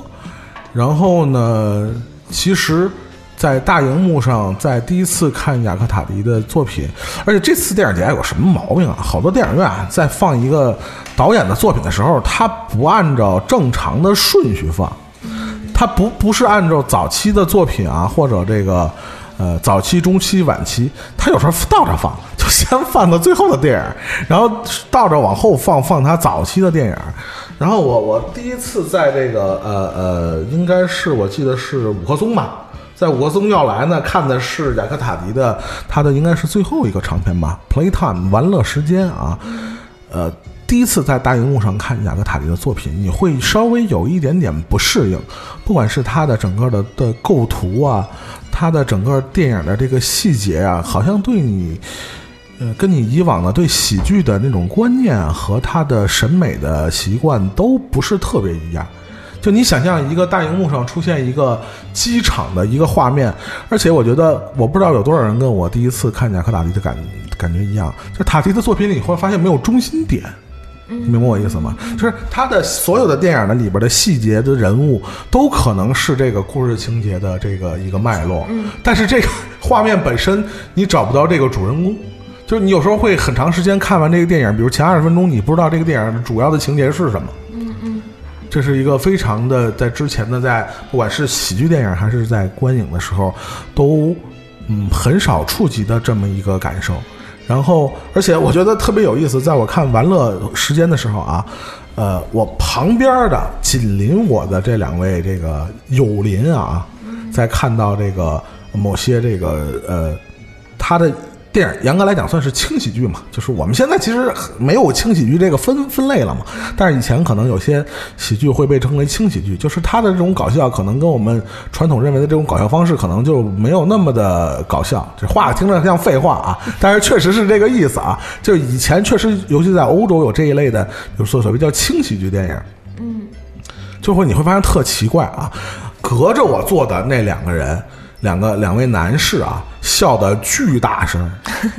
A: 然后呢，其实，在大荧幕上，在第一次看雅克塔迪的作品，而且这次电影节有什么毛病啊？好多电影院啊在放一个导演的作品的时候，他不按照正常的顺序放，它不不是按照早期的作品啊，或者这个呃早期、中期、晚期，它有时候倒着放，就先放到最后的电影，然后倒着往后放，放它早期的电影。然后我我第一次在这个呃呃，应该是我记得是五棵松吧。在五棵松要来呢，看的是雅克塔迪的，他的应该是最后一个长片吧，《Playtime》玩乐时间啊。呃，第一次在大荧幕上看雅克塔迪的作品，你会稍微有一点点不适应，不管是他的整个的的构图啊，他的整个电影的这个细节啊，好像对你。呃，跟你以往的对喜剧的那种观念啊和他的审美的习惯都不是特别一样。就你想象一个大荧幕上出现一个机场的一个画面，而且我觉得，我不知道有多少人跟我第一次看雅克塔迪的感感觉一样，就塔迪的作品里你会发现没有中心点。你明白我意思吗？就是他的所有的电影的里边的细节的人物，都可能是这个故事情节的这个一个脉络。但是这个画面本身，你找不到这个主人公。就是你有时候会很长时间看完这个电影，比如前二十分钟，你不知道这个电影主要的情节是什么。这是一个非常的在之前的在不管是喜剧电影还是在观影的时候，都嗯很少触及的这么一个感受。然后，而且我觉得特别有意思，在我看完了时间的时候啊，呃，我旁边的紧邻我的这两位这个友邻啊，在看到这个某些这个呃，他的电影严格来讲算是轻喜剧嘛，就是我们现在其实没有轻喜剧这个分分类了嘛，但是以前可能有些喜剧会被称为轻喜剧，就是它的这种搞笑可能跟我们传统认为的这种搞笑方式可能就没有那么的搞笑，这话听着像废话啊，但是确实是这个意思啊，就以前确实，尤其在欧洲有这一类的，就是所谓叫轻喜剧电影，就会你会发现特奇怪啊，隔着我坐的那两个人，两个两位男士啊，笑的巨大声，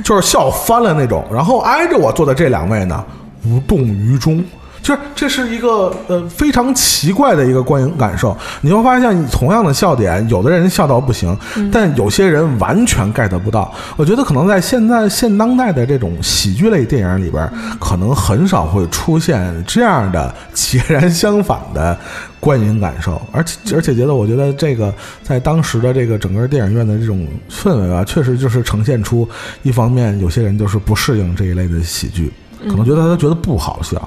A: 就是笑翻了那种。然后挨着我坐的这两位呢，无动于衷。就是这是一个呃非常奇怪的一个观影感受，你会发现同样的笑点，有的人笑到不行，但有些人完全 get 不到。我觉得可能在现在现当代的这种喜剧类电影里边，可能很少会出现这样的截然相反的观影感受，而且而且觉得我觉得这个在当时的这个整个电影院的这种氛围啊，确实就是呈现出一方面有些人就是不适应这一类的喜剧，可能觉得他觉得不好笑。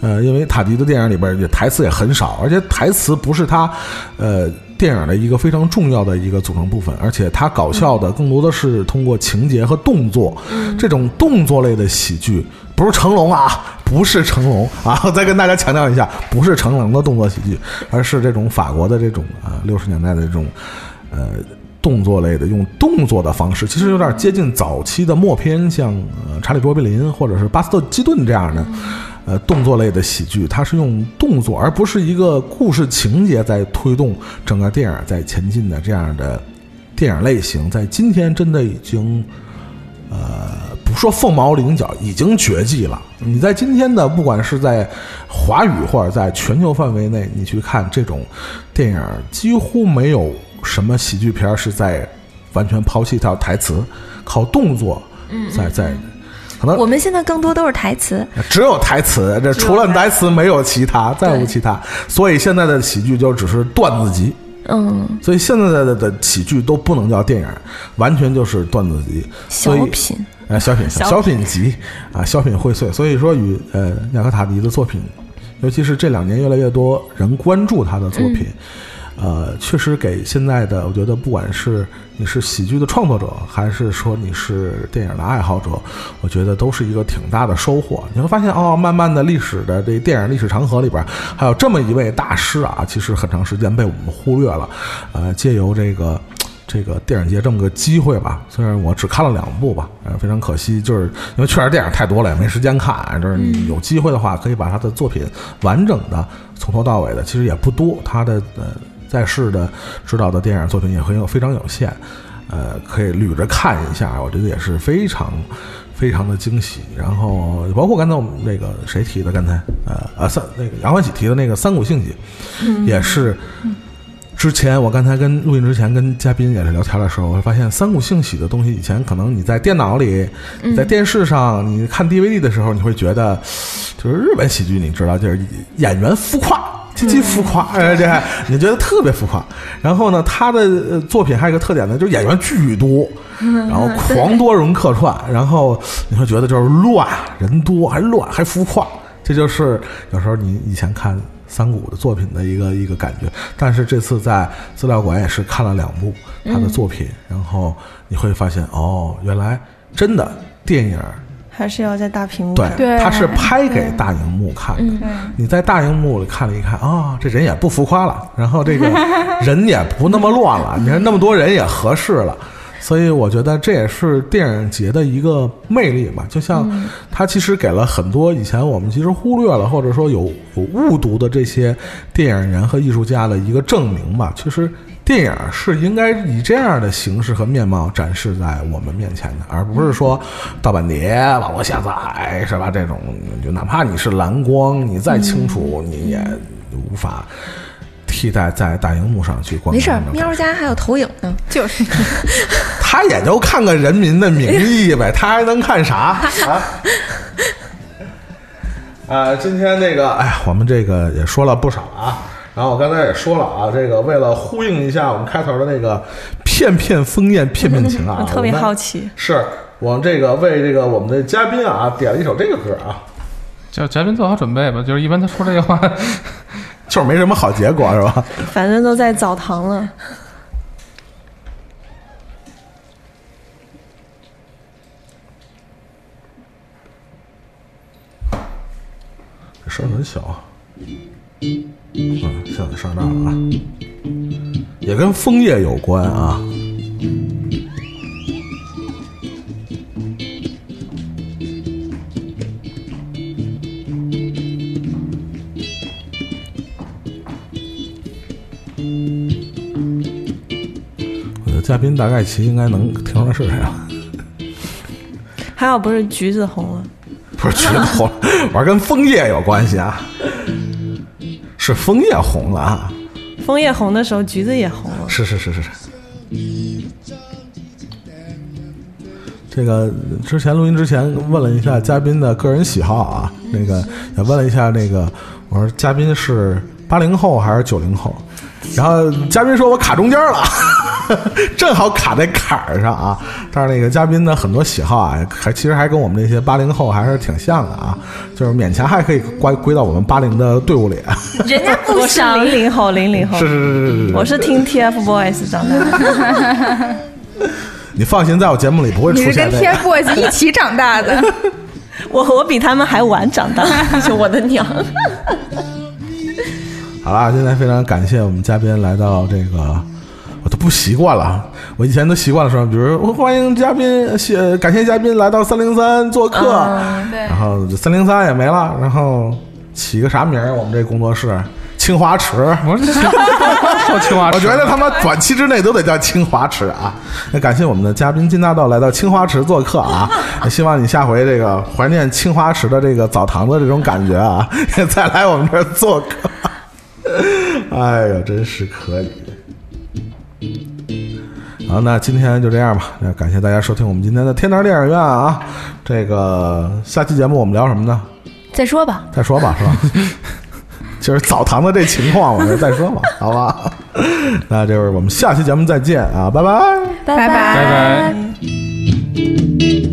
A: 呃，因为塔迪的电影里边也台词也很少，而且台词不是他，呃，电影的一个非常重要的一个组成部分，而且他搞笑的更多的是通过情节和动作，这种动作类的喜剧，不是成龙啊，不是成龙啊， 我再跟大家强调一下，不是成龙的动作喜剧，而是这种法国的这种啊六十年代的这种，呃。动作类的，用动作的方式，其实有点接近早期的默片，像呃查理·卓别林或者是巴斯特·基顿这样的，呃动作类的喜剧，它是用动作，而不是一个故事情节在推动整个电影在前进的这样的电影类型，在今天真的已经呃，不说凤毛麟角，已经绝迹了。你在今天的，不管是在华语或者在全球范围内，你去看这种电影，几乎没有什么喜剧片儿是在完全抛弃掉台词，靠动作，在在，可能
C: 我们现在更多都是台词，
A: 只有台词，这除了台词没有其他，再无
C: 对
A: 其他。所以现在的喜剧就只是段子集。
C: 嗯，
A: 所以现在的的喜剧都不能叫电影，完全就是段子集。所
C: 小
A: 以
C: 品，
A: 呃，小品、小品集啊，小品荟萃。所以说与，呃雅克塔迪的作品，尤其是这两年越来越多人关注他的作品，呃，确实给现在的我觉得，不管是你是喜剧的创作者，还是说你是电影的爱好者，我觉得都是一个挺大的收获。你会发现，哦，慢慢的历史的这电影历史长河里边，还有这么一位大师啊，其实很长时间被我们忽略了。呃，借由这个。这个电影节这么个机会吧，虽然我只看了两部吧，呃，非常可惜，就是因为确实电影太多了，也没时间看。就是你有机会的话，可以把他的作品完整的从头到尾的，其实也不多，他的呃在世的指导的电影作品也很有非常有限，呃，可以捋着看一下，我觉得也是非常非常的惊喜。然后包括刚才我们那个谁提的，刚才呃啊三那个杨欢喜提的那个三股兴起，也是。之前我刚才跟录音之前跟嘉宾也是聊天的时候，我发现三股兴喜的东西，以前可能你在电脑里、你在电视上、你看 DVD 的时候，你会觉得就是日本喜剧，你知道，就是演员浮夸。极其浮夸，哎，这还你觉得特别浮夸。然后呢，他的呃作品还有一个特点呢，就是演员巨多，然后狂多人客串，然后你会觉得就是乱，人多还乱还浮夸，这就是有时候你以前看三谷的作品的一个一个感觉。但是这次在资料馆也是看了两部他的作品，然后你会发现哦，原来真的电影儿
E: 还是要在大屏幕
A: 对
E: 上，，
B: 对嗯
A: 他是拍给大荧幕看的。你在大荧幕里看了一看啊、这人也不浮夸了，然后这个人也不那么乱了，你看那么多人也合适了。所以我觉得这也是电影节的一个魅力嘛，就像它其实给了很多以前我们其实忽略了或者说有有误读的这些电影人和艺术家的一个证明吧。其实电影是应该以这样的形式和面貌展示在我们面前的，而不是说盗版碟、网络下载哎是吧？这种就哪怕你是蓝光，你再清楚，你也无法替代在大荧幕上去观看。
C: 没事儿，喵儿家还有投影呢，
B: 就是
A: 他也就看个《人民的名义》 呗，他还能看啥啊？啊，今天这个，哎呀，我们这个也说了不少啊。然后我刚才也说了啊，这个为了呼应一下我们开头的那个“片片枫叶片片情”啊，
E: 我特别
A: 们
E: 好奇，
A: 是我们这个为这个我们的嘉宾啊点了一首这个歌啊，
D: 叫嘉宾做好准备吧，就是一般他说这个话，
A: 就是没什么好结果是吧？
E: 反正都在澡堂了。
A: 这声儿很小啊，嗯，现在声儿大了啊，也跟枫叶有关啊。我的嘉宾大概其应该能听出来是谁啊？
E: 还好不是橘子红了，
A: 不是橘子 红了，玩跟枫叶有关系啊，是枫叶红了啊，
E: 枫叶红的时候，橘子也红了。
A: 是是是是是。这个之前录音之前问了一下嘉宾的个人喜好啊，那个也问了一下那个，我说嘉宾是八零后还是九零后，然后嘉宾说我卡中间了， 正好卡在坎儿上啊。但是那个嘉宾的很多喜好啊，还其实还跟我们这些八零后还是挺像的啊，就是勉强还可以归归到我们八零的队伍里。
C: 人家 不
E: 我是
C: 想
E: 零零后，零零后
B: 哦
A: 是，是是是是是，
E: 我是听 TFBOYS 长大的。
A: 你放心，在我节目里不会
B: 你是
A: 出现
B: 跟
A: 那个。
B: TFBOYS 一起长大的，
E: 我我比他们还晚长大， 就我的娘！
A: 好啦，现在非常感谢我们嘉宾来到这个，我都不习惯了。啊我以前都习惯了说，比如我欢迎嘉宾，呃谢感谢嘉宾来到三零三做客，
B: 对
A: 然后三零三也没了，然后起个啥名儿？我们这工作室青花池。
D: 我说这 叫青蛙，
A: 我觉得他妈短期之内都得叫青花池啊！那感谢我们的嘉宾金大道来到青花池做客啊！希望你下回这个怀念青花池的这个澡堂子这种感觉啊，再来我们这儿做客。 哎呦，真是可以。好，那今天就这样吧。那感谢大家收听我们今天的天堂电影院啊！这个下期节目我们聊什么呢？
C: 再说吧。
A: 再说吧，是吧？就是澡堂的这情况，我们再说吧，好吧？ 那就是我们下期节目再见啊，拜拜。
C: 拜
B: 拜
D: 拜拜。
F: Thank